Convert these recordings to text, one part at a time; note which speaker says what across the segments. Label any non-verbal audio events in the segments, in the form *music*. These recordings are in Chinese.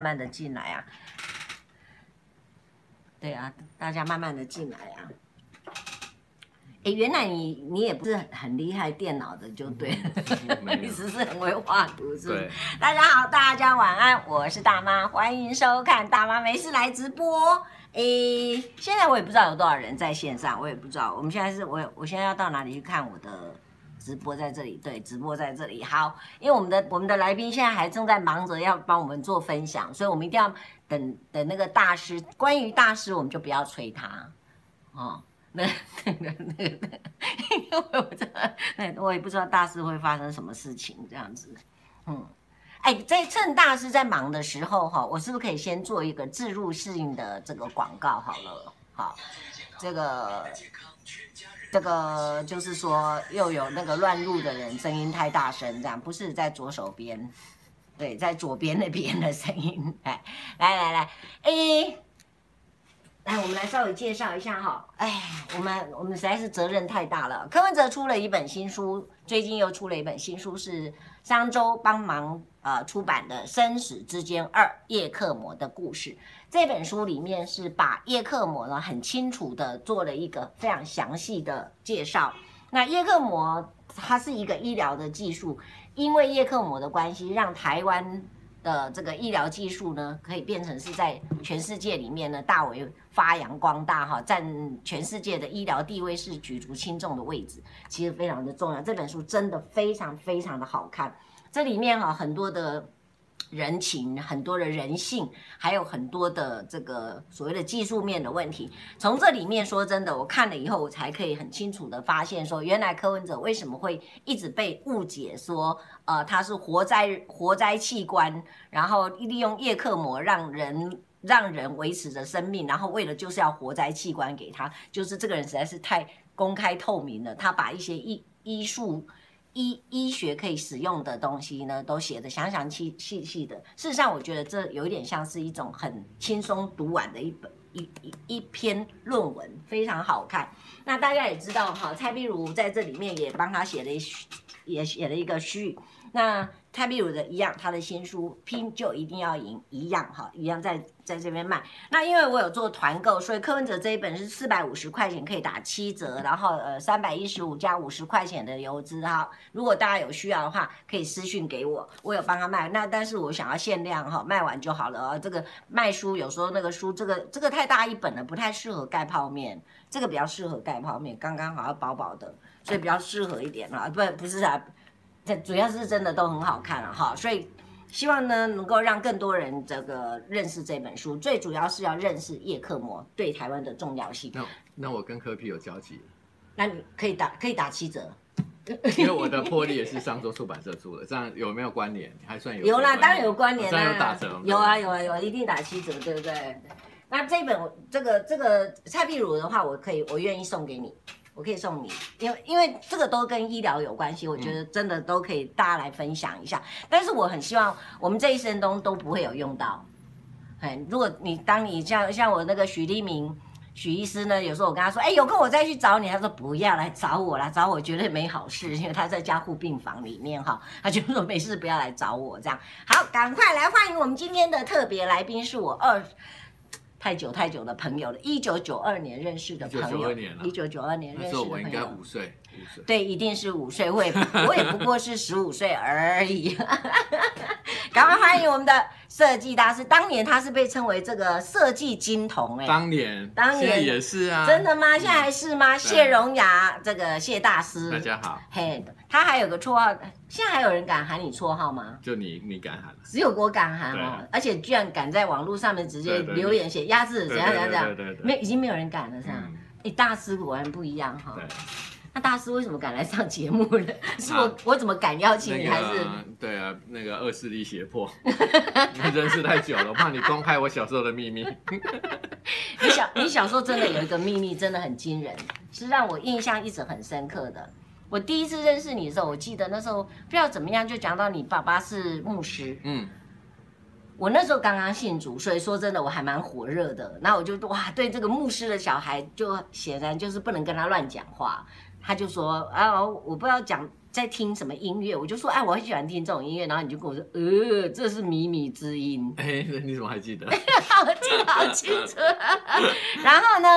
Speaker 1: 慢的进来啊。对啊，大家慢慢的进来啊。哎，原来你你也不是很厉害电脑的，就对了，
Speaker 2: *laughs* 嗯没
Speaker 1: *laughs*
Speaker 2: 有
Speaker 1: 你只是很会画图，是不是
Speaker 2: 对？，
Speaker 1: 大家好，大家晚安，我是大妈，欢迎收看《大妈没事来直播》。诶，现在我也不知道有多少人在线上，我也不知道。我们现在是我我现在要到哪里去看我的直播？在这里，对，直播在这里。好，因为我们的我们的来宾现在还正在忙着要帮我们做分享，所以我们一定要等等那个大师。关于大师，我们就不要催他，哦。 *laughs* 那那个那个，因为我真的，那我也不知道大师会发生什么事情，这样子，嗯。哎，在趁大师在忙的时候哈，我是不是可以先做一个植入性的这个广告好了？好，这个这个就是说又有那个乱入的人声音太大声，这样不是在左手边，对，在左边那边的声音。哎，来来来，哎。来，我们来稍微介绍一下哈。哎，我们我们实在是责任太大了。柯文哲出了一本新书，最近又出了一本新书，是商周帮忙呃出版的《生死之间二》叶克膜的故事。这本书里面是把叶克膜呢很清楚的做了一个非常详细的介绍。那叶克膜它是一个医疗的技术，因为叶克膜的关系，让台湾的这个医疗技术呢，可以变成是在全世界里面呢大为发扬光大哈，占全世界的医疗地位是举足轻重的位置，其实非常的重要。这本书真的非常非常的好看，这里面哈、很多的人情，很多的人性，还有很多的这个所谓的技术面的问题。从这里面说真的，我看了以后，我才可以很清楚的发现说，原来柯文哲为什么会一直被误解说，呃，他是活摘活摘器官，然后利用叶克膜让人。让人维持着生命，然后为了就是要活摘器官给他，就是这个人实在是太公开透明了，他把一些医医术医医学可以使用的东西呢，都写的详详细细细的。事实上，我觉得这有一点像是一种很轻松读完的一本一一一篇论文，非常好看。那大家也知道哈，蔡壁如在这里面也帮他写了一也写了一个序。那蔡壁如的一样，他的新书《拼就一定要赢》一样哈，一样在在这边卖。那因为我有做团购，所以柯文哲这一本是四百五十块钱可以打七折，然后呃三百一十五加五十块钱的邮资哈。如果大家有需要的话，可以私讯给我，我有帮他卖。那但是我想要限量哈，卖完就好了哦。这个卖书有时候那个书这个这个太大一本了，不太适合盖泡面，这个比较适合盖泡面，刚刚好要薄薄的，所以比较适合一点啊。不不是啊，这主要是真的都很好看了、啊哈，所以希望呢，能够让更多人这个认识这本书，最主要是要认识叶克膜对台湾的重要性。
Speaker 2: 那那我跟柯 P 有交集，
Speaker 1: 那你可以打可以打七折，
Speaker 2: 因为我的破例也是上周出版社出的，这样有没有关联？还算有
Speaker 1: 有啦，
Speaker 2: 关联
Speaker 1: 当然有关联
Speaker 2: 这样有打
Speaker 1: 啦
Speaker 2: 折吗，
Speaker 1: 有啊有啊有啊，一定打七折，对不对？那这本我这个这个蔡壁如的话，我可以我愿意送给你，我可以送你，因为因为这个都跟医疗有关系，我觉得真的都可以大家来分享一下。但是我很希望我们这一生中都不会有用到。哎，如果你当你像像我那个许立明许医师呢，有时候我跟他说，哎，有空我再去找你，他说不要来找我啦，找我绝对没好事，因为他在加护病房里面哈，他就说没事不要来找我这样。好，赶快来欢迎我们今天的特别来宾，是我二。太久太久的朋友了，一九九二年认识的朋友，
Speaker 2: 1992年了
Speaker 1: 一九九二年认
Speaker 2: 那
Speaker 1: 识的
Speaker 2: 时候
Speaker 1: 朋友，
Speaker 2: 我应该五岁，五岁。
Speaker 1: 对，一定是五岁会，我也 *laughs* 不过是十五岁而已。 *laughs* 赶快欢迎我们的设计大师，当年他是被称为这个设计金童、哎，
Speaker 2: 当年，
Speaker 1: 当年
Speaker 2: 现在也是啊。
Speaker 1: 真的吗？现在还是吗？谢
Speaker 2: 对
Speaker 1: 荣雅，这个谢大师，
Speaker 2: 大家好，
Speaker 1: 嘿，他还有个绰号，现在还有人敢喊你绰号吗？
Speaker 2: 就你你敢喊了。
Speaker 1: 只有我敢喊
Speaker 2: 对
Speaker 1: 哦
Speaker 2: 啊，
Speaker 1: 而且居然敢在网络上面直接
Speaker 2: 对对对
Speaker 1: 留言写鸭子怎样怎样怎样，
Speaker 2: 对对对
Speaker 1: 没
Speaker 2: 对。
Speaker 1: 有已经没有人敢了是吧？
Speaker 2: 嗯
Speaker 1: 哎，大师果然不一样哈。
Speaker 2: 对，
Speaker 1: 那大师为什么敢来上节目呢？ *laughs* 是我、
Speaker 2: 啊
Speaker 1: 我怎么敢邀请
Speaker 2: 那
Speaker 1: 你，
Speaker 2: 个
Speaker 1: 还是
Speaker 2: 对啊，那个恶势力胁迫， *laughs* 你认识太久了，我怕你公开我小时候的秘密。
Speaker 1: 你小你小时候真的有一个秘密，真的很惊人，是让我印象一直很深刻的。我第一次认识你的时候，我记得那时候不知道怎么样就讲到你爸爸是牧师，
Speaker 2: 嗯，
Speaker 1: 我那时候刚刚信主，所以说真的我还蛮火热的。然后我就哇，对这个牧师的小孩就显然就是不能跟他乱讲话。他就说啊，我不知道讲在听什么音乐，我就说哎，我很喜欢听这种音乐，然后你就跟我说，呃，这是靡靡之音，
Speaker 2: 哎，你怎么还记得？
Speaker 1: 我记得好清楚。 *laughs* 然后呢，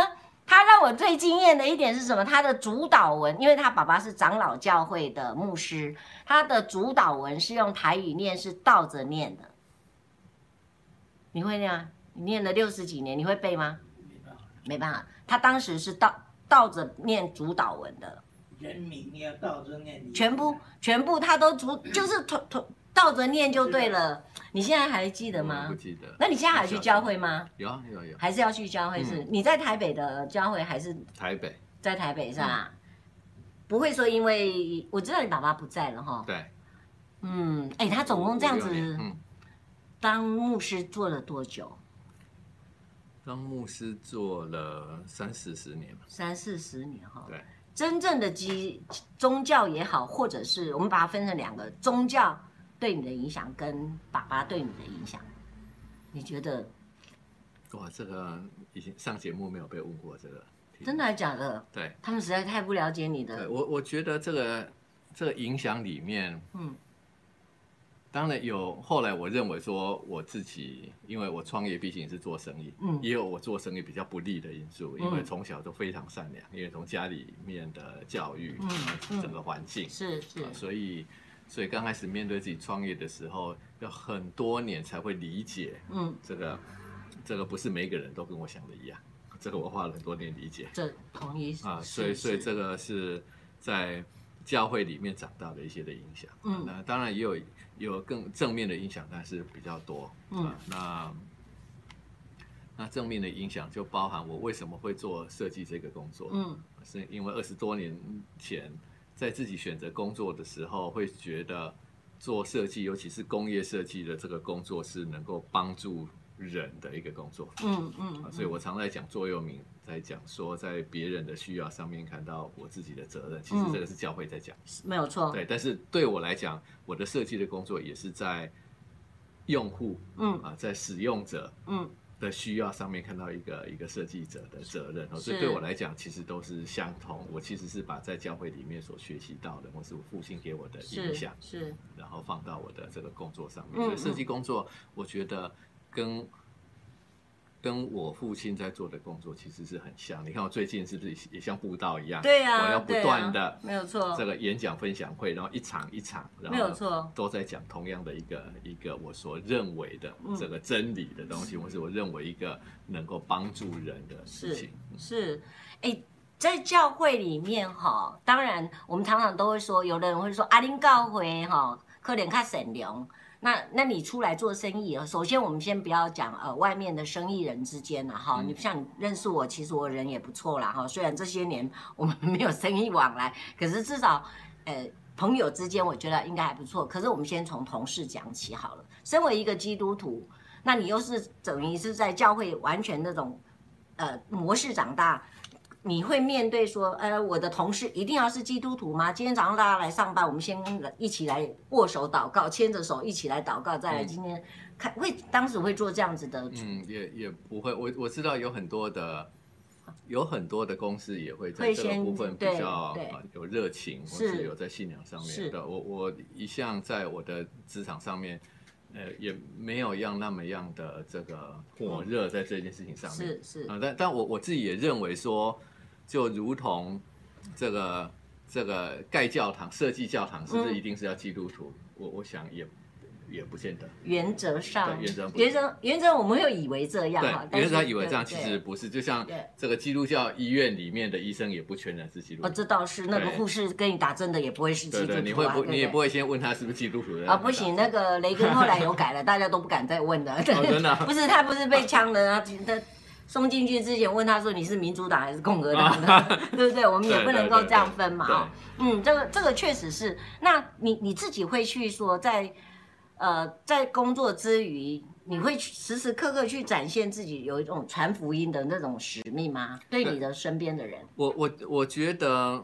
Speaker 1: 他让我最惊艳的一点是什么？他的主导文，因为他爸爸是长老教会的牧师，他的主导文是用台语念，是倒着念的。你会念吗？你念了六十几年，你会背吗？
Speaker 3: 啊
Speaker 1: 没办法，他当时是倒倒着念主导文的。
Speaker 3: 人名要倒着念，你
Speaker 1: 全部全部他都逐就是同同倒着念就对了。你现在还记得
Speaker 2: 我
Speaker 1: 吗
Speaker 2: 不？记得。
Speaker 1: 那你现在还去教会吗？
Speaker 2: 有啊有啊有啊，
Speaker 1: 还是要去教会是？你在台北的教会还是
Speaker 2: 台北
Speaker 1: 在台北是吧？
Speaker 2: 嗯
Speaker 1: 不会说因为我知道你爸爸不在了哈。
Speaker 2: 对。
Speaker 1: 嗯，哎、他总共这样
Speaker 2: 五六年
Speaker 1: 子
Speaker 2: 嗯，
Speaker 1: 当牧师做了多久？
Speaker 2: 当牧师做了三四十年吧。
Speaker 1: 三四十年哈。
Speaker 2: 对。
Speaker 1: 真正的基宗教也好，或者是我们把它分成两个，宗教对你的影响跟爸爸对你的影响，你觉得
Speaker 2: 嗯哇，这个已经上节目没有被问过这个题目。
Speaker 1: 真的还假的？
Speaker 2: 对
Speaker 1: 他们实在太不了解你
Speaker 2: 对，
Speaker 1: 的，
Speaker 2: 我我觉得这个这个影响里面，
Speaker 1: 嗯
Speaker 2: 当然有。后来我认为说我自己，因为我创业毕竟是做生意，
Speaker 1: 嗯
Speaker 2: 也有我做生意比较不利的因素，因为
Speaker 1: 嗯
Speaker 2: 从小都非常善良，因为从家里面的教育，
Speaker 1: 嗯嗯
Speaker 2: 整个环境，
Speaker 1: 是是
Speaker 2: 啊，所以所以刚开始面对自己创业的时候，要很多年才会理解
Speaker 1: 嗯，
Speaker 2: 这个，这个不是每一个人都跟我想的一样，这个我花了很多年理解
Speaker 1: 这同意
Speaker 2: 啊，
Speaker 1: 是
Speaker 2: 所以所以
Speaker 1: 是
Speaker 2: 这个是在教会里面长大的一些的影响，
Speaker 1: 嗯
Speaker 2: 那当然也有有更正面的影响，但是比较多，
Speaker 1: 嗯
Speaker 2: 啊，那。那正面的影响就包含我为什么会做设计这个工作，
Speaker 1: 嗯
Speaker 2: 是因为二十多年前在自己选择工作的时候，会觉得做设计，尤其是工业设计的这个工作是能够帮助人的一个工作。
Speaker 1: 嗯嗯
Speaker 2: 啊，
Speaker 1: 嗯，
Speaker 2: 所以我常在讲座右铭，在讲说在别人的需要上面看到我自己的责任，其实这个是教会在讲。
Speaker 1: 是没有错，
Speaker 2: 对，但是对我来讲，我的设计的工作也是在用户
Speaker 1: 嗯
Speaker 2: 啊，在使用者
Speaker 1: 嗯
Speaker 2: 的需要上面看到一个一个设计者的责任哦，
Speaker 1: 是
Speaker 2: 所以对我来讲其实都是相同。我其实是把在教会里面所学习到的，或是我父亲给我的呃影
Speaker 1: 是
Speaker 2: 响，
Speaker 1: 是
Speaker 2: 然后放到我的这个工作上面。
Speaker 1: 嗯
Speaker 2: 所以设计工作，我觉得跟跟我父亲在做的工作其实是很像。你看我最近是不是也像布道一样？
Speaker 1: 对呀、
Speaker 2: 我要
Speaker 1: 啊，
Speaker 2: 不
Speaker 1: 对
Speaker 2: 断
Speaker 1: 啊
Speaker 2: 的，
Speaker 1: 没有错
Speaker 2: 这，个演讲分享会，然后一场一场，然
Speaker 1: 没有
Speaker 2: 后
Speaker 1: 错，
Speaker 2: 都在讲同样的一个一个我所认为的
Speaker 1: 嗯
Speaker 2: 这个真理的东西，或是我认为一个能够帮助人的事情。
Speaker 1: 是，哎、在教会里面哈，当然我们常常都会说，有的人会说阿林告回哈，可怜看省良。那那你出来做生意，首先我们先不要讲呃外面的生意人之间了哈，
Speaker 2: 嗯
Speaker 1: 你像你认识我，其实我人也不错啦哈，虽然这些年我们没有生意往来，可是至少呃。朋友之间，我觉得应该还不错。可是我们先从同事讲起好了。身为一个基督徒，那你又是等于是在教会完全那种呃模式长大，你会面对说，呃，我的同事一定要是基督徒吗？今天早上大家来上班，我们先一起来握手祷告，牵着手一起来祷告，再来
Speaker 2: 嗯
Speaker 1: 今天看会当时会做这样子的，
Speaker 2: 嗯，也也不会，我我知道有很多的。有很多的公司也会在
Speaker 1: 会
Speaker 2: 这个
Speaker 1: 先
Speaker 2: 部分比
Speaker 1: 对
Speaker 2: 较
Speaker 1: 对
Speaker 2: 呃有热情，或
Speaker 1: 是
Speaker 2: 是有在信仰上
Speaker 1: 是
Speaker 2: 面的。我我一向在我的职场上面，呃，也没有让那么样的这个火热在这件事情上面。
Speaker 1: 是是
Speaker 2: 啊、但但我我自己也认为说，就如同这个这个盖教堂、设计教堂，是不是
Speaker 1: 嗯
Speaker 2: 一定是要基督徒？我我想也也不见得。
Speaker 1: 原则上
Speaker 2: 对原则不
Speaker 1: 原则原则我们会以为这样哈，
Speaker 2: 对，原则上以为这
Speaker 1: 但
Speaker 2: 样，其
Speaker 1: 是
Speaker 2: 实不是。就像
Speaker 1: 对
Speaker 2: 这个基督教医院里面的医生，也不全然是基督
Speaker 1: 哦，
Speaker 2: 徒。
Speaker 1: 这倒是那个
Speaker 2: 对
Speaker 1: 护士跟你打针的也不会是基督
Speaker 2: 对
Speaker 1: 徒啊，
Speaker 2: 对，你会不，
Speaker 1: 对
Speaker 2: 你也
Speaker 1: 对
Speaker 2: 不会先问他是不是基督徒的
Speaker 1: 啊，不行，那个
Speaker 2: *laughs*
Speaker 1: 雷根后来有改了，大家都不敢再问了。
Speaker 2: 真的
Speaker 1: *laughs*
Speaker 2: 啊
Speaker 1: 不是他不是被枪的，他他送进去之前问他说你是民主党还是共和党的，
Speaker 2: *laughs*
Speaker 1: 对不对？我们也不能够这样分嘛
Speaker 2: 对
Speaker 1: 啊。嗯，这个这个确实是。那你你自己会去说在呃在工作之余，你会去时时刻刻去展现自己有一种传福音的那种使命吗？对你的身边的人，
Speaker 2: 我我我觉得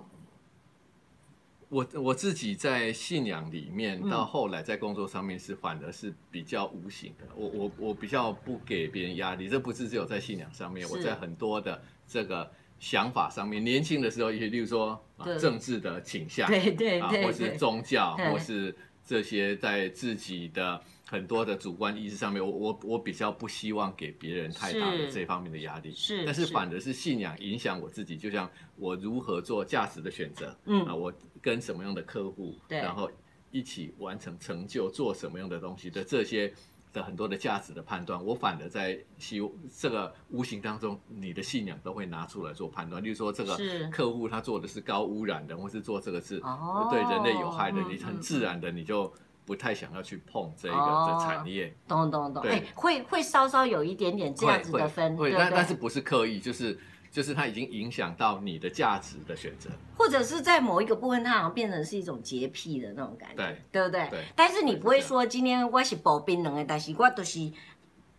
Speaker 2: 我我自己在信仰里面，
Speaker 1: 嗯
Speaker 2: 到后来在工作上面是反而是比较无形的。我我我比较不给别人压力，这不是只有在信仰上面，
Speaker 1: 是
Speaker 2: 我在很多的这个想法上面，年轻的时候也，例如说、啊
Speaker 1: 对
Speaker 2: 政治的倾向，
Speaker 1: 对对
Speaker 2: 啊，
Speaker 1: 对
Speaker 2: 或是
Speaker 1: 对
Speaker 2: 宗教，
Speaker 1: 嗯
Speaker 2: 或是这些在自己的很多的主观意识上面，我我我比较不希望给别人太大的
Speaker 1: 是
Speaker 2: 这方面的压力。
Speaker 1: 是
Speaker 2: 但是
Speaker 1: 是
Speaker 2: 反而是信仰影响我自己，就像我如何做价值的选择，啊，
Speaker 1: 嗯，
Speaker 2: 我跟什么样的客户，
Speaker 1: 对
Speaker 2: 然后一起完成成就，做什么样的东西的这些的很多的价值的判断，我反而在希这个无形当中，你的信仰都会拿出来做判断。例如说，这个
Speaker 1: 是
Speaker 2: 客户他做的是高污染的，或是做这个是
Speaker 1: 哦
Speaker 2: 对人类有害的，
Speaker 1: 嗯
Speaker 2: 你很
Speaker 1: 嗯
Speaker 2: 自然的你就不太想要去碰这个
Speaker 1: 哦
Speaker 2: 的产业。
Speaker 1: 懂懂懂，
Speaker 2: 对
Speaker 1: 哎，会会稍稍有一点点这样子的分，
Speaker 2: 会，
Speaker 1: 对
Speaker 2: 会但
Speaker 1: 对
Speaker 2: 但是不是刻意，就是就是它已经影响到你的价值的选择。
Speaker 1: 或者是在某一个部分，它好像变成是一种洁癖的那种感觉，
Speaker 2: 对
Speaker 1: 不对？
Speaker 2: 对
Speaker 1: 但是你不会说今天我是保冰人的，但是我就是，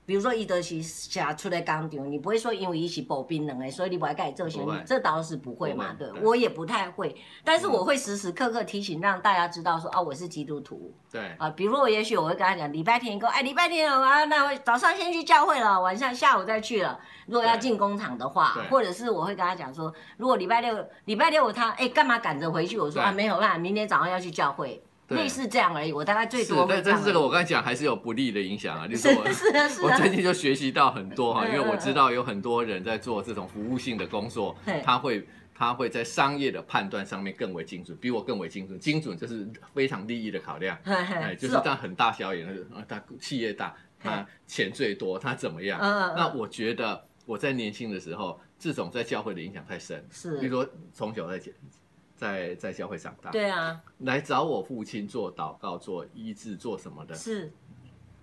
Speaker 1: 比如说伊都是写出来工厂，你不会说因为伊是保冰人的，所以你不爱跟他做生
Speaker 2: 不
Speaker 1: 意
Speaker 2: 会，
Speaker 1: 这倒是不会嘛，
Speaker 2: 不会
Speaker 1: 对
Speaker 2: 对嗯
Speaker 1: 我也不太会，但是我会时时刻刻提醒让大家知道说啊，我是基督徒
Speaker 2: 对，
Speaker 1: 啊，比如说我也许我会跟他讲礼拜天一个，哎，礼拜天哦啊，那我早上先去教会了，晚上下午再去了。如果要
Speaker 2: 对
Speaker 1: 进工厂的话
Speaker 2: 对，
Speaker 1: 或者是我会跟他讲说，如果礼拜六礼拜六他哎干嘛赶着回去？我说
Speaker 2: 对
Speaker 1: 啊没有啦，明天早上要去教会，
Speaker 2: 对
Speaker 1: 类似这样而已。我大概最
Speaker 2: 是
Speaker 1: 多，会
Speaker 2: 但
Speaker 1: 这
Speaker 2: 但
Speaker 1: 样
Speaker 2: 是这个我刚才讲还是有不利的影响啊，就是是我。
Speaker 1: 是的是
Speaker 2: 我最
Speaker 1: 的，
Speaker 2: 近就学习到很多哈，
Speaker 1: 嗯
Speaker 2: 因为我知道有很多人在做这种服务性的工作
Speaker 1: 对，
Speaker 2: 他会他会在商业的判断上面更为精准，比我更为精准。精准就是非常利益的考量，
Speaker 1: 嘿
Speaker 2: 哎，
Speaker 1: 嘿
Speaker 2: 就是
Speaker 1: 是哦
Speaker 2: 他很大小眼，呃他企业大，他钱最多，他怎么样？
Speaker 1: 嗯嗯嗯
Speaker 2: 那我觉得我在年轻的时候，这种在教会的影响太深，比
Speaker 1: 是，
Speaker 2: 如说从小在在在教会长大，
Speaker 1: 对啊，
Speaker 2: 来找我父亲做祷告、做医治、做什么的，
Speaker 1: 是，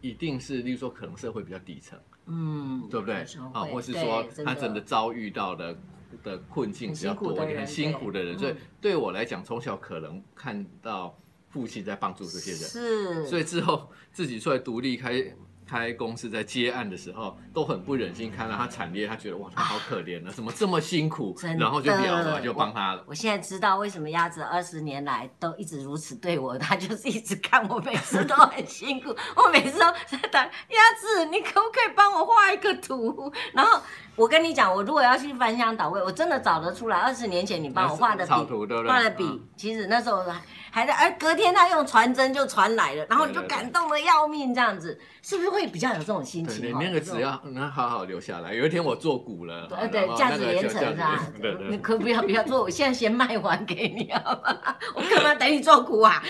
Speaker 2: 一定是，例如说可能社会比较底层。
Speaker 1: 嗯，
Speaker 2: 对不对
Speaker 1: 有时候？
Speaker 2: 啊，
Speaker 1: 会
Speaker 2: 或是说
Speaker 1: 对
Speaker 2: 他真的遭遇到的的困境
Speaker 1: 很
Speaker 2: 比
Speaker 1: 辛
Speaker 2: 较
Speaker 1: 苦
Speaker 2: 多，
Speaker 1: 的
Speaker 2: 你
Speaker 1: 人
Speaker 2: 很辛苦的人，
Speaker 1: 对
Speaker 2: 所以
Speaker 1: 嗯
Speaker 2: 对我来讲，从小可能看到父亲在帮助这些人，
Speaker 1: 是，
Speaker 2: 所以之后自己出来独立开开公司，在接案的时候，都很不忍心看到他惨烈，他觉得哇，他好可怜啊，怎么这么辛苦
Speaker 1: 真？的
Speaker 2: 然后就聊了，就帮他了。
Speaker 1: 我现在知道为什么鸭子二十年来都一直如此对我，他就是一直看我，每次都很辛苦。我每次都在打鸭子，你可不可以帮我画一个图？然后我跟你讲，我如果要去翻箱倒柜，我真的找得出来。二十年前你帮我画的
Speaker 2: 草
Speaker 1: 笔，
Speaker 2: 图对不对？
Speaker 1: 画的笔
Speaker 2: 嗯，
Speaker 1: 其实那时候还还在，哎，隔天他用传真就传来了，然后你就
Speaker 2: 对对对
Speaker 1: 感动的要命，这样子是不是会比较有这种心
Speaker 2: 对，
Speaker 1: 情
Speaker 2: 你
Speaker 1: 哦？
Speaker 2: 那个
Speaker 1: 这
Speaker 2: 只
Speaker 1: 种
Speaker 2: 要能好好留下来，有一天我做股了，
Speaker 1: 呃，
Speaker 2: 然
Speaker 1: 对，
Speaker 2: 后
Speaker 1: 价
Speaker 2: 那
Speaker 1: 值
Speaker 2: 个
Speaker 1: 连
Speaker 2: 就
Speaker 1: 城
Speaker 2: 价
Speaker 1: 是
Speaker 2: 值
Speaker 1: 吧？
Speaker 2: 对对
Speaker 1: 你可不要不要做，我现在先卖完给你好吧？我干嘛等你做苦啊？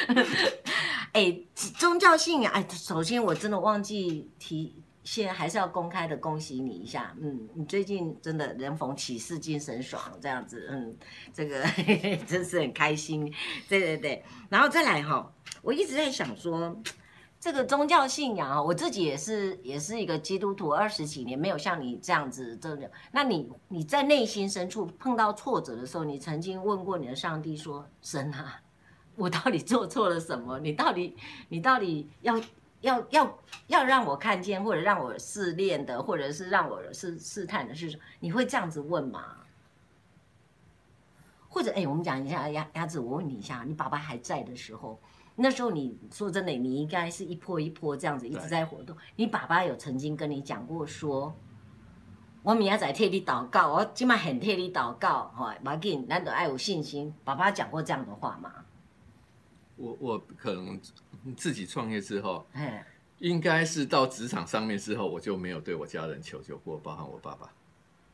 Speaker 1: *laughs* 哎，宗教信仰，哎，首先我真的忘记提，现在还是要公开的恭喜你一下，嗯，你最近真的人逢喜事精神爽这样子，嗯，这个 *laughs* 真是很开心，对对对，然后再来哈、我一直在想说。这个宗教信仰啊，我自己也是也是一个基督徒，二十几年没有像你这样子这种。那你你在内心深处碰到挫折的时候，你曾经问过你的上帝说：“神啊，我到底做错了什么？你到底你到底要要要要让我看见，或者让我试炼的，或者是让我试试探的是什么？你会这样子问吗？”或者哎、我们讲一下鸭鸭子，我问你一下，你爸爸还在的时候，那时候你说真的，你应该是一波一波这样子一直
Speaker 2: 对
Speaker 1: 在活动。你爸爸有曾经跟你讲过说，我明仔载替你祷告，我今晚很替你祷告，吼，马紧，咱得爱有信心。爸爸讲过这样的话吗？
Speaker 2: 我我可能自己创业之后，
Speaker 1: 嘿，
Speaker 2: 应该是到职场上面之后，我就没有对我家人求救过，包含我爸爸。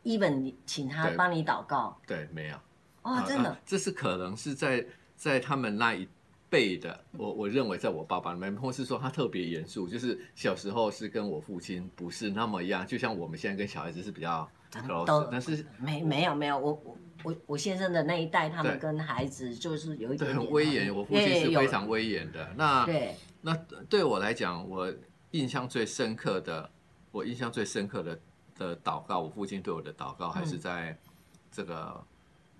Speaker 1: ，even 你请他
Speaker 2: 对
Speaker 1: 帮你祷告，
Speaker 2: 对，没有。
Speaker 1: 哇，
Speaker 2: 啊
Speaker 1: 真的
Speaker 2: 啊，这是可能是在在他们那一辈的，我我认为在我爸爸那边，或是说他特别严肃，就是小时候是跟我父亲不是那么一样，就像我们现在跟小孩子是比较
Speaker 1: 真
Speaker 2: close，
Speaker 1: 都
Speaker 2: 的但是
Speaker 1: 没没有没有，我我我我先生的那一代，他们
Speaker 2: 对
Speaker 1: 跟孩子就是有一
Speaker 2: 对
Speaker 1: 点
Speaker 2: 很
Speaker 1: 点
Speaker 2: 威
Speaker 1: 他
Speaker 2: 严，
Speaker 1: 们
Speaker 2: 我父亲是
Speaker 1: 对啊有
Speaker 2: 非常威严的。那
Speaker 1: 对，
Speaker 2: 那对我来讲，我印象最深刻的，我印象最深刻的的祷告，我父亲对我的祷告，还
Speaker 1: 嗯
Speaker 2: 是在这个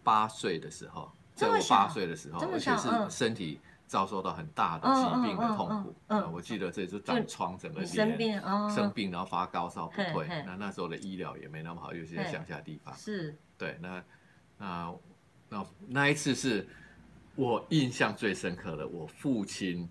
Speaker 2: 八岁的时候，
Speaker 1: 这
Speaker 2: 在
Speaker 1: 么
Speaker 2: 我
Speaker 1: 小
Speaker 2: 八岁的时候，
Speaker 1: 这么
Speaker 2: 而且
Speaker 1: 小
Speaker 2: 是
Speaker 1: 嗯
Speaker 2: 身体遭受到很大的
Speaker 1: 嗯
Speaker 2: 疾
Speaker 1: 嗯
Speaker 2: 病的
Speaker 1: 嗯
Speaker 2: 痛
Speaker 1: 嗯
Speaker 2: 苦。
Speaker 1: 嗯
Speaker 2: 呃我记得这就长疮，整个
Speaker 1: 你生
Speaker 2: 脸
Speaker 1: 病哦，
Speaker 2: 生病，然后发高烧不
Speaker 1: 嘿
Speaker 2: 退
Speaker 1: 嘿。
Speaker 2: 那那时候的医疗也没那么好，尤其在
Speaker 1: 嘿
Speaker 2: 乡下地方。
Speaker 1: 是
Speaker 2: 对，那那那那一次是我印象最深刻的，我父亲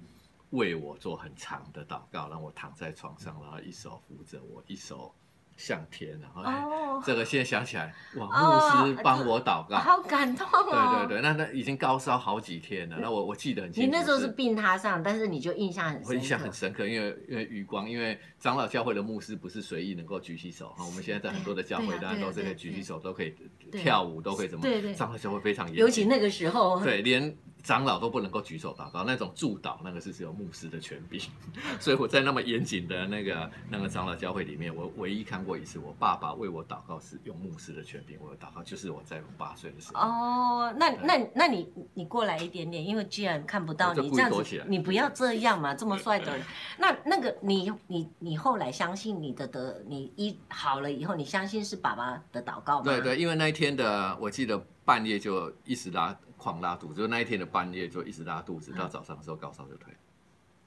Speaker 2: 为我做很长的祷告，让我躺在床上，然后一手扶着我，一手上天了。后来
Speaker 1: 哦，
Speaker 2: 这个现在想起来，哇，
Speaker 1: 哦
Speaker 2: 牧师帮我祷告，
Speaker 1: 好感动哦。
Speaker 2: 对对对，那那已经高烧好几天了。那我我记得很清
Speaker 1: 你
Speaker 2: 楚，
Speaker 1: 那时候是病榻上，但是你就印象很深刻。
Speaker 2: 我印象很深刻，因为因为余光，因为长老教会的牧师不是随意能够举起手哈。我们现在在很多的教
Speaker 1: 对
Speaker 2: 会，
Speaker 1: 啊
Speaker 2: 大家
Speaker 1: 对啊
Speaker 2: 都这
Speaker 1: 对
Speaker 2: 个
Speaker 1: 啊
Speaker 2: 举起手都可以
Speaker 1: 对啊
Speaker 2: 跳舞，都可以怎么
Speaker 1: 对对？
Speaker 2: 长老教会非常严谨，
Speaker 1: 尤其那个时候，
Speaker 2: 对，连长老都不能够举手祷告，那种祝祷那个是只有牧师的权柄， *laughs* 所以我在那么严谨的那个那个长老教会里面，我唯一看过一次，我爸爸为我祷告是用牧师的权柄为我祷告，就是我在我八岁的时候。
Speaker 1: 哦，那那那你你过来一点点，因为既然看不到
Speaker 2: 我就
Speaker 1: 你
Speaker 2: 故
Speaker 1: 这
Speaker 2: 意
Speaker 1: 样
Speaker 2: 躲起
Speaker 1: 子
Speaker 2: 来，
Speaker 1: 你不要这样嘛，这么帅的人。那那个你你你后来相信你的得你医好了以后，你相信是爸爸的祷告吗？
Speaker 2: 对对，因为那一天的，我记得半夜就一直拉狂拉肚子，就那一天的半夜就一直拉肚子，到早上的时候高烧就退了。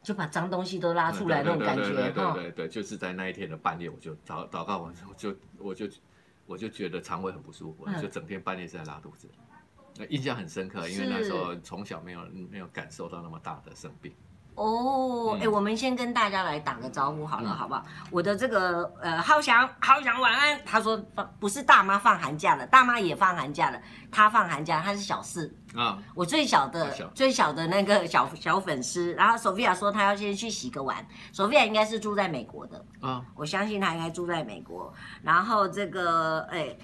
Speaker 1: 就把脏东西都拉出来那种感
Speaker 2: 对对
Speaker 1: 觉
Speaker 2: 对对
Speaker 1: 哈。
Speaker 2: 对对，就是在那一天的半夜，我就祷祷告完之后，我就我就我就觉得肠胃很不舒服，
Speaker 1: 嗯
Speaker 2: 就整天半夜是在拉肚子。那印象很深刻，因为
Speaker 1: 是
Speaker 2: 那时候从小没有没有感受到那么大的生病。
Speaker 1: 哦，
Speaker 2: 嗯
Speaker 1: 哎，我们先跟大家来打个招呼好了，
Speaker 2: 嗯
Speaker 1: 好不好？我的这个呃，浩翔，浩翔晚安。他说放不是大妈放寒假了，大妈也放寒假了，他放寒假，他是小四。
Speaker 2: 啊，
Speaker 1: 我最小的
Speaker 2: 啊小
Speaker 1: 最小的那个小小粉丝，然后 Sophia 说她要先去洗个碗，Sophia 应该是住在美国的，
Speaker 2: 啊，
Speaker 1: 我相信她应该住在美国。然后这个哎，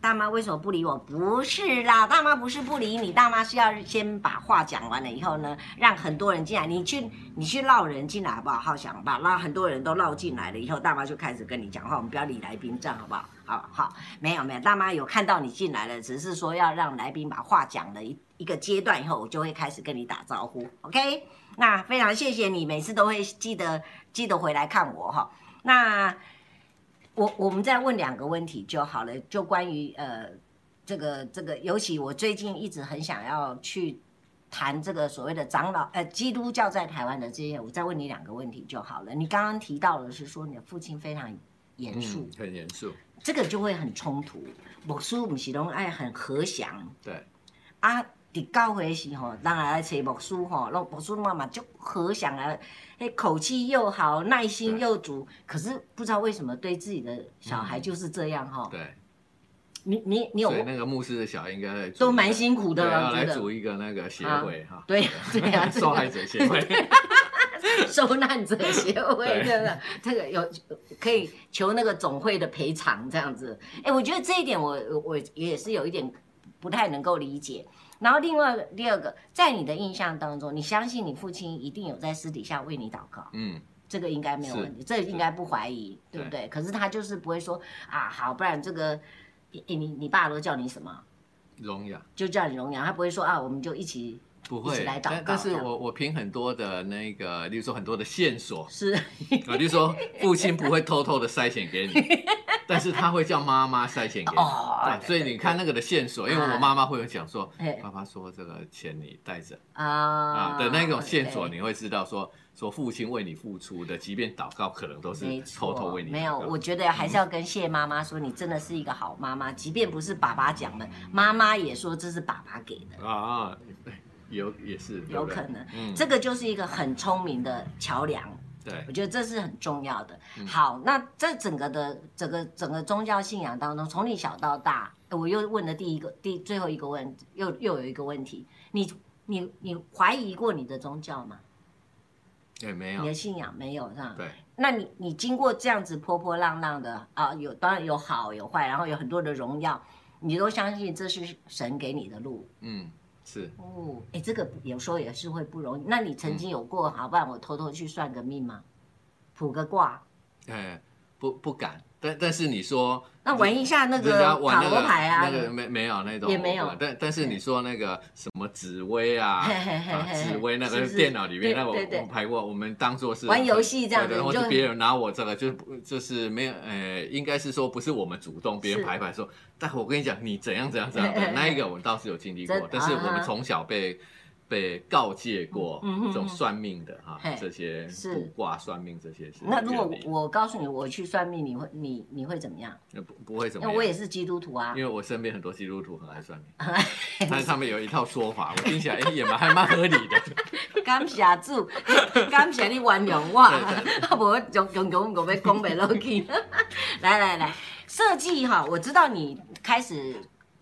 Speaker 1: 大妈为什么不理我？不是啦，大妈不是不理你，大妈是要先把话讲完了以后呢，让很多人进来。你去你去绕人进来好不好？好想把让很多人都绕进来了以后，大妈就开始跟你讲话。我们不要理来宾，这样好不好？好好，没有没有，大妈有看到你进来了，只是说要让来宾把话讲了一一个阶段以后，我就会开始跟你打招呼，OK？那非常谢谢你，每次都会记得记得回来看我哈。那我我们再问两个问题就好了，就关于呃这个这个，尤其我最近一直很想要去谈这个所谓的长老呃基督教在台湾的这些，我再问你两个问题就好了。你刚刚提到的是说你的父亲非常严肃，
Speaker 2: 嗯，很严肃，
Speaker 1: 这个就会很冲突。牧师不是拢爱很和祥
Speaker 2: 对，
Speaker 1: 啊，伫教会的时候，当然来找牧师吼，那牧师妈妈就和祥啊，那口气又好，耐心又足。可是不知道为什么对自己的小孩就是这样哈、
Speaker 2: 对，
Speaker 1: 你哦你你有
Speaker 2: 所以那个牧师的小孩应该来组
Speaker 1: 都
Speaker 2: 一个
Speaker 1: 蛮辛苦的
Speaker 2: 对
Speaker 1: 啦，
Speaker 2: 要
Speaker 1: 我觉
Speaker 2: 来
Speaker 1: 得
Speaker 2: 组一个那个协
Speaker 1: 啊
Speaker 2: 会哈，
Speaker 1: 对 *laughs* 对
Speaker 2: *laughs*
Speaker 1: 啊，
Speaker 2: 受害者
Speaker 1: *laughs*
Speaker 2: 协会，
Speaker 1: 受难者协会，
Speaker 2: 对
Speaker 1: 对不对？这个有可以求那个总会的赔偿这样子。哎，我觉得这一点我我我也是有一点不太能够理解。然后另外第二个，在你的印象当中，你相信你父亲一定有在私底下为你祷告，
Speaker 2: 嗯，
Speaker 1: 这个应该没有问题，这应该不怀疑，对不对？可是他就是不会说啊，好，不然这个。诶你你爸都叫你什么？
Speaker 2: 聋哑。
Speaker 1: 就叫你荣阳，他不会说啊，我们就一起
Speaker 2: 不
Speaker 1: 一起
Speaker 2: 会，
Speaker 1: 来祷告
Speaker 2: 但但是
Speaker 1: 这样
Speaker 2: 我我凭很多的那个，例如说很多的线索，
Speaker 1: 是 *laughs*
Speaker 2: 我就啊说父亲不会偷偷的筛选
Speaker 1: *laughs*
Speaker 2: 给你，但是他会叫妈妈筛选给你。
Speaker 1: 哦嗯
Speaker 2: 啊所以你看那个的线索，因为我妈妈会有讲说
Speaker 1: 哎，
Speaker 2: 爸爸说这个钱你带着
Speaker 1: 啊
Speaker 2: 啊的那种线索，
Speaker 1: 嗯对
Speaker 2: 你会知道说说父亲为你付出的，即便祷告可能都是
Speaker 1: 没错，
Speaker 2: 偷偷为你祷告
Speaker 1: 没有，我觉得还
Speaker 2: 嗯
Speaker 1: 是要跟谢妈妈说，你真的是一个好妈妈，即便不是爸爸讲的，妈妈也说这是爸爸给的，
Speaker 2: 啊，有也是对
Speaker 1: 有
Speaker 2: 不对
Speaker 1: 可能，
Speaker 2: 嗯
Speaker 1: 这个就是一个很聪明的桥梁。
Speaker 2: 对
Speaker 1: 我觉得这是很重要的。
Speaker 2: 嗯
Speaker 1: 好，那这整个的整个整个宗教信仰当中，从你小到大，呃我又问了第一个第最后一个问，又又有一个问题，你你你怀疑过你的宗教吗？
Speaker 2: 对哎没
Speaker 1: 你
Speaker 2: 有
Speaker 1: 的信仰没有是吧？
Speaker 2: 对
Speaker 1: 那你你经过这样子波波浪浪的啊，有当然有好有坏，然后有很多的荣耀，你都相信这是神给你的路
Speaker 2: 嗯是
Speaker 1: 哦。哎，这个有时候也是会不容易。那你
Speaker 2: 嗯
Speaker 1: 曾经有过，好，不然我偷偷去算个命吗？卜个卦，
Speaker 2: 哎不不敢，但但是你说
Speaker 1: 那玩一下那
Speaker 2: 人
Speaker 1: 个
Speaker 2: 家玩
Speaker 1: 塔
Speaker 2: 那
Speaker 1: 罗
Speaker 2: 个
Speaker 1: 牌啊，
Speaker 2: 那个没没有那种
Speaker 1: 也没有
Speaker 2: 但但是你说那个什么紫薇啊，
Speaker 1: 嘿嘿嘿
Speaker 2: 啊
Speaker 1: 嘿
Speaker 2: 紫薇那
Speaker 1: 是
Speaker 2: 个
Speaker 1: 是
Speaker 2: 电脑里
Speaker 1: 对
Speaker 2: 面那个我
Speaker 1: 对对
Speaker 2: 我排过，我们当做是
Speaker 1: 玩游戏这样子
Speaker 2: 对对
Speaker 1: 你
Speaker 2: 或
Speaker 1: 就
Speaker 2: 者别人拿我这个就是不就是没有呃，应该是说不是我们主动，别人
Speaker 1: 是
Speaker 2: 排排说，但我跟你讲你怎样怎样怎样
Speaker 1: 嘿嘿嘿
Speaker 2: 的那一个我们倒是有经历过
Speaker 1: 真，
Speaker 2: 但是我
Speaker 1: 啊哈
Speaker 2: 们从小被。被告诫过
Speaker 1: 嗯嗯嗯
Speaker 2: 这种算命的哈
Speaker 1: 嘿，
Speaker 2: 这些
Speaker 1: 是
Speaker 2: 卜卦算命这些是
Speaker 1: 那如果
Speaker 2: 远离
Speaker 1: 我我告诉你我去算命，你会你你会怎么样？
Speaker 2: 那不不会怎
Speaker 1: 因
Speaker 2: 么
Speaker 1: 为我也
Speaker 2: 样，
Speaker 1: 是基督徒啊
Speaker 2: 因。为我身边很多基督徒很爱算命，但是他们有一套说法，我听起来哎也蛮还蛮合理的。
Speaker 1: 感谢主， *laughs* 感谢你原谅我， *laughs* 啊，无用用用我要讲袂落去。 *laughs* 来来来，设计哈，我知道你开始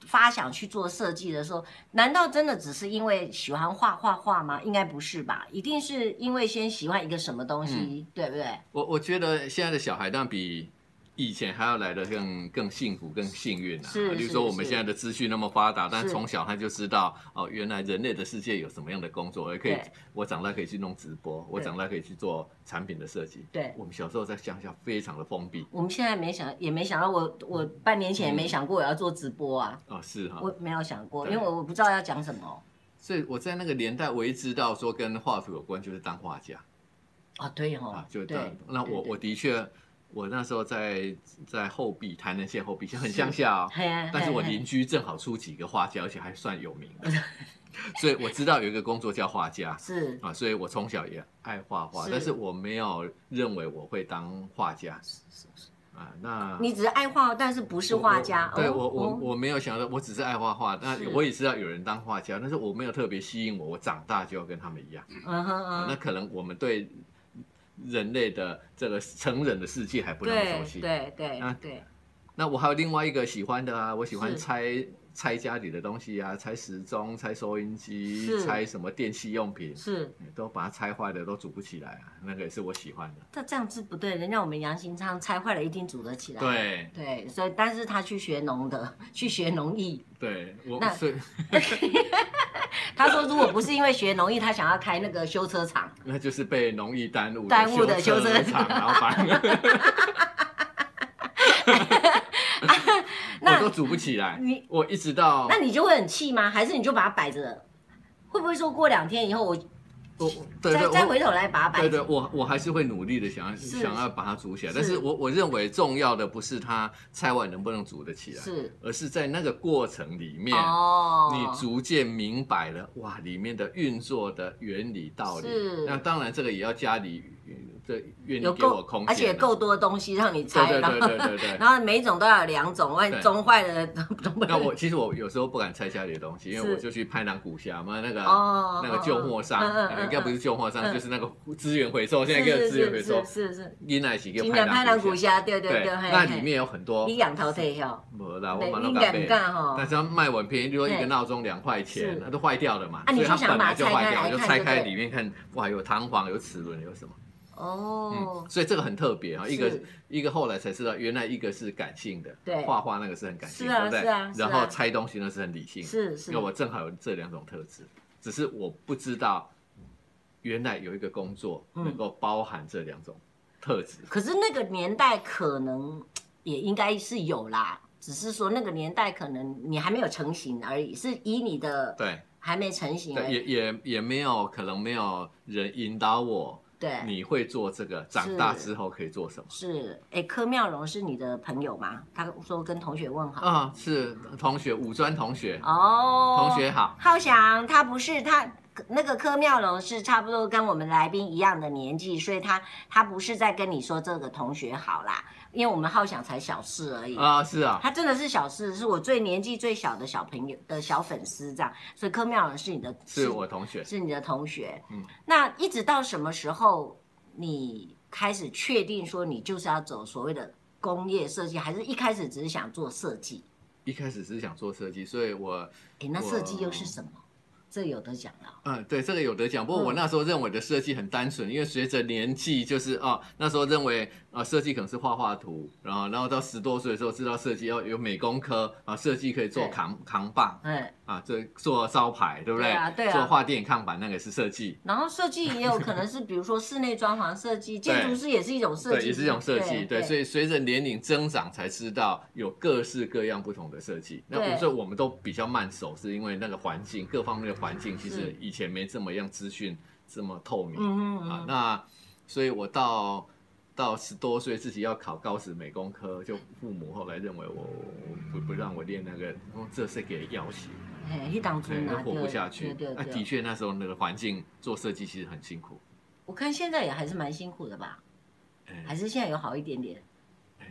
Speaker 1: 发想去做设计的时候，难道真的只是因为喜欢画画画吗？应该不是吧，一定是因为先喜欢一个什么东
Speaker 2: 嗯
Speaker 1: 西，对不对？
Speaker 2: 我我觉得现在的小孩当然比以前还要来的更更幸福、更幸运啊。
Speaker 1: 是
Speaker 2: 就是说我们
Speaker 1: 是
Speaker 2: 现在的资讯那么发达，但
Speaker 1: 是
Speaker 2: 从小他就知道哦，原来人类的世界有什么样的工作，而可以
Speaker 1: 对
Speaker 2: 我长大可以去弄直播，我长大可以去做产品的设计。
Speaker 1: 对
Speaker 2: 我们小时候在乡下非常的封闭
Speaker 1: 我们现在没想，也没想到我，我半年前也没想过我要做直播啊，
Speaker 2: 哦，是哈、
Speaker 1: 我没有想过，因
Speaker 2: 嗯对
Speaker 1: 为我我不知道要讲什么。
Speaker 2: 所以我在那个年代唯一知道说跟画图有关就是当画家。
Speaker 1: 啊，对哦，
Speaker 2: 啊，就
Speaker 1: 对
Speaker 2: 当那
Speaker 1: 对
Speaker 2: 我
Speaker 1: 对
Speaker 2: 我的确，我那时候在在后壁台南县后壁，很乡下哦
Speaker 1: 嘿啊，
Speaker 2: 但是
Speaker 1: 嘿
Speaker 2: 我
Speaker 1: 嘿
Speaker 2: 邻居正好出几个画家，而且还算有名的， *laughs* 所以我知道有一个工作叫画家
Speaker 1: 是
Speaker 2: 啊，所以我从小也爱画画，
Speaker 1: 是
Speaker 2: 但是我没有认为我会当画家啊，那。
Speaker 1: 你只是爱画，但是不是
Speaker 2: 我
Speaker 1: 画
Speaker 2: 我
Speaker 1: 家。
Speaker 2: 对
Speaker 1: 哦
Speaker 2: 我我
Speaker 1: 哦
Speaker 2: 我没有想到，我只是爱画画。那
Speaker 1: 是
Speaker 2: 我也知道有人当画家，但是我没有特别吸引我，我长大就要跟他们一样。
Speaker 1: 嗯哼
Speaker 2: 啊那
Speaker 1: 嗯，
Speaker 2: 可能我们对人类的这个成人的世界还不那么熟
Speaker 1: 对
Speaker 2: 悉。
Speaker 1: 对对
Speaker 2: 啊
Speaker 1: 对，
Speaker 2: 那我还有另外一个喜欢的啊，我喜欢
Speaker 1: 是
Speaker 2: 拆拆家里的东西啊，拆时钟、拆收音机
Speaker 1: 是、
Speaker 2: 拆什么电器用品，
Speaker 1: 是。
Speaker 2: 都把它拆坏的都组不起来啊，那个也是我喜欢的。
Speaker 1: 那这样子不对，人家我们杨新昌拆坏了一定组得起来。
Speaker 2: 对
Speaker 1: 对，所以但是他去学农的，去学农艺。
Speaker 2: 对，我
Speaker 1: 那
Speaker 2: 所以
Speaker 1: 他说如果不是因为学农艺，他想要开那个修车厂。
Speaker 2: 那就是被农艺耽误
Speaker 1: 耽误的
Speaker 2: 修
Speaker 1: 修车 *laughs*
Speaker 2: 厂老板， *laughs*
Speaker 1: 那
Speaker 2: 我都组不起来
Speaker 1: 你。
Speaker 2: 我一直到
Speaker 1: 那你就会很气吗？还是你就把它摆着？会不会说过两天以后我
Speaker 2: 我我对
Speaker 1: 再
Speaker 2: 对
Speaker 1: 再
Speaker 2: 我
Speaker 1: 回头来把它摆
Speaker 2: 对对，
Speaker 1: 着？
Speaker 2: 我我还是会努力的想要
Speaker 1: 是
Speaker 2: 想要把它组起来，
Speaker 1: 是
Speaker 2: 但是我我认为重要的不是它拆完能不能组得起来，
Speaker 1: 是
Speaker 2: 而是在那个过程里面，
Speaker 1: 哦，
Speaker 2: 你逐渐明白了哇里面的运作的原理道理
Speaker 1: 是。
Speaker 2: 那当然这个也要家里呃这愿意
Speaker 1: 有
Speaker 2: 给我
Speaker 1: 够
Speaker 2: 空间啊，
Speaker 1: 而且够多东西让你
Speaker 2: 对
Speaker 1: 拆，
Speaker 2: 对
Speaker 1: 然
Speaker 2: 对
Speaker 1: 后
Speaker 2: 对对对。
Speaker 1: 然后每一种都要有两种，万一
Speaker 2: 对
Speaker 1: 中坏了 *laughs* 都不
Speaker 2: 那我其实我有时候不敢拆家里的东西，因为
Speaker 1: 是
Speaker 2: 我就去拍南古峡嘛，那个
Speaker 1: 哦
Speaker 2: 呃那个旧货商，
Speaker 1: 嗯嗯嗯
Speaker 2: 呃应该不是旧货商，
Speaker 1: 嗯
Speaker 2: 就是那个资源回收，现在
Speaker 1: 是
Speaker 2: 一个
Speaker 1: 是
Speaker 2: 资源回
Speaker 1: 是
Speaker 2: 收
Speaker 1: 是，是是，
Speaker 2: 你那是
Speaker 1: 今
Speaker 2: 个
Speaker 1: 年拍
Speaker 2: 拍
Speaker 1: 南
Speaker 2: 南
Speaker 1: 股
Speaker 2: 古峡。
Speaker 1: 虾，对对
Speaker 2: 对，
Speaker 1: 对，嘿
Speaker 2: 那
Speaker 1: 嘿
Speaker 2: 里面有很多
Speaker 1: 你，养淘汰哟，
Speaker 2: 没啦，我
Speaker 1: 对
Speaker 2: 买
Speaker 1: 你
Speaker 2: 了
Speaker 1: 两
Speaker 2: 咖啡，
Speaker 1: 干哦吼
Speaker 2: 但是它卖完便宜，比如说一
Speaker 1: 对
Speaker 2: 个闹钟两块钱
Speaker 1: 是，
Speaker 2: 那都坏掉了嘛，
Speaker 1: 啊你
Speaker 2: 所以
Speaker 1: 就
Speaker 2: 它
Speaker 1: 想
Speaker 2: 本
Speaker 1: 把它
Speaker 2: 来就
Speaker 1: 拆
Speaker 2: 坏
Speaker 1: 开
Speaker 2: 掉，
Speaker 1: 来
Speaker 2: 我就
Speaker 1: 看
Speaker 2: 拆
Speaker 1: 就
Speaker 2: 开
Speaker 1: 对
Speaker 2: 里面看，哇，有弹簧，有齿轮，有什么，
Speaker 1: 哦
Speaker 2: 嗯，，所以这个很特别啊，一个
Speaker 1: 是
Speaker 2: 一个后来才知道，原来一个是感性的，
Speaker 1: 对
Speaker 2: 画画那个是很感性，
Speaker 1: 是啊
Speaker 2: 对不对
Speaker 1: 是啊是啊
Speaker 2: 然后拆东西那是很理性，
Speaker 1: 是是
Speaker 2: 因为，我正好有这两种特质，只是我不知道原来有一个工作
Speaker 1: 嗯
Speaker 2: 能够包含这两种特质。
Speaker 1: 可是那个年代可能也应该是有啦，只是说那个年代可能你还没有成型而已，是以你的
Speaker 2: 对，
Speaker 1: 还没成型而
Speaker 2: 对
Speaker 1: 已，
Speaker 2: 也也也没有可能没有人引导我，
Speaker 1: 对，
Speaker 2: 你会做这个，长大之后可以做什么？
Speaker 1: 是，哎，柯妙容是你的朋友吗？他说跟同学问好，
Speaker 2: 啊，是同学，五专同学，
Speaker 1: 哦，
Speaker 2: 同学好，
Speaker 1: 浩翔他不是他那个柯妙容是差不多跟我们来宾一样的年纪，所以他他不是在跟你说这个同学好啦，因为我们浩翔才小事而已。
Speaker 2: 啊，是啊，
Speaker 1: 他真的是小事，是我最年纪最小的小朋友的小粉丝这样，所以柯妙容是你的，
Speaker 2: 是我同学。
Speaker 1: 是你的同学。
Speaker 2: 嗯
Speaker 1: 那一直到什么时候你开始确定说你就是要走所谓的工业设计，还是一开始只是想做设计？
Speaker 2: 一开始是想做设计，所以我，
Speaker 1: 哎，那设计
Speaker 2: 我
Speaker 1: 又是什么？这有的讲了。
Speaker 2: 嗯，对，这个有得讲。不过
Speaker 1: 嗯
Speaker 2: 我那时候认为的设计很单纯，因为随着年纪，就是哦，那时候认为啊、设计可能是画画图，然后然后到十多岁的时候知道设计要有美工科啊，设计可以做
Speaker 1: 对
Speaker 2: 扛扛棒
Speaker 1: 嗯，
Speaker 2: 啊，这做招牌，对不对？
Speaker 1: 对啊对啊
Speaker 2: 做画电影看板那个是设计，
Speaker 1: 然后设计也有可能是，比如说室内装潢设
Speaker 2: *laughs*
Speaker 1: 计，建筑师也是一种设计，
Speaker 2: 对，也是一种设计，对，所
Speaker 1: 以
Speaker 2: 以随着年龄增长才知道有各式各样不同的设计。那我
Speaker 1: 对
Speaker 2: 们说我们都比较慢熟，是因为那个环境各方面的环境，其
Speaker 1: 是
Speaker 2: 实以前没这么样资讯这么透明啊
Speaker 1: 嗯嗯嗯
Speaker 2: 啊。那所以我到到十多岁自己要考高职美工科，就父母后来认为我我不不让我练那个，哦，这是给要挟，
Speaker 1: 嘿，去当
Speaker 2: 对，
Speaker 1: 村
Speaker 2: 都
Speaker 1: 啊，
Speaker 2: 活不下去。
Speaker 1: 对
Speaker 2: 那、
Speaker 1: 对
Speaker 2: 的
Speaker 1: 对，
Speaker 2: 确那时候那个环境做设计其实很辛苦，
Speaker 1: 我看现在也还是蛮辛苦的吧，
Speaker 2: 哎
Speaker 1: 还是现在有好一点点。
Speaker 2: 哎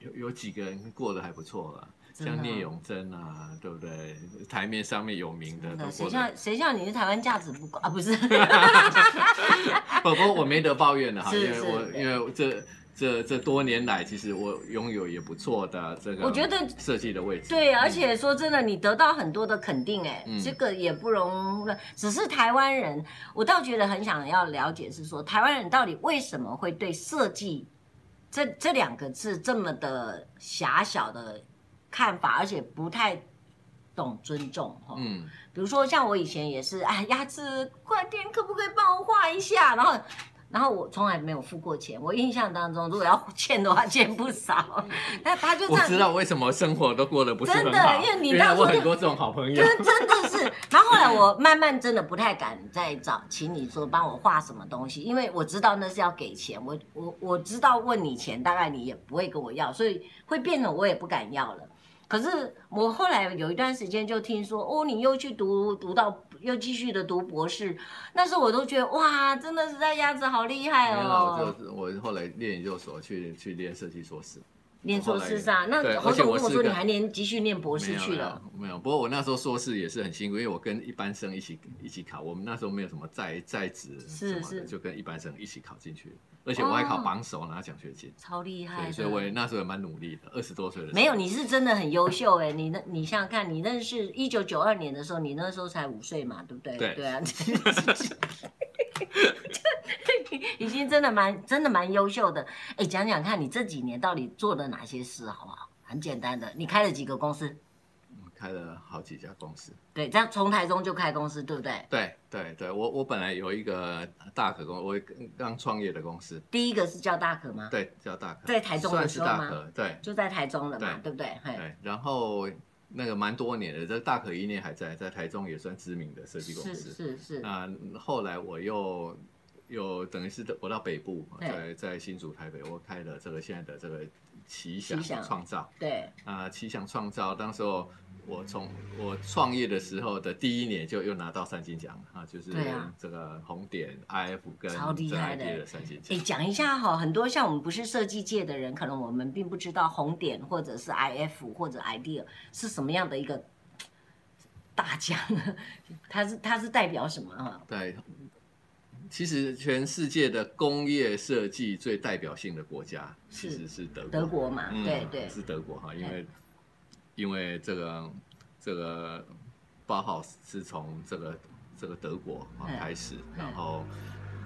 Speaker 2: 有有几个人过得还不错了，
Speaker 1: 真的
Speaker 2: 像聂
Speaker 1: 哦
Speaker 2: 永真啊，对不对？台面上面有名的
Speaker 1: 真
Speaker 2: 都
Speaker 1: 的，谁
Speaker 2: 过
Speaker 1: 叫
Speaker 2: 得，
Speaker 1: 谁叫你是台湾价值不高啊？不
Speaker 2: *laughs*
Speaker 1: 是，
Speaker 2: 不过我没得抱怨了哈，
Speaker 1: 啊是
Speaker 2: 因为
Speaker 1: 是
Speaker 2: 我
Speaker 1: 对
Speaker 2: 因为我这这这多年来，其实我拥有也不错的这个，
Speaker 1: 我觉得
Speaker 2: 设计的位置，
Speaker 1: 对，而且说真的，你得到很多的肯定、哎、
Speaker 2: 嗯
Speaker 1: 这个也不容只是台湾人，我倒觉得很想要了解，是说台湾人到底为什么会对设计这这两个字这么的狭小的看法，而且不太懂尊重哈。
Speaker 2: 嗯。
Speaker 1: 比如说像我以前也是，哎，牙齿快点，可不可以帮我画一下？然后，然后我从来没有付过钱。我印象当中，如果要 *laughs* 欠的话，欠不少。 *laughs* 那他就这
Speaker 2: 嗯我
Speaker 1: 样，
Speaker 2: 知道为什么生活都过得不是很好，
Speaker 1: 真的因为你
Speaker 2: 原来
Speaker 1: 当初
Speaker 2: 我
Speaker 1: 就哦
Speaker 2: 很多这种好朋友
Speaker 1: 真，真的是。然后后来我慢慢真的不太敢再找，请你说帮我画什么东西，因为我知道那是要给钱，我我我知道问你钱，大概你也不会跟我要，所以会变成我也不敢要了。可是我后来有一段时间就听说，哦，你又去读读到又继续的读博士，那时候我都觉得哇，真的是在鸭子好厉害
Speaker 2: 没有啦我
Speaker 1: 哦，
Speaker 2: 就我后来念研究所去去练设计硕士，
Speaker 1: 念硕士上，
Speaker 2: 对
Speaker 1: 那
Speaker 2: 而
Speaker 1: 侯
Speaker 2: 且
Speaker 1: 总
Speaker 2: 我
Speaker 1: 跟我
Speaker 2: 是
Speaker 1: 说
Speaker 2: 个
Speaker 1: 你还连继续念博
Speaker 2: 没
Speaker 1: 士
Speaker 2: 有
Speaker 1: 去
Speaker 2: 没
Speaker 1: 了，
Speaker 2: 有没有。不过我那时候硕士也是很辛苦，因为我跟一般生一起一起考，我们那时候没有什么在在职
Speaker 1: 是
Speaker 2: 什么的，
Speaker 1: 是哦
Speaker 2: 就跟一般生一起考进去，而且我还考榜首拿奖学金，
Speaker 1: 超厉害
Speaker 2: 对，
Speaker 1: 的。
Speaker 2: 所以我也那时候也蛮努力的，二十多岁的时候
Speaker 1: 哎没有，你是真的很优秀哎、你那，你想想看，你认识一九九二年的时候，你那时候才五岁嘛，对不对？
Speaker 2: 对
Speaker 1: 啊， *laughs* 已经真的蛮真的蛮优秀的。哎，讲讲看你这几年到底做了哪些事，好不好？很简单的，你开了几个公司？
Speaker 2: 嗯开了好几家公司。
Speaker 1: 对，这样从台中就开公司，对不对？
Speaker 2: 对对对，我我本来有一个大可公，我刚创业的公司，
Speaker 1: 第一个是叫大可吗？
Speaker 2: 对，叫大可，
Speaker 1: 在台中的
Speaker 2: 算是
Speaker 1: 时候
Speaker 2: 大
Speaker 1: 吗？
Speaker 2: 可，对。
Speaker 1: 就在台中了嘛，对不对？嘿，
Speaker 2: 对，然后那个蛮多年的，这大可一念还在，在台中也算知名的设计公
Speaker 1: 是
Speaker 2: 司。
Speaker 1: 是是，
Speaker 2: 那后来我又又等于是我到北部，
Speaker 1: 对
Speaker 2: 在在新竹、台北，我开了这个现在的这个奇想
Speaker 1: 奇想
Speaker 2: 创造
Speaker 1: 对，
Speaker 2: 啊、奇想创造，当时候。我从我创业的时候的第一年就又拿到三金奖了啊，就是
Speaker 1: 对啊
Speaker 2: 这个红点 IF 跟
Speaker 1: 超厉害的
Speaker 2: ZID 的三金奖
Speaker 1: 诶，。哎讲一下哈，很多像我们不是设计界的人，可能我们并不知道红点或者是 IF 或者 idea 是什么样的一个大奖，它是它是代表什么啊？
Speaker 2: 对，其实全世界的工业设计最代表性的国家
Speaker 1: 是
Speaker 2: 其实是德国。
Speaker 1: 德国嘛，
Speaker 2: 嗯
Speaker 1: 对对，
Speaker 2: 是德国哈，因为因为这个这个包豪是从这个这个德国啊
Speaker 1: 嗯
Speaker 2: 开始，
Speaker 1: 嗯
Speaker 2: 然后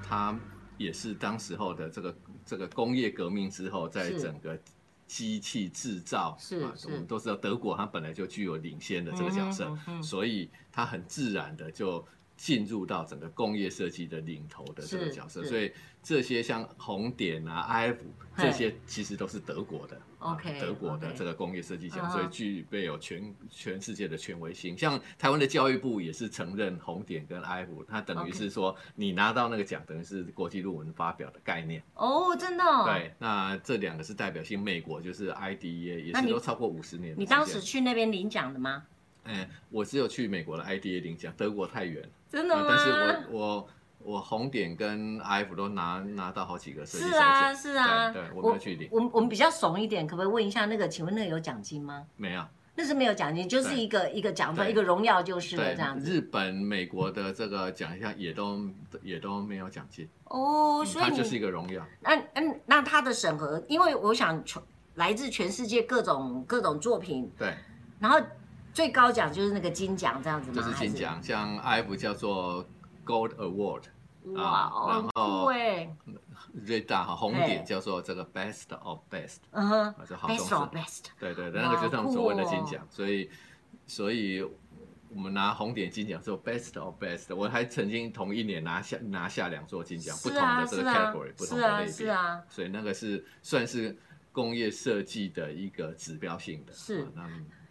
Speaker 2: 它也是当时候的这个这个工业革命之后，在
Speaker 1: 是
Speaker 2: 整个。机器制造
Speaker 1: 是
Speaker 2: 啊
Speaker 1: 是
Speaker 2: 我们都知道德国它本来就具有领先的这个角色，
Speaker 1: 嗯哼嗯哼
Speaker 2: 所以它很自然的就进入到整个工业设计的领头的这个
Speaker 1: 是
Speaker 2: 角色，
Speaker 1: 是
Speaker 2: 所以这些像红点啊、IF
Speaker 1: 嘿
Speaker 2: 这些其实都是德国的啊
Speaker 1: OK，
Speaker 2: 德国的
Speaker 1: OK
Speaker 2: 这个工业设计奖
Speaker 1: 嗯哼
Speaker 2: 所以具备有全全世界的权威性。像台湾的教育部也是承认红点跟 IF，它等于
Speaker 1: OK
Speaker 2: 是说你拿到那个奖，等于是国际论文发表的概念。
Speaker 1: 哦，真的、哦，，
Speaker 2: 对，那这两个是代表性，美国就是 IDEA，也
Speaker 1: 那
Speaker 2: 是
Speaker 1: 你
Speaker 2: 都超过五十年的时间。
Speaker 1: 你当时去那边领奖的吗？
Speaker 2: 哎，我只有去美国的 IDEA 领奖，德国太远了。
Speaker 1: 真的
Speaker 2: 啊
Speaker 1: 吗？
Speaker 2: 但是我我我红点跟 IF 都拿拿到好几个设计
Speaker 1: 是
Speaker 2: 首
Speaker 1: 啊
Speaker 2: 奖，
Speaker 1: 是啊，
Speaker 2: 对对我没
Speaker 1: 我
Speaker 2: 有去领
Speaker 1: 我们我们比较怂一点，可不可以问一下那个？请问那个有奖金吗？
Speaker 2: 没有。
Speaker 1: 那是没有奖金，就是
Speaker 2: 对
Speaker 1: 一个一个奖状，
Speaker 2: 对
Speaker 1: 一个荣耀就是了，
Speaker 2: 对
Speaker 1: 这样，子。
Speaker 2: 日本、美国的这个奖项也都也都没有奖金，
Speaker 1: 哦，
Speaker 2: 嗯
Speaker 1: 所以
Speaker 2: 它
Speaker 1: 你
Speaker 2: 就是一个荣耀。
Speaker 1: 那嗯，那它的审核，因为我想全来自全世界各种各种作品，
Speaker 2: 对，
Speaker 1: 然后最高奖就是那个金奖这样子吗？
Speaker 2: 就是金奖，像 IF 叫做 Gold Award，
Speaker 1: 还是。哇，
Speaker 2: 啊然
Speaker 1: 哦，
Speaker 2: 后
Speaker 1: 对，
Speaker 2: 瑞大哈红点
Speaker 1: 对
Speaker 2: 叫做这个 Best of Best，
Speaker 1: 嗯哼
Speaker 2: 啊，这好重
Speaker 1: ，best
Speaker 2: 视。
Speaker 1: of best，
Speaker 2: 对对，
Speaker 1: 哇
Speaker 2: 那个就是他们所谓的
Speaker 1: 酷哦
Speaker 2: 金奖，所以所以我们拿红点金奖之后，best of best，我还曾经同一年拿下拿下两座金奖，不
Speaker 1: 是
Speaker 2: 同的
Speaker 1: 啊，
Speaker 2: 这个
Speaker 1: 是啊
Speaker 2: category，，不同
Speaker 1: 是
Speaker 2: 的类
Speaker 1: 啊，
Speaker 2: 别，
Speaker 1: 是啊，
Speaker 2: 所以那个是算是工业设计的一个指标性的。
Speaker 1: 是
Speaker 2: 啊那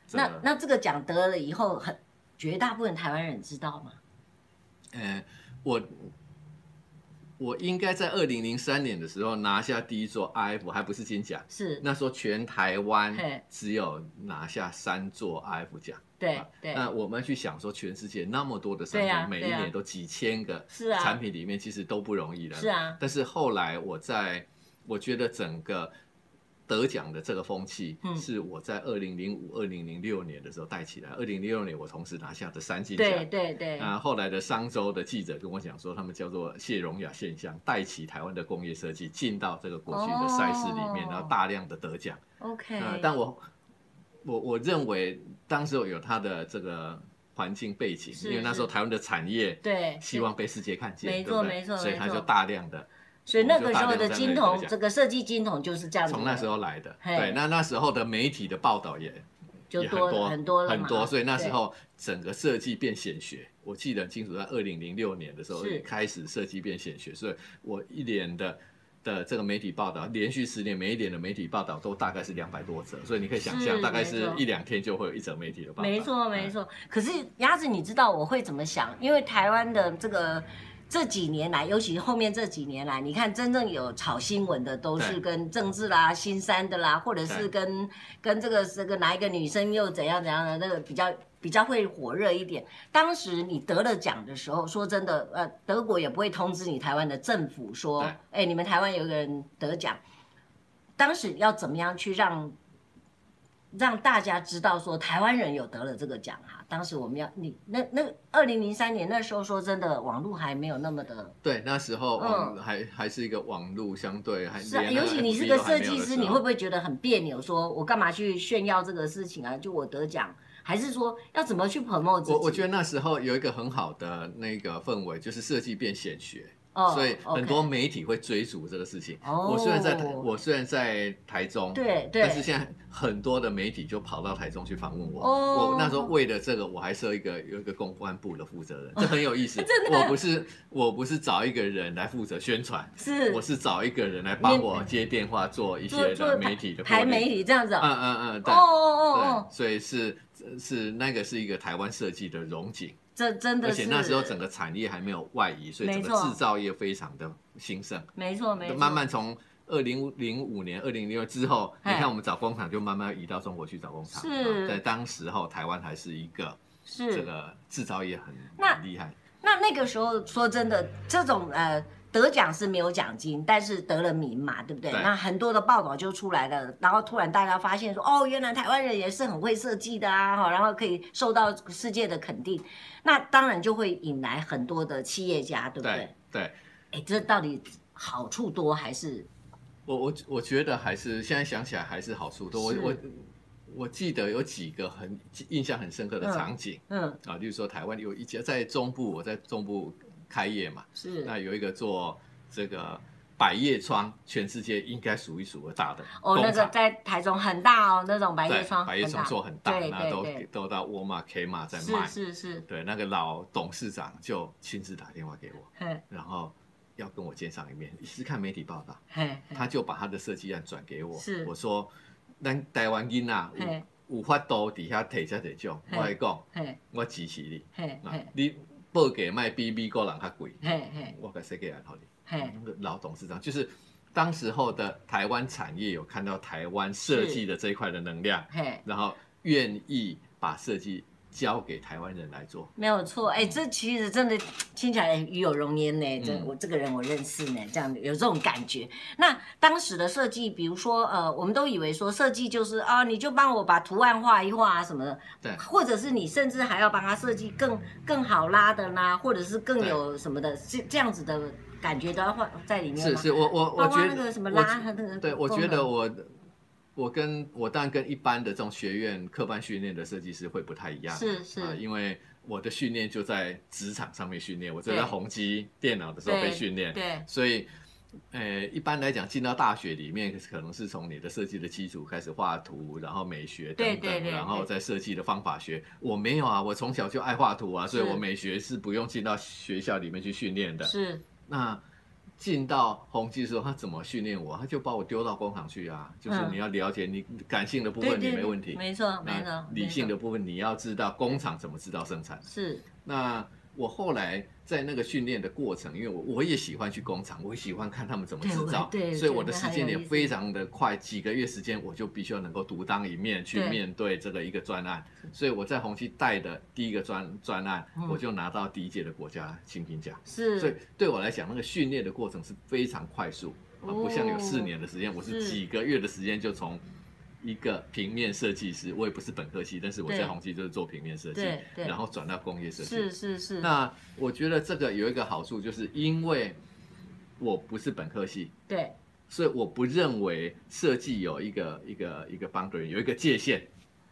Speaker 2: 这
Speaker 1: 那
Speaker 2: 个
Speaker 1: 那这个奖得了以后，很绝大部分台湾人知道吗？
Speaker 2: 呃，我呃我应该在二零零三年的时候拿下第一座 IF，还不是金奖。
Speaker 1: 是，
Speaker 2: 那时候全台湾
Speaker 1: 嘿
Speaker 2: 只有拿下三座 IF 奖，
Speaker 1: 对
Speaker 2: 啊
Speaker 1: 对，
Speaker 2: 那我们去想说，全世界那么多的商
Speaker 1: 对啊
Speaker 2: 家，每一
Speaker 1: 对啊
Speaker 2: 年都几千个
Speaker 1: 是啊
Speaker 2: 产品里面，其实都不容易的。
Speaker 1: 是啊，
Speaker 2: 但是后来我在，我觉得整个得奖的这个风气
Speaker 1: 嗯，
Speaker 2: 是我在二零零五、二零零六年的时候带起来。二零零六年我同时拿下的三金奖。
Speaker 1: 对对对，
Speaker 2: 啊，后来的商周的记者跟我讲说，他们叫做谢荣雅现象，带起台湾的工业设计进到这个国际的赛事里面，
Speaker 1: 哦
Speaker 2: 然后大量的得奖。
Speaker 1: OK，、
Speaker 2: 啊，但我我我认为当时有他的这个环境背景，
Speaker 1: 是
Speaker 2: 因为那时候
Speaker 1: 是
Speaker 2: 台湾的产业
Speaker 1: 对，
Speaker 2: 希望被世界看见，
Speaker 1: 没
Speaker 2: 对不
Speaker 1: 错
Speaker 2: 对
Speaker 1: 没错
Speaker 2: 所以
Speaker 1: 没
Speaker 2: 他就
Speaker 1: 错
Speaker 2: 大量的
Speaker 1: 所以那个时
Speaker 2: 我
Speaker 1: 候
Speaker 2: 们就
Speaker 1: 的
Speaker 2: 大量在
Speaker 1: 金
Speaker 2: 那里
Speaker 1: 童，
Speaker 2: 得奖
Speaker 1: 这个设计金童就是这样子的，
Speaker 2: 从那时候来的。
Speaker 1: 嘿
Speaker 2: 对，那那时候的媒体的报道也
Speaker 1: 就
Speaker 2: 也
Speaker 1: 多了
Speaker 2: 很
Speaker 1: 多了嘛
Speaker 2: 很多，所以那时候整个设计变显学。我记得很清楚，在二零零六年的时候
Speaker 1: 是
Speaker 2: 开始设计变显学，所以我一年的的这个媒体报道，连续十年每一年的媒体报道都大概是两百多则，所以你可以想象，
Speaker 1: 是
Speaker 2: 大概
Speaker 1: 没
Speaker 2: 是
Speaker 1: 错
Speaker 2: 一两天就会有一则媒体的报道。
Speaker 1: 没错，没
Speaker 2: 嗯。
Speaker 1: 错。可是鸭子，你知道我会怎么想？因为台湾的这个这几年来，尤其后面这几年来，你看真正有炒新闻的，都是
Speaker 2: 对
Speaker 1: 跟政治啦、新三的啦，或者是
Speaker 2: 对
Speaker 1: 跟跟这个这个哪一个女生又怎样怎样的，那个比较比较会火热一点。当时你得了奖的时候，说真的，呃，德国也不会通知你台湾的政府说，哎、你们台湾有一个人得奖。当时要怎么样去让让大家知道说台湾人有得了这个奖啊？当时我们要你那那二零零三年那时候说真的，网络还没有那么的，
Speaker 2: 对，那时候
Speaker 1: 嗯
Speaker 2: 网还还是一个网络相对还
Speaker 1: 是啊，
Speaker 2: 连那
Speaker 1: 尤其你是
Speaker 2: FB
Speaker 1: 个
Speaker 2: 都还
Speaker 1: 设
Speaker 2: 没有
Speaker 1: 计
Speaker 2: 的
Speaker 1: 师，
Speaker 2: 时
Speaker 1: 你
Speaker 2: 候
Speaker 1: 会不会觉得很别扭？说我干嘛去炫耀这个事情啊？就我得奖，还是说要怎么去 promote 自己？
Speaker 2: 我我觉得那时候有一个很好的那个氛围，就是设计变显学。
Speaker 1: 哦
Speaker 2: 所以很多
Speaker 1: OK
Speaker 2: 媒体会追逐这个事情。
Speaker 1: 哦
Speaker 2: 我虽然在我虽然在台中，
Speaker 1: 对对
Speaker 2: 但是现在很多的媒体就跑到台中去访问我。
Speaker 1: 哦
Speaker 2: 我那时候为了这个，我还设一个有一个公关部的负责人，这很有意思。
Speaker 1: *laughs* 真的
Speaker 2: 我不是我不是找一个人来负责宣传，
Speaker 1: 是
Speaker 2: 我是找一个人来帮
Speaker 1: 你
Speaker 2: 我接电话做一
Speaker 1: 做
Speaker 2: 些
Speaker 1: 做
Speaker 2: 的媒体的
Speaker 1: 台
Speaker 2: 过滤
Speaker 1: 媒。体这样子
Speaker 2: 嗯
Speaker 1: 哦
Speaker 2: 嗯嗯，
Speaker 1: 哦
Speaker 2: 对。
Speaker 1: 哦哦
Speaker 2: 对，所以是是那个是一个台湾设计的荣景，
Speaker 1: 这真的
Speaker 2: 而
Speaker 1: 是
Speaker 2: 且那时候整个产业还没有外移，所以
Speaker 1: 没
Speaker 2: 整个
Speaker 1: 错
Speaker 2: 制造业非常的兴盛。
Speaker 1: 没错没错，
Speaker 2: 慢慢从二零零五年、二零零二之后，你
Speaker 1: 哎
Speaker 2: 看我们找工厂就慢慢移到中国去找工厂。
Speaker 1: 是
Speaker 2: 啊在当时候台湾还是一个
Speaker 1: 是
Speaker 2: 这个制造业很
Speaker 1: 那
Speaker 2: 很厉害。
Speaker 1: 那那个时候说真的，这种呃得奖是没有奖金，但是得了名嘛，对不对？
Speaker 2: 对
Speaker 1: 那很多的报道就出来了，然后突然大家发现说，哦，原来台湾人也是很会设计的啊，哈，然后可以受到世界的肯定，那当然就会引来很多的企业家，对不对
Speaker 2: 对？对，
Speaker 1: 哎，这到底好处多还是
Speaker 2: 我我我觉得还是现在想起来还是好处多。我
Speaker 1: 是
Speaker 2: 我我记得有几个很印象很深刻的
Speaker 1: 嗯
Speaker 2: 场景
Speaker 1: 嗯
Speaker 2: 啊，例如说台湾有一家在中部，我在中部开业嘛，
Speaker 1: 是
Speaker 2: 那有一个做这个百叶窗，全世界应该数一数二大的
Speaker 1: 哦，那
Speaker 2: 工
Speaker 1: 个
Speaker 2: 厂。
Speaker 1: 在台中很大哦，那种白
Speaker 2: 对，
Speaker 1: 叶窗，
Speaker 2: 百叶窗做很大，
Speaker 1: 对
Speaker 2: 那
Speaker 1: 对
Speaker 2: 都
Speaker 1: 对，
Speaker 2: 都到沃尔玛、K 玛在卖
Speaker 1: 是。是是，
Speaker 2: 对，那个老董事长就亲自打电话给我，
Speaker 1: 嘿
Speaker 2: 然后要跟我见上一面，也是看媒体报道，
Speaker 1: 嘿，嘿
Speaker 2: 他就把他的设计案转给我
Speaker 1: 是。
Speaker 2: 我说，咱台湾囡仔
Speaker 1: 嘿
Speaker 2: 有有法度底下提这提奖，
Speaker 1: 嘿
Speaker 2: 我来讲，
Speaker 1: 嘿
Speaker 2: 我支持你。
Speaker 1: 嘿
Speaker 2: 啊
Speaker 1: 嘿
Speaker 2: 你报价卖比美国人较贵，
Speaker 1: 嘿嘿
Speaker 2: 我给设计案给你。
Speaker 1: 嘿，
Speaker 2: 那个老董事长就是。当时候的台湾产业有看到台湾设计的这一块的能量，
Speaker 1: 嘿。
Speaker 2: 然后愿意把设计交给台湾人来做。
Speaker 1: 没有错，哎、这其实真的听起来与有荣焉呢。这、
Speaker 2: 嗯
Speaker 1: 我这个人我认识呢，这样有这种感觉。那当时的设计，比如说呃，我们都以为说设计就是啊，你就帮我把图案画一画啊什么的，
Speaker 2: 对
Speaker 1: 或者是你甚至还要帮他设计更更好拉的啦，或者是更
Speaker 2: 对
Speaker 1: 有什么的，这这样子的感觉都要画在里面
Speaker 2: 是
Speaker 1: 吗？
Speaker 2: 是，我我我
Speaker 1: 包括
Speaker 2: 觉
Speaker 1: 那个
Speaker 2: 得
Speaker 1: 什么
Speaker 2: 我
Speaker 1: 拉它那个
Speaker 2: 对，我
Speaker 1: 功
Speaker 2: 觉得
Speaker 1: 能
Speaker 2: 我我跟我当然跟一般的这种学院科班训练的设计师会不太一样，
Speaker 1: 是是
Speaker 2: 啊因为我的训练就在职场上面训练，我就
Speaker 1: 对
Speaker 2: 在宏基电脑的时候
Speaker 1: 对
Speaker 2: 被训练，
Speaker 1: 对
Speaker 2: 所以。呃，一般来讲，进到大学里面，可能是从你的设计的基础开始画图，然后美学等
Speaker 1: 对
Speaker 2: 等，
Speaker 1: 对对
Speaker 2: 然后再设计的方法学。我没有啊，我从小就爱画图啊，所以
Speaker 1: 是
Speaker 2: 我美学是不用进到学校里面去训练的。
Speaker 1: 是
Speaker 2: 那进到宏基的时候，他怎么训练我？他就把我丢到工厂去啊，就是
Speaker 1: 嗯
Speaker 2: 你要了解你感性的部
Speaker 1: 对
Speaker 2: 分，
Speaker 1: 对
Speaker 2: 你
Speaker 1: 对
Speaker 2: 没问题。
Speaker 1: 没错没错
Speaker 2: 那，理性的部分，你要知道工厂怎么制造生产。
Speaker 1: 是
Speaker 2: 那我后来在那个训练的过程，因为我我也喜欢去工厂，我也喜欢看他们怎么
Speaker 1: 对
Speaker 2: 制
Speaker 1: 我
Speaker 2: 造
Speaker 1: 对，
Speaker 2: 所以我
Speaker 1: 觉
Speaker 2: 的
Speaker 1: 得
Speaker 2: 时
Speaker 1: 很
Speaker 2: 间
Speaker 1: 有
Speaker 2: 点
Speaker 1: 意思
Speaker 2: 非常的快，几个月时间我就必须要能够独当一面去
Speaker 1: 对
Speaker 2: 面对这个一个专案。所以我在红旗带的第一个专专案
Speaker 1: 嗯，
Speaker 2: 我就拿到第一届的国家新品奖。所以
Speaker 1: 是
Speaker 2: 对我来讲，那个训练的过程是非常快速，啊，不像有四年的时间，我是
Speaker 1: 哦是
Speaker 2: 几个月的时间就从一个平面设计师，我也不是本科系，但是我
Speaker 1: 对
Speaker 2: 在宏基就是做平面设计
Speaker 1: 对，对
Speaker 2: 然后转到工业设计。
Speaker 1: 哦是是是，
Speaker 2: 那我觉得这个有一个好处，就是因为我不是本科系，
Speaker 1: 对
Speaker 2: 所以我不认为设计有一个一个一个 boundary，有一个界限，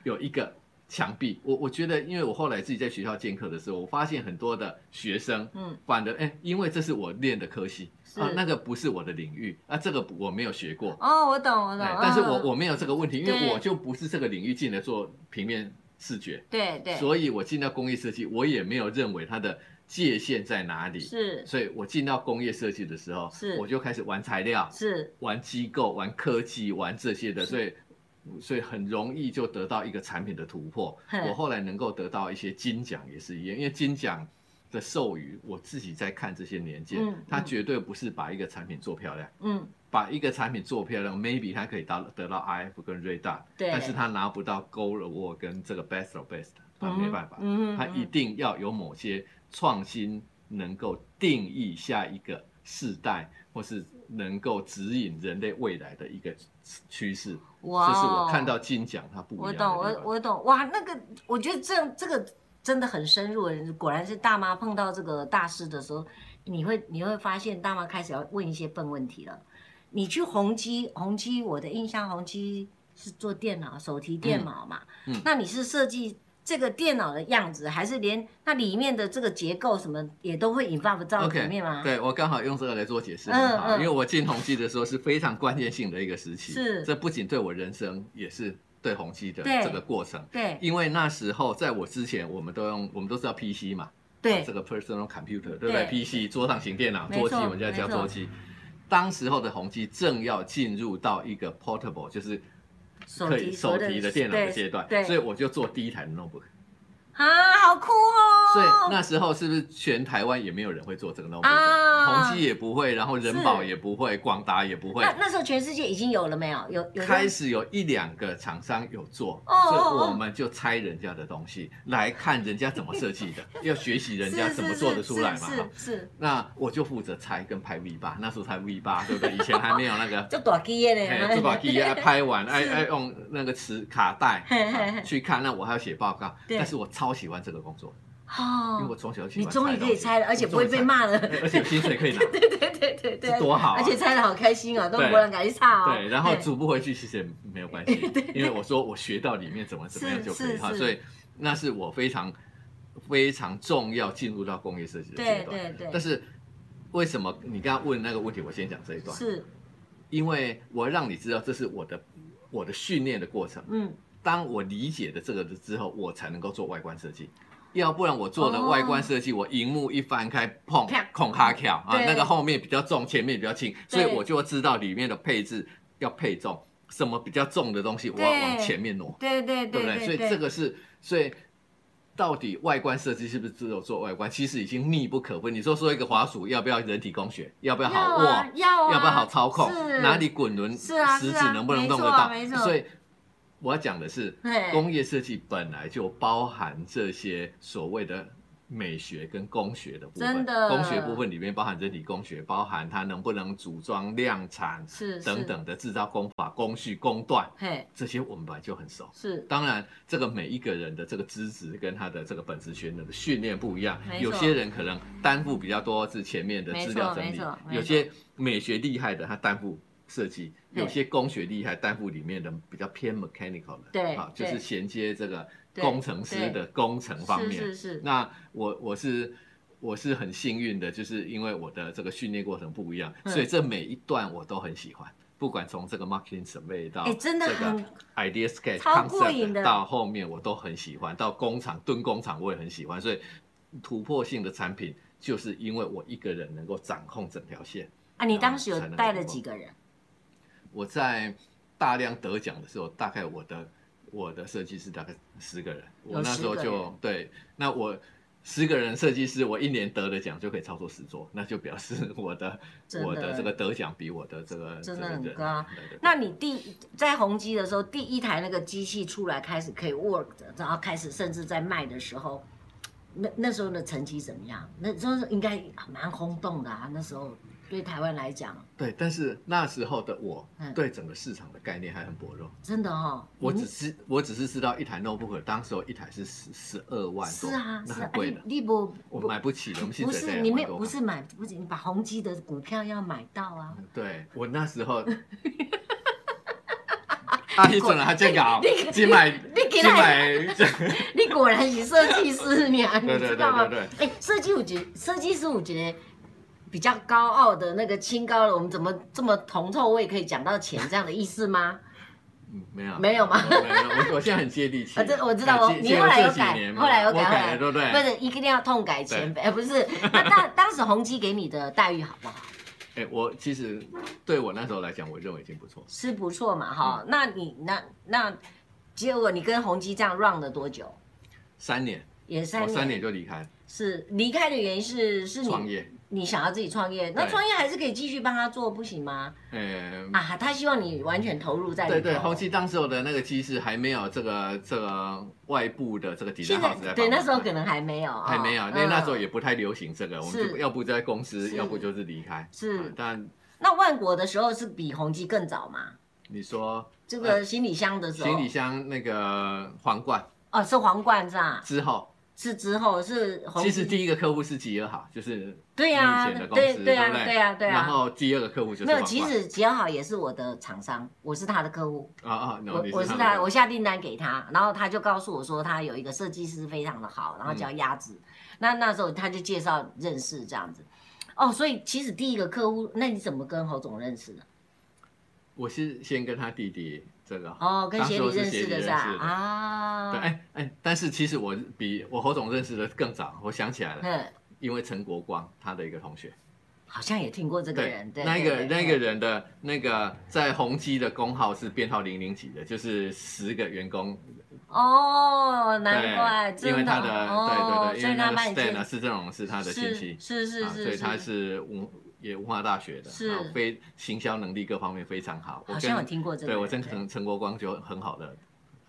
Speaker 2: 有一个墙壁。我我觉得，因为我后来自己在学校见课的时候，我发现很多的学生，
Speaker 1: 嗯，
Speaker 2: 反而哎，因为这是我练的科系
Speaker 1: 是
Speaker 2: 啊，那个不是我的领域啊，这个不我没有学过，
Speaker 1: 哦，我懂我懂
Speaker 2: 哎，，但是
Speaker 1: 嗯
Speaker 2: 我我没有这个问题，因为
Speaker 1: 对
Speaker 2: 我就不是这个领域进来做平面视觉，
Speaker 1: 对对
Speaker 2: 所以我进到工业设计，我也没有认为它的界限在哪里。
Speaker 1: 是
Speaker 2: 所以我进到工业设计的时候，
Speaker 1: 是
Speaker 2: 我就开始玩材料，
Speaker 1: 是
Speaker 2: 玩机构、玩科技、玩这些的，
Speaker 1: 是
Speaker 2: 所以所以很容易就得到一个产品的突破
Speaker 1: 嘿。
Speaker 2: 我后来能够得到一些金奖也是一样，因为金奖的授予，我自己在看这些年鉴，
Speaker 1: 嗯
Speaker 2: 它
Speaker 1: 嗯
Speaker 2: 绝对不是把一个产品做漂亮。
Speaker 1: 嗯
Speaker 2: 把一个产品做漂亮，maybe 它可以到得到 IF 跟 r a d a
Speaker 1: 对
Speaker 2: 但是它拿不到 Gold Award 跟这个 Best of Best，它没办法，
Speaker 1: 嗯嗯
Speaker 2: 它一定要有某些创新能够定义下一个世代，或是能够指引人类未来的一个趋势。
Speaker 1: 哇
Speaker 2: 这是
Speaker 1: 哦
Speaker 2: 我看到金奖它不一
Speaker 1: 我
Speaker 2: 样的
Speaker 1: 懂，
Speaker 2: 地
Speaker 1: 我
Speaker 2: 方
Speaker 1: 我懂，哇，那个我觉得这这个真的很深入，果然是大妈碰到这个大师的时候，你会你会发现大妈开始要问一些笨问题了。你去宏基，宏基我的印象，宏基是做电脑手提电脑嘛，
Speaker 2: 嗯嗯
Speaker 1: 那你是设计这个电脑的样子，还是连那里面的这个结构什么也都会 involve 到里
Speaker 2: OK，
Speaker 1: 面吗
Speaker 2: 对我刚好用这个来做解释，
Speaker 1: 嗯
Speaker 2: 很好，
Speaker 1: 嗯
Speaker 2: 因为我进宏基的时候是非常关键性的一个时期，
Speaker 1: 是
Speaker 2: 这不仅对我人生，也是对宏基的
Speaker 1: 对
Speaker 2: 这个过程。
Speaker 1: 对
Speaker 2: 因为那时候在我之前，我们都用我们都知道 PC 嘛，
Speaker 1: 对
Speaker 2: 这个 personal computer，对不
Speaker 1: 对
Speaker 2: 对？PC 桌上型电脑，
Speaker 1: 没错
Speaker 2: 桌机我们叫叫
Speaker 1: 没错
Speaker 2: 桌机。当时候的宏基正要进入到一个 portable，就是
Speaker 1: 手
Speaker 2: 可以
Speaker 1: 提
Speaker 2: 手提的电脑的阶段，
Speaker 1: 对，
Speaker 2: 所以
Speaker 1: 以
Speaker 2: 我就做第一台的 notebook。
Speaker 1: 啊，好酷哦，
Speaker 2: 所以那时候是不是全台湾也没有人会做这个 notebook？、
Speaker 1: 啊
Speaker 2: 宏基也不会，然后人保也不会，广达也不会
Speaker 1: 那，那时候全世界已经有了没有？有有
Speaker 2: 开
Speaker 1: 人
Speaker 2: 始有一两个厂商有做，
Speaker 1: 哦
Speaker 2: 所
Speaker 1: 哦哦
Speaker 2: 以我们就拆人家的东西来看人家怎么
Speaker 1: *laughs*
Speaker 2: 设计的，要学习人家
Speaker 1: 是
Speaker 2: 怎么
Speaker 1: 是
Speaker 2: 做
Speaker 1: 是
Speaker 2: 得出来嘛。
Speaker 1: 是
Speaker 2: 哈
Speaker 1: 是是，
Speaker 2: 那我就负责拆跟拍 V 八，那时候才 V 八，对不对？以前还没有那个
Speaker 1: *laughs* 就大基业
Speaker 2: 哎，
Speaker 1: 呢，
Speaker 2: 这把机
Speaker 1: *laughs*
Speaker 2: 啊拍完，哎哎用那个磁卡带
Speaker 1: 嘿嘿嘿
Speaker 2: 啊去看，那我还要写报告。
Speaker 1: 对
Speaker 2: 但是我超喜欢这个工作，因为我
Speaker 1: *laughs* 哦，
Speaker 2: 从小就喜
Speaker 1: 你
Speaker 2: 欢。
Speaker 1: 终于可以拆了，而且不会被，骂了，
Speaker 2: 哎而且有薪水可以拿。
Speaker 1: *laughs* 对对对对对，
Speaker 2: 这多好啊
Speaker 1: 而且拆的好开心哦，都没人敢去擦哦，
Speaker 2: 对，然后
Speaker 1: 嘿
Speaker 2: 组不回去其实也没有关系，
Speaker 1: *laughs*
Speaker 2: 因为我说我学到里面怎么怎么样
Speaker 1: 是
Speaker 2: 就可以
Speaker 1: 是
Speaker 2: 哈，
Speaker 1: 是
Speaker 2: 所以那是我非常非常重要进入到工业设计的阶
Speaker 1: 对
Speaker 2: 段。
Speaker 1: 对对，
Speaker 2: 但是为什么你刚刚问那个问题，我先讲这一段，
Speaker 1: 是
Speaker 2: 因为我让你知道这是我的我的训练的过程。
Speaker 1: 嗯
Speaker 2: 当我理解了这个之后，我才能够做外观设计。要不然我做的外观设计，我荧幕一翻开，碰
Speaker 1: 哦啪
Speaker 2: 空哈跳啊
Speaker 1: 对，
Speaker 2: 那个后面比较重，前面比较轻，所
Speaker 1: 对
Speaker 2: 以我就会知道里面的配置要配重，什么比较重的东西我要
Speaker 1: 对
Speaker 2: 往前面挪，
Speaker 1: 对对对
Speaker 2: 对不对？
Speaker 1: 对，
Speaker 2: 所以这个是，所以到底外观设计是不是只有做外观？其实已经密不可分。你说说一个滑鼠要不要人体工学？要不要好握？
Speaker 1: 啊要啊
Speaker 2: 要不要好操控
Speaker 1: 是？
Speaker 2: 哪里滚轮？
Speaker 1: 是啊
Speaker 2: 食
Speaker 1: 是
Speaker 2: 指
Speaker 1: 啊
Speaker 2: 能不能动得
Speaker 1: 没错啊
Speaker 2: 到
Speaker 1: 没错？
Speaker 2: 所以我要讲的是
Speaker 1: 对，
Speaker 2: 工业设计本来就包含这些所谓的。美学跟工学的部分，
Speaker 1: 真的
Speaker 2: 工学部分里面包含人体工学，包含它能不能组装、量产
Speaker 1: 是
Speaker 2: 等，等的制造工法、工序、工段，
Speaker 1: 是嘿
Speaker 2: 这些我们本来就很熟。
Speaker 1: 是
Speaker 2: 当然，这个每一个人的这个资质跟他的这个本职学能的训练不一样
Speaker 1: 没，错
Speaker 2: 有些人可能担负比较多是前面的资料整
Speaker 1: 没
Speaker 2: 理
Speaker 1: 错没错没错，
Speaker 2: 有些美学厉害的他担负设计，
Speaker 1: 对
Speaker 2: 有些工学厉害担负里面的比较偏 mechanical 的，
Speaker 1: 对
Speaker 2: 啊，就
Speaker 1: 对
Speaker 2: 是衔接这个
Speaker 1: 对
Speaker 2: 工程师的工程方
Speaker 1: 是
Speaker 2: 面。
Speaker 1: 是是，
Speaker 2: 那我我是我是很幸运的，就是因为我的这个训练过程不一样，
Speaker 1: 嗯
Speaker 2: 所以这每一段我都很喜欢。不管从这个 marketing survey 到
Speaker 1: 哎真的
Speaker 2: 这个
Speaker 1: 很
Speaker 2: idea sketch
Speaker 1: 超过瘾的
Speaker 2: concept 到后面我都很喜欢，到工厂蹲工厂我也很喜欢，所以突破性的产品就是因为我一个人能够掌控整条线。
Speaker 1: 啊，你当时有
Speaker 2: 才能够
Speaker 1: 带了几个人？
Speaker 2: 我在大量得奖的时候，大概我的我的设计师大概十个人，我
Speaker 1: 有
Speaker 2: 那
Speaker 1: 10
Speaker 2: 时候
Speaker 1: 个
Speaker 2: 就对，那我十个人设计师，我一年得的奖就可以超过十座，那就表示 *laughs* 我的
Speaker 1: *laughs* 真的
Speaker 2: 我的这个得奖比我的这个
Speaker 1: 真的
Speaker 2: 这个
Speaker 1: 很
Speaker 2: 人
Speaker 1: 高
Speaker 2: 对对对
Speaker 1: 那你第一在宏基的时候，第一台那个机器出来开始可以 work，的然后开始甚至在卖的时候，那那时候的成绩怎么样？那时候应该蛮轰动的啊。那时候对台湾来讲，
Speaker 2: 对，但是那时候的我
Speaker 1: 嗯
Speaker 2: 对整个市场的概念还很薄弱。
Speaker 1: 真的哦，
Speaker 2: 我
Speaker 1: 你
Speaker 2: 只是我只是知道一台 notebook，当时候一台是十十二万
Speaker 1: 是
Speaker 2: 多，
Speaker 1: 啊
Speaker 2: 那
Speaker 1: 是啊
Speaker 2: 很，贵
Speaker 1: 你
Speaker 2: 的，
Speaker 1: 你不
Speaker 2: 我
Speaker 1: 不
Speaker 2: 买不起的。我们薪
Speaker 1: 不
Speaker 2: 水才
Speaker 1: 是
Speaker 2: 两
Speaker 1: 你
Speaker 2: 万
Speaker 1: 没有
Speaker 2: 多
Speaker 1: 不
Speaker 2: 嘛
Speaker 1: 是买不是你把宏基的股票要买到啊。 *laughs*
Speaker 2: 对我那时候， *laughs* 啊，迄阵啊，还真搞
Speaker 1: 你你，
Speaker 2: 只买
Speaker 1: 你给
Speaker 2: 只
Speaker 1: 他
Speaker 2: 买，
Speaker 1: 你果然是设计师娘，你
Speaker 2: *laughs* 对
Speaker 1: 知
Speaker 2: 对对
Speaker 1: 道吗
Speaker 2: 对？
Speaker 1: *laughs*
Speaker 2: 对，
Speaker 1: 哎，设计我觉得设计师我觉得比较高傲的那个清高了，我们怎么这么铜臭味可以讲到钱这样的意思吗？
Speaker 2: 嗯没有
Speaker 1: 没有吗
Speaker 2: 没有，没有我我现在很接地气
Speaker 1: 啊，，这我知道，我
Speaker 2: 哎接
Speaker 1: 你
Speaker 2: 接
Speaker 1: 后来
Speaker 2: 这
Speaker 1: 有
Speaker 2: 几
Speaker 1: 改，
Speaker 2: 年嘛
Speaker 1: 后来有
Speaker 2: 我
Speaker 1: 改，后
Speaker 2: 改
Speaker 1: 来
Speaker 2: 了，对不对？
Speaker 1: 不是一定要痛改前非，哎，不是。那当当时宏基给你的待遇好不好？
Speaker 2: 哎，我其实对我那时候来讲，我认为已经不错。
Speaker 1: 是不错嘛，
Speaker 2: 嗯
Speaker 1: 哈。那你那那结果你跟宏基这样 run 了多久？
Speaker 2: 三年，
Speaker 1: 也
Speaker 2: 我
Speaker 1: 三
Speaker 2: 哦三
Speaker 1: 年。
Speaker 2: 年就离开
Speaker 1: 是离开的原因是是
Speaker 2: 创
Speaker 1: 你
Speaker 2: 业，
Speaker 1: 你想要自己创业，那
Speaker 2: 对
Speaker 1: 创业还是可以继续帮他做，不行吗？
Speaker 2: 嗯。
Speaker 1: 啊，他希望你完全投入在里
Speaker 2: 对
Speaker 1: 头。
Speaker 2: 对，后期当时候的那个机制还没有这个这个外部的这个 design
Speaker 1: 现
Speaker 2: house 在
Speaker 1: 在对
Speaker 2: 帮忙
Speaker 1: 那时候可
Speaker 2: 对
Speaker 1: 能还没有，
Speaker 2: 还没有，
Speaker 1: 哦
Speaker 2: 那那时候
Speaker 1: 嗯
Speaker 2: 也不太流行这个，我们就是要不在公司，
Speaker 1: 是
Speaker 2: 要不就是离开。啊
Speaker 1: 是。
Speaker 2: 但
Speaker 1: 那万国的时候是比宏基更早嘛？
Speaker 2: 你说
Speaker 1: 这个行李箱的时候，
Speaker 2: 呃行李箱那个皇冠
Speaker 1: 哦是皇冠是吧？
Speaker 2: 之后，
Speaker 1: 是之后是宏
Speaker 2: 其实
Speaker 1: 基，
Speaker 2: 第一个客户是吉尔哈，就是
Speaker 1: 对呀
Speaker 2: 你以前的，公司
Speaker 1: 对对
Speaker 2: 对不
Speaker 1: 啊，
Speaker 2: 对
Speaker 1: 对啊，对
Speaker 2: 然
Speaker 1: 啊。
Speaker 2: 后第二个客户就是
Speaker 1: 没有，
Speaker 2: 皇
Speaker 1: 其
Speaker 2: 冠
Speaker 1: 实杰好也是我的厂商，我是他的客户，
Speaker 2: 啊啊，no，
Speaker 1: 我
Speaker 2: 你
Speaker 1: 我是
Speaker 2: 是
Speaker 1: 他，
Speaker 2: 他，
Speaker 1: 我下订单给他，然后他就告诉我说他有一个设计师非常的好，
Speaker 2: 嗯
Speaker 1: 然后叫鸭子，那那时候他就介绍认识这样子，哦，所以其实第一个客户，那你怎么跟侯总认识的？
Speaker 2: 我是先跟他弟弟这个。
Speaker 1: 哦，跟协理认识的是吧
Speaker 2: 当时我是协理认识？的
Speaker 1: 啊，
Speaker 2: 对，哎哎，但是其实我比我侯总认识的更早，我想起来了，
Speaker 1: 嗯，
Speaker 2: 因为陈国光他的一个同学，
Speaker 1: 好像也听过这个人，对，
Speaker 2: 那一个
Speaker 1: 对对
Speaker 2: 那个人的那个在宏基的工号是编号零零几的，就是十个员工，
Speaker 1: 哦，难怪，
Speaker 2: 对因为
Speaker 1: 真
Speaker 2: 他的、
Speaker 1: 哦，
Speaker 2: 对对对，
Speaker 1: 所
Speaker 2: 因为
Speaker 1: 以
Speaker 2: 那
Speaker 1: 他
Speaker 2: 个
Speaker 1: 把你
Speaker 2: Stan 呢
Speaker 1: 介
Speaker 2: 是这种是他的亲戚，
Speaker 1: 是是
Speaker 2: 啊
Speaker 1: 是
Speaker 2: 所
Speaker 1: 是，
Speaker 2: 以他是文也文化大学的，
Speaker 1: 是
Speaker 2: 啊非行销能力各方面非常好，我
Speaker 1: 好像有
Speaker 2: 跟
Speaker 1: 听过这个
Speaker 2: 对
Speaker 1: 人，
Speaker 2: 我跟陈陈国光就很好的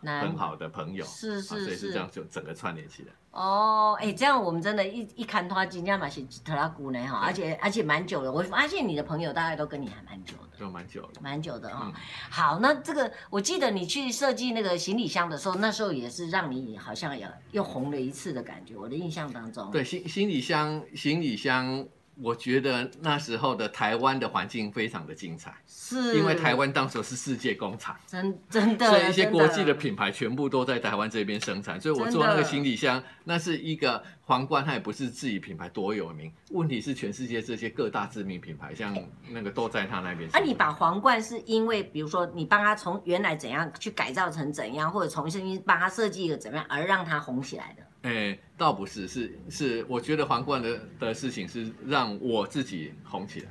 Speaker 1: 难
Speaker 2: 很好的朋友，
Speaker 1: 是
Speaker 2: 啊，所
Speaker 1: 是
Speaker 2: 以是
Speaker 1: 是
Speaker 2: 这样就整个串联起来。
Speaker 1: 哦，哎、这样我们真的一，一看他今天嘛是特拉古呢哈，而且而且蛮久了，我发现你的朋友大概都跟你还蛮久的，
Speaker 2: 就蛮久了，
Speaker 1: 蛮久的哈、
Speaker 2: 嗯
Speaker 1: 好，那这个我记得你去设计那个行李箱的时候，那时候也是让你好像也又红了一次的感觉，我的印象当中。
Speaker 2: 对，行行李箱，行李箱，我觉得那时候的台湾的环境非常的精彩。
Speaker 1: 是
Speaker 2: 因为台湾当时是世界工厂，
Speaker 1: 真真的，
Speaker 2: 所以一些国际的
Speaker 1: 嗯真
Speaker 2: 品牌全部都在台湾这边生产。所以我
Speaker 1: 真
Speaker 2: 做那
Speaker 1: 的
Speaker 2: 个行李箱，那是一个皇冠，它也不是自己品牌多有名。问题是全世界这些各大知名品牌，像那个都在他那边生
Speaker 1: 啊，
Speaker 2: 产。
Speaker 1: 你把皇冠是因为，比如说你帮他从原来怎样去改造成怎样，或者重新帮他设计一个怎么样，而让他红起来的。
Speaker 2: 哎，倒不是，是是，我觉得皇冠的的事情是让我自己红起来，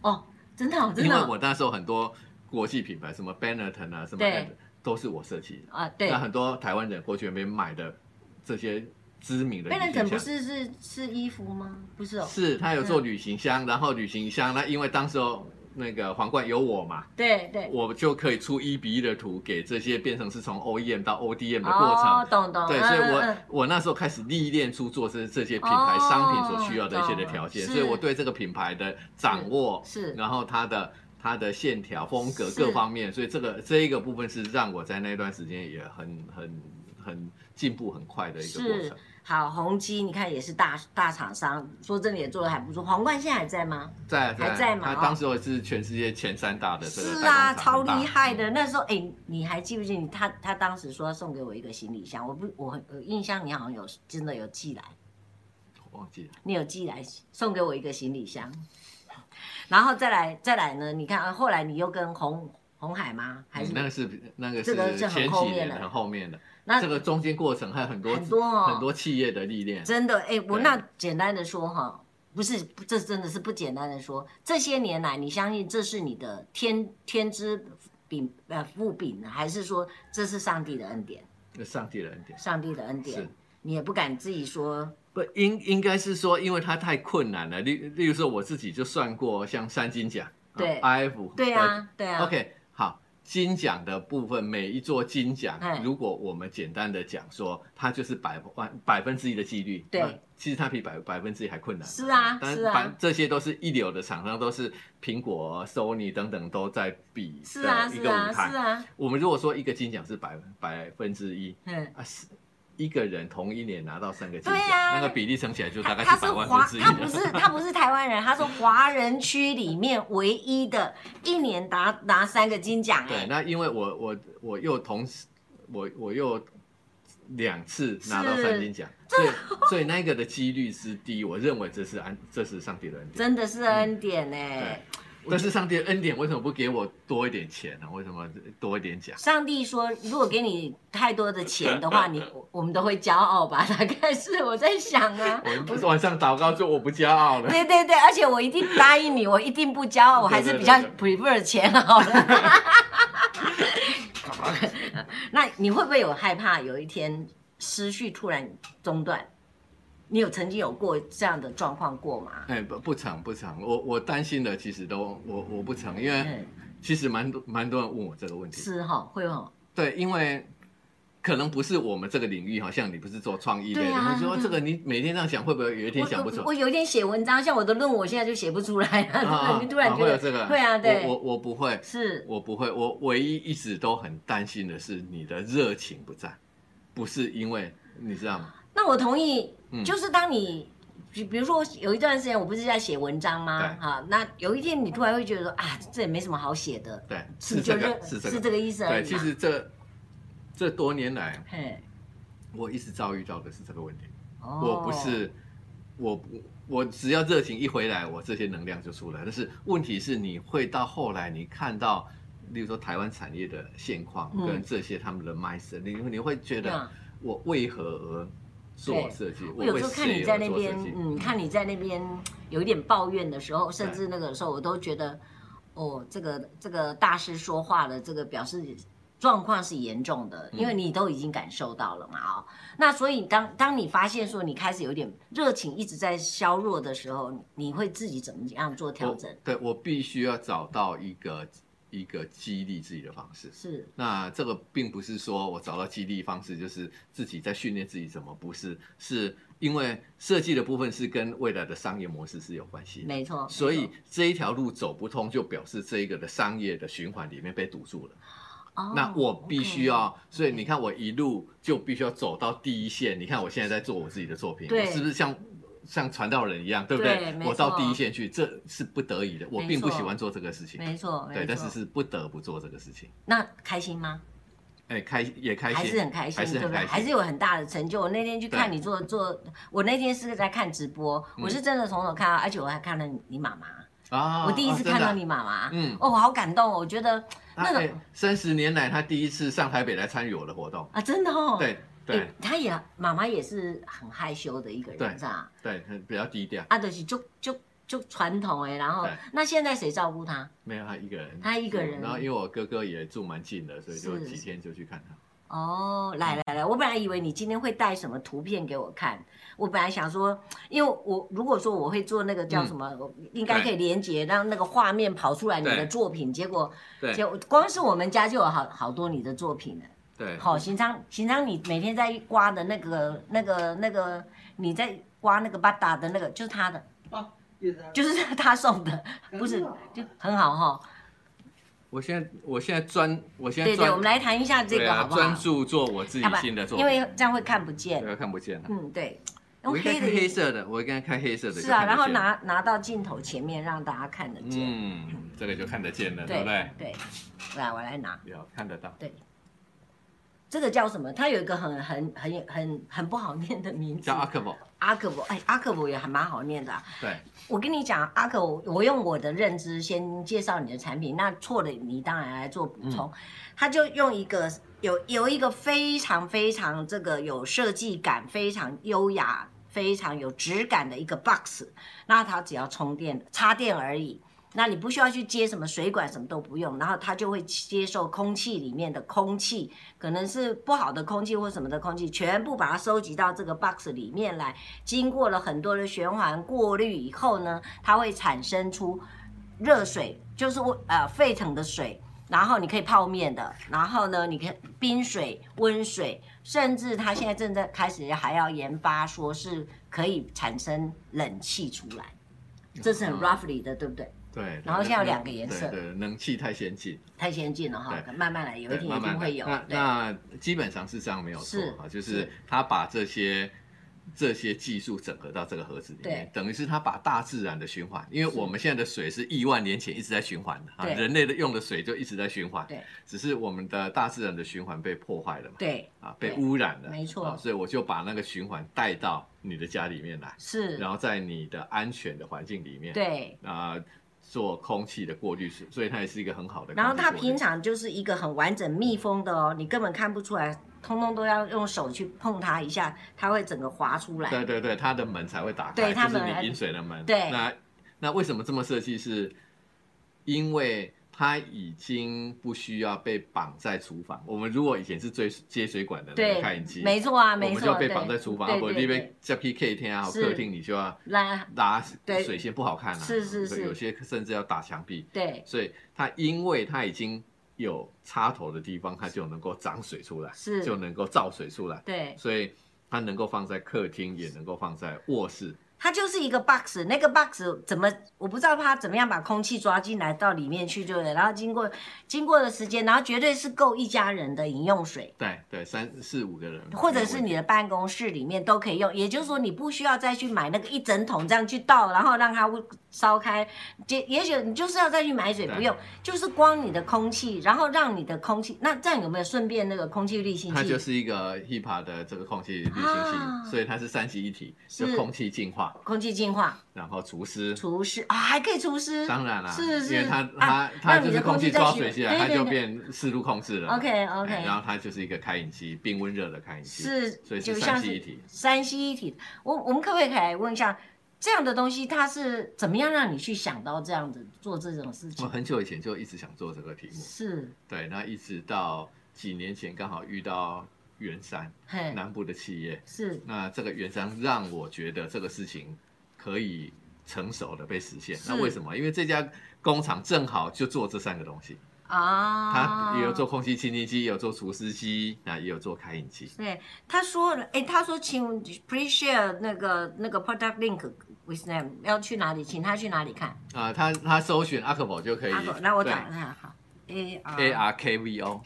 Speaker 1: 哦，真的、哦，真
Speaker 2: 因
Speaker 1: 的
Speaker 2: 为
Speaker 1: 哦、
Speaker 2: 我那时候很多国际品牌，什么 Benetton 啊，什么
Speaker 1: 对
Speaker 2: 都是我设计的。
Speaker 1: 啊，对
Speaker 2: 那，很多台湾人过去那边买的这些知名的
Speaker 1: 贝伦
Speaker 2: 旅行
Speaker 1: 肯不
Speaker 2: 箱
Speaker 1: 是是是衣服吗？不是哦，
Speaker 2: 是他有做旅行箱，然后旅行箱那因为当时候那个皇冠有我嘛，
Speaker 1: 对对，
Speaker 2: 我就可以出一比一的图给这些变成是从 OEM 到 ODM 的过程。
Speaker 1: 哦，懂懂，
Speaker 2: 对，
Speaker 1: 嗯
Speaker 2: 所以我、
Speaker 1: 嗯嗯
Speaker 2: 我那时候开始历练出做这这些品牌
Speaker 1: 哦
Speaker 2: 商品所需要的一些的条件，
Speaker 1: 懂了
Speaker 2: 所以我对这个品牌的掌握，
Speaker 1: 哦是
Speaker 2: 然后它的它的线条、风格
Speaker 1: 是
Speaker 2: 各方面，所以这个这一个部分是让我在那段时间也很很很进步很快的一个过
Speaker 1: 是
Speaker 2: 程。
Speaker 1: 好宏基，你看也是大大厂商，说真的也做的还不错。皇冠现在还在吗？
Speaker 2: 在
Speaker 1: 还在嘛
Speaker 2: 他
Speaker 1: 哦
Speaker 2: 当时我是全世界前三大的这个
Speaker 1: 是啊，
Speaker 2: 代工厂
Speaker 1: 超
Speaker 2: 很大嗯
Speaker 1: 厉害的。那时候，哎、你还记不记得他他当时说送给我一个行李箱，我不我我印象你好像有真的有寄来，
Speaker 2: 我忘记了，
Speaker 1: 你有寄来送给我一个行李箱，然后再来再来呢？你看啊后来你又跟红红海吗？还
Speaker 2: 嗯
Speaker 1: 是、
Speaker 2: 那个是那个
Speaker 1: 这
Speaker 2: 是
Speaker 1: 个是
Speaker 2: 前
Speaker 1: 很
Speaker 2: 几
Speaker 1: 后面
Speaker 2: 年
Speaker 1: 的
Speaker 2: 很后面的，
Speaker 1: 那
Speaker 2: 这个中间过程还有很多
Speaker 1: 很多哦
Speaker 2: 很多企业的历练。
Speaker 1: 真的，哎、我
Speaker 2: 对
Speaker 1: 那简单的说哈，不是，不这真的是不简单的说。这些年来，你相信这是你的天天之秉呃父秉呢，还是说这是上帝的恩典？
Speaker 2: 那上帝的恩典
Speaker 1: 上帝的恩典
Speaker 2: 是，
Speaker 1: 你也不敢自己说
Speaker 2: 不应应该是说，因为它太困难了。例例如说，我自己就算过，像三金奖，
Speaker 1: 对
Speaker 2: ，I F，呃
Speaker 1: 对啊，对啊。
Speaker 2: OK，好，金奖的部分，每一座金奖
Speaker 1: 哎，
Speaker 2: 如果我们简单的讲说，它就是百万百分之一的几率，
Speaker 1: 对
Speaker 2: 那其实它比百百分之一还困难。
Speaker 1: 是啊
Speaker 2: 但
Speaker 1: 是啊
Speaker 2: 反这些都是一流的厂商，都是苹果、Sony 等等都在比
Speaker 1: 是啊，
Speaker 2: 的呃一
Speaker 1: 是
Speaker 2: 个舞
Speaker 1: 啊，是
Speaker 2: 台。
Speaker 1: 啊，
Speaker 2: 我们如果说一个金奖是百百分之一
Speaker 1: 嗯，
Speaker 2: 啊，是一个人同一年拿到三个金奖，
Speaker 1: 对啊
Speaker 2: 那个比例乘起来就大
Speaker 1: 他
Speaker 2: 概
Speaker 1: 他
Speaker 2: 是
Speaker 1: 是
Speaker 2: 百万
Speaker 1: 华
Speaker 2: 分之，一
Speaker 1: 他不
Speaker 2: 了。
Speaker 1: 是他不是台湾人，他是华人区里面唯一的，一年拿拿三个金奖
Speaker 2: 对，
Speaker 1: 哎，
Speaker 2: 那因为我我我又同时我我又两次拿到三金
Speaker 1: *laughs*
Speaker 2: 奖，所以所以那个的几率之低，我认为这是安这是上帝的恩典。
Speaker 1: 真的是恩典哎
Speaker 2: 对。，但是上帝的恩典为什么不给我多一点钱呢、为什么多一点奖？
Speaker 1: 上帝说，如果给你太多的钱的
Speaker 2: *laughs*
Speaker 1: 话，你我我们都会骄傲吧？大概是我在想啊。
Speaker 2: 我不是晚上祷告说我不骄傲 *laughs* 了。
Speaker 1: 对对对，而且我一定答应你，我一定不骄傲，我还是比较
Speaker 2: 对
Speaker 1: prefer 钱好了。
Speaker 2: *laughs*
Speaker 1: 那你会不会有害怕有一天思绪突然中断？你有曾经有过这样的状况过吗？
Speaker 2: 哎，不不成不成，我我担心的其实都我我不成，因为
Speaker 1: 嗯，
Speaker 2: 其实蛮多蛮多人问我这个问题。
Speaker 1: 是哈、会哈、
Speaker 2: 对，因为可能不是我们这个领域，好像你不是做创意类
Speaker 1: 对
Speaker 2: 的，
Speaker 1: 啊
Speaker 2: 你说这个你每天这样想，会不会有一天想不
Speaker 1: 我
Speaker 2: 出
Speaker 1: 我
Speaker 2: 来？
Speaker 1: 我有一天写文章，像我的论文，我现在就写不出来 *laughs* 了。
Speaker 2: 啊啊
Speaker 1: 你突然
Speaker 2: 啊
Speaker 1: 觉
Speaker 2: 会
Speaker 1: 得、
Speaker 2: 有这个，
Speaker 1: 会啊，对，
Speaker 2: 我我我不会，
Speaker 1: 是
Speaker 2: 我不会，我唯一一直都很担心的是你的热情不在，不是因为你知道吗？
Speaker 1: 那我同意，
Speaker 2: 嗯
Speaker 1: 就是当你。比比如说，有一段时间我不是在写文章吗？
Speaker 2: 对
Speaker 1: 哈、那有一天你突然会觉得说啊，这也没什么好写的，
Speaker 2: 对，
Speaker 1: 你
Speaker 2: 是
Speaker 1: 就
Speaker 2: 这
Speaker 1: 认
Speaker 2: 个，是这
Speaker 1: 是
Speaker 2: 个，
Speaker 1: 这个意思而已
Speaker 2: 对，
Speaker 1: 嘛。
Speaker 2: 其实这这多年来，
Speaker 1: 嘿，
Speaker 2: 我一直遭遇到的是这个问题。
Speaker 1: 哦
Speaker 2: 我不是，我不，我只要热情一回来，我这些能量就出来。但是问题是，你会到后来，你看到，例如说台湾产业的现况
Speaker 1: 嗯
Speaker 2: 跟这些他们的 mindset，、你你会觉
Speaker 1: 对
Speaker 2: 得
Speaker 1: 啊
Speaker 2: 我为何而做设计？
Speaker 1: 我
Speaker 2: 我
Speaker 1: 有
Speaker 2: 为
Speaker 1: 时候看你
Speaker 2: 谁
Speaker 1: 在
Speaker 2: 而
Speaker 1: 那
Speaker 2: 做设
Speaker 1: 边
Speaker 2: 计，？
Speaker 1: 嗯，看你在那边有一点抱怨的时候，甚至那个时候，我都觉得，哦，这个这个大师说话了，这个表示状况是严重的，因为
Speaker 2: 嗯
Speaker 1: 你都已经感受到了嘛啊、哦。那所以当当你发现说你开始有点热情一直在削弱的时候，你会自己怎么样做调
Speaker 2: 我
Speaker 1: 整？
Speaker 2: 对我必须要找到一个一个激励自己的方式。
Speaker 1: 是
Speaker 2: 那这个并不是说我找到激励方式，就是自己在训练自己怎么，不是，是因为设计的部分是跟未来的商业模式是有关系的，
Speaker 1: 没错，
Speaker 2: 所
Speaker 1: 没
Speaker 2: 以
Speaker 1: 错
Speaker 2: 这一条路走不通，就表示这一个的商业的循环里面被堵住了。
Speaker 1: 哦
Speaker 2: 那我必须要
Speaker 1: OK 嗯
Speaker 2: 所以你看我一路就必须要走到第一线。你看我现在在做我自己的作品，
Speaker 1: 对
Speaker 2: 我是不是像？像传道人一样，对不
Speaker 1: 对没错
Speaker 2: 我到第一线去，这是不得已的。我并不
Speaker 1: 没错
Speaker 2: 喜欢做这个事情，
Speaker 1: 没错，没
Speaker 2: 对，但是
Speaker 1: 错
Speaker 2: 是不得不做这个事情。
Speaker 1: 那开心吗？
Speaker 2: 哎，开也开心，
Speaker 1: 还是很开
Speaker 2: 还
Speaker 1: 心，
Speaker 2: 是
Speaker 1: 对
Speaker 2: 很
Speaker 1: 不
Speaker 2: 开
Speaker 1: 对？
Speaker 2: 心，
Speaker 1: 还是有很大的成就。我那天去看
Speaker 2: 对嗯
Speaker 1: 你做做，我那天是在看直播，我是真的从头看到，而且我还看到你你妈妈，
Speaker 2: 啊，
Speaker 1: 我第一次
Speaker 2: 啊
Speaker 1: 看到，
Speaker 2: 真的啊
Speaker 1: 你妈妈，
Speaker 2: 嗯
Speaker 1: 哦，我好感动哦，我觉得那
Speaker 2: 他
Speaker 1: 种
Speaker 2: 哎，三十年来他第一次上台北来参与我的活动，
Speaker 1: 啊，真的哦，
Speaker 2: 对
Speaker 1: 哎
Speaker 2: 对，
Speaker 1: 她也妈妈也是很害羞的一个人，
Speaker 2: 对
Speaker 1: 是吧？
Speaker 2: 对，比较低调，
Speaker 1: 啊，就是就就就传统哎，然后
Speaker 2: 对
Speaker 1: 那现在谁照顾她？
Speaker 2: 没有他一个人，
Speaker 1: 他一个人
Speaker 2: 然后因为我哥哥也住蛮近的，所以就是几天就去看他。
Speaker 1: 哦，来来来，我本来以为你今天会带什么图片给我看，我本来想说，因为我如果说我会做那个
Speaker 2: 嗯
Speaker 1: 叫什么，我应该可以连接让那个画面跑出来你的
Speaker 2: 对
Speaker 1: 作品，结果结
Speaker 2: 对
Speaker 1: 果光是我们家就有好好多你的作品了。
Speaker 2: 对，
Speaker 1: 好，行昌，行昌，你每天在刮的那个、那个、那个，你在刮那个巴达的那个，就是他的，
Speaker 3: 哦，就是他
Speaker 1: 就是 *laughs* 他送的，不是
Speaker 3: 很好，啊
Speaker 1: 就很好哈。
Speaker 2: 我现在我现在专我现在
Speaker 1: 对对，
Speaker 2: 专
Speaker 1: 我们来谈一下这
Speaker 2: 对
Speaker 1: 个
Speaker 2: 啊
Speaker 1: 好不好？
Speaker 2: 专注做我自己
Speaker 1: 要不然
Speaker 2: 新的作
Speaker 1: 因
Speaker 2: 品，
Speaker 1: 为这样会看不见。
Speaker 2: 对看不见了。
Speaker 1: 嗯，对，用
Speaker 2: 我应该
Speaker 1: 黑的
Speaker 2: 开黑色的，我应该开黑色的。
Speaker 1: 是啊，
Speaker 2: 就看得
Speaker 1: 然后
Speaker 2: 见，
Speaker 1: 拿拿到镜头前面让大家看得见，
Speaker 2: 嗯，这个就看得见了，对
Speaker 1: 对
Speaker 2: 不对？
Speaker 1: 对，来我来拿，
Speaker 2: 有看得到，
Speaker 1: 这个叫什么？它有一个很很很很很不好念的名字
Speaker 2: 叫，阿克伯，
Speaker 1: 阿克伯，哎，阿克伯也还蛮好念的啊、
Speaker 2: 对。
Speaker 1: 我跟你讲，阿克，我我用我的认知先介绍你的产品，那错的你当然来做补充。他就用一个有有一个非常非常这个有设计感、非常优雅、非常有质感的一个 box，那它只要充电插电而已。那你不需要去接什么水管，什么都不用，然后它就会接受空气里面的空气，可能是不好的空气或什么的空气，全部把它收集到这个 box 里面来，经过了很多的循环过滤以后呢，它会产生出热水，就是呃沸腾的水。然后你可以泡面的，然后呢，你可以冰水、温水，甚至它现在正在开始还要研发，说是可以产生冷气出来，这是很
Speaker 2: 嗯
Speaker 1: roughly 的，对不对？
Speaker 2: 对，
Speaker 1: 然后现在有两个颜色
Speaker 2: 对对，冷气太先进，
Speaker 1: 太先进了哈，
Speaker 2: 对
Speaker 1: 慢慢来，有一
Speaker 2: 对
Speaker 1: 天一
Speaker 2: 慢慢
Speaker 1: 定会有
Speaker 2: 来。
Speaker 1: 对，
Speaker 2: 那那基本上是这样没有错
Speaker 1: 是
Speaker 2: 啊，就是是他把这些这些技术整合到这个盒子里面
Speaker 1: 对，
Speaker 2: 等于是他把大自然的循环，因为我们现在的水是亿万年前一直在循环的啊，
Speaker 1: 对
Speaker 2: 人类的用的水就一直在循环，
Speaker 1: 对，
Speaker 2: 只是我们的大自然的循环被破坏了嘛，
Speaker 1: 对，
Speaker 2: 啊，被
Speaker 1: 对
Speaker 2: 污染了，
Speaker 1: 没错
Speaker 2: 啊所以我就把那个循环带到你的家里面来，
Speaker 1: 是，
Speaker 2: 然后在你的安全的环境里面，
Speaker 1: 对。
Speaker 2: 啊、做空气的过滤，所以它也是一个很好的空气过滤。嗯
Speaker 1: 然后它平常就是一个很完整密封的哦，你根本看不出来，通通都要用手去碰它一下，它会整个滑出来。
Speaker 2: 对对对，它的门才会打开，
Speaker 1: 对它
Speaker 2: 就是
Speaker 1: 门
Speaker 2: 你饮水的门。
Speaker 1: 对
Speaker 2: 那那为什么这么设计是？因为它已经不需要被绑在厨房。我们如果以前是最接水管的那个
Speaker 1: 对
Speaker 2: 开饮机，
Speaker 1: 没错啊，
Speaker 2: 我
Speaker 1: 没
Speaker 2: 们
Speaker 1: 错
Speaker 2: 就，被
Speaker 1: 对
Speaker 2: 绑在厨房，
Speaker 1: 对
Speaker 2: 或者
Speaker 1: 对
Speaker 2: 你
Speaker 1: 对
Speaker 2: 被，叫 PK 天啊，
Speaker 1: 是
Speaker 2: 客厅你就要
Speaker 1: 拉
Speaker 2: 拉
Speaker 1: 对
Speaker 2: 水线不好看啊，
Speaker 1: 是是
Speaker 2: 对
Speaker 1: 是
Speaker 2: 有些甚至要打墙壁。
Speaker 1: 对
Speaker 2: 所以它因为它已经有插头的地方，它就能够长水出来，
Speaker 1: 是
Speaker 2: 就能够造水出来，
Speaker 1: 对，
Speaker 2: 所以它能够放在客厅，也能够放在卧室。
Speaker 1: 它就是一个 box，那个 box 怎么我不知道它怎么样把空气抓进来到里面去，对不对？然后经过经过的时间，然后绝对是够一家人的饮用水。
Speaker 2: 对对，三四五个人，
Speaker 1: 或者是你的办公室里面都可以用，也就是说你不需要再去买那个一整桶这样去倒，然后让它烧开。也也许你就是要再去买水，
Speaker 2: 对
Speaker 1: 不用，就是光你的空气，然后让你的空气，那这样有没有顺便那个空气滤清
Speaker 2: 它就
Speaker 1: 器？
Speaker 2: 是一个 HEPA 的这个空气滤清器，
Speaker 1: 啊
Speaker 2: 所以它是三级一体，
Speaker 1: 是
Speaker 2: 就空气净化，
Speaker 1: 空气净化，
Speaker 2: 然后除湿。
Speaker 1: 除湿啊，还可以除湿。
Speaker 2: 当然啦、
Speaker 1: 是是
Speaker 2: 因为它它、
Speaker 1: 啊
Speaker 2: 它
Speaker 1: 让
Speaker 2: 就
Speaker 1: 你的
Speaker 2: 是
Speaker 1: 空
Speaker 2: 空气
Speaker 1: 气再
Speaker 2: 抓
Speaker 1: 循
Speaker 2: 水进来，
Speaker 1: 对
Speaker 2: 它
Speaker 1: 对
Speaker 2: 就
Speaker 1: 对
Speaker 2: 变湿度控制了嘛。
Speaker 1: OK
Speaker 2: 哎然后
Speaker 1: OK，
Speaker 2: 它就是一个开饮机，冰温热的开饮机，
Speaker 1: 是
Speaker 2: 所以
Speaker 1: 就是像
Speaker 2: 三七一
Speaker 1: 是
Speaker 2: 体。
Speaker 1: 三西一体。我我们可不可以来问一下，这样的东西它是怎么样让你去想到这样子做这种事
Speaker 2: 我
Speaker 1: 情？
Speaker 2: 很久以前就一直想做这个题目，
Speaker 1: 是，
Speaker 2: 对，那一直到几年前刚好遇到圆山
Speaker 1: 嘿，
Speaker 2: 南部的企业，
Speaker 1: 是
Speaker 2: 那这个圆山让我觉得这个事情可以成熟的被实现。
Speaker 1: 是
Speaker 2: 那为什么？因为这家工厂正好就做这三个东西，
Speaker 1: 啊，
Speaker 2: 它也有做空气清净机，也有做除湿机，那也有做开饮机。
Speaker 1: 对，他说了，哎，他说请 pre share 那个那个 product link with them 要去哪里，请他去哪里看？
Speaker 2: 啊、它它搜寻 a r k v o 就可以
Speaker 1: 阿狗，。那我啊
Speaker 2: 对
Speaker 1: 找一下，好，A R
Speaker 2: A R K V O，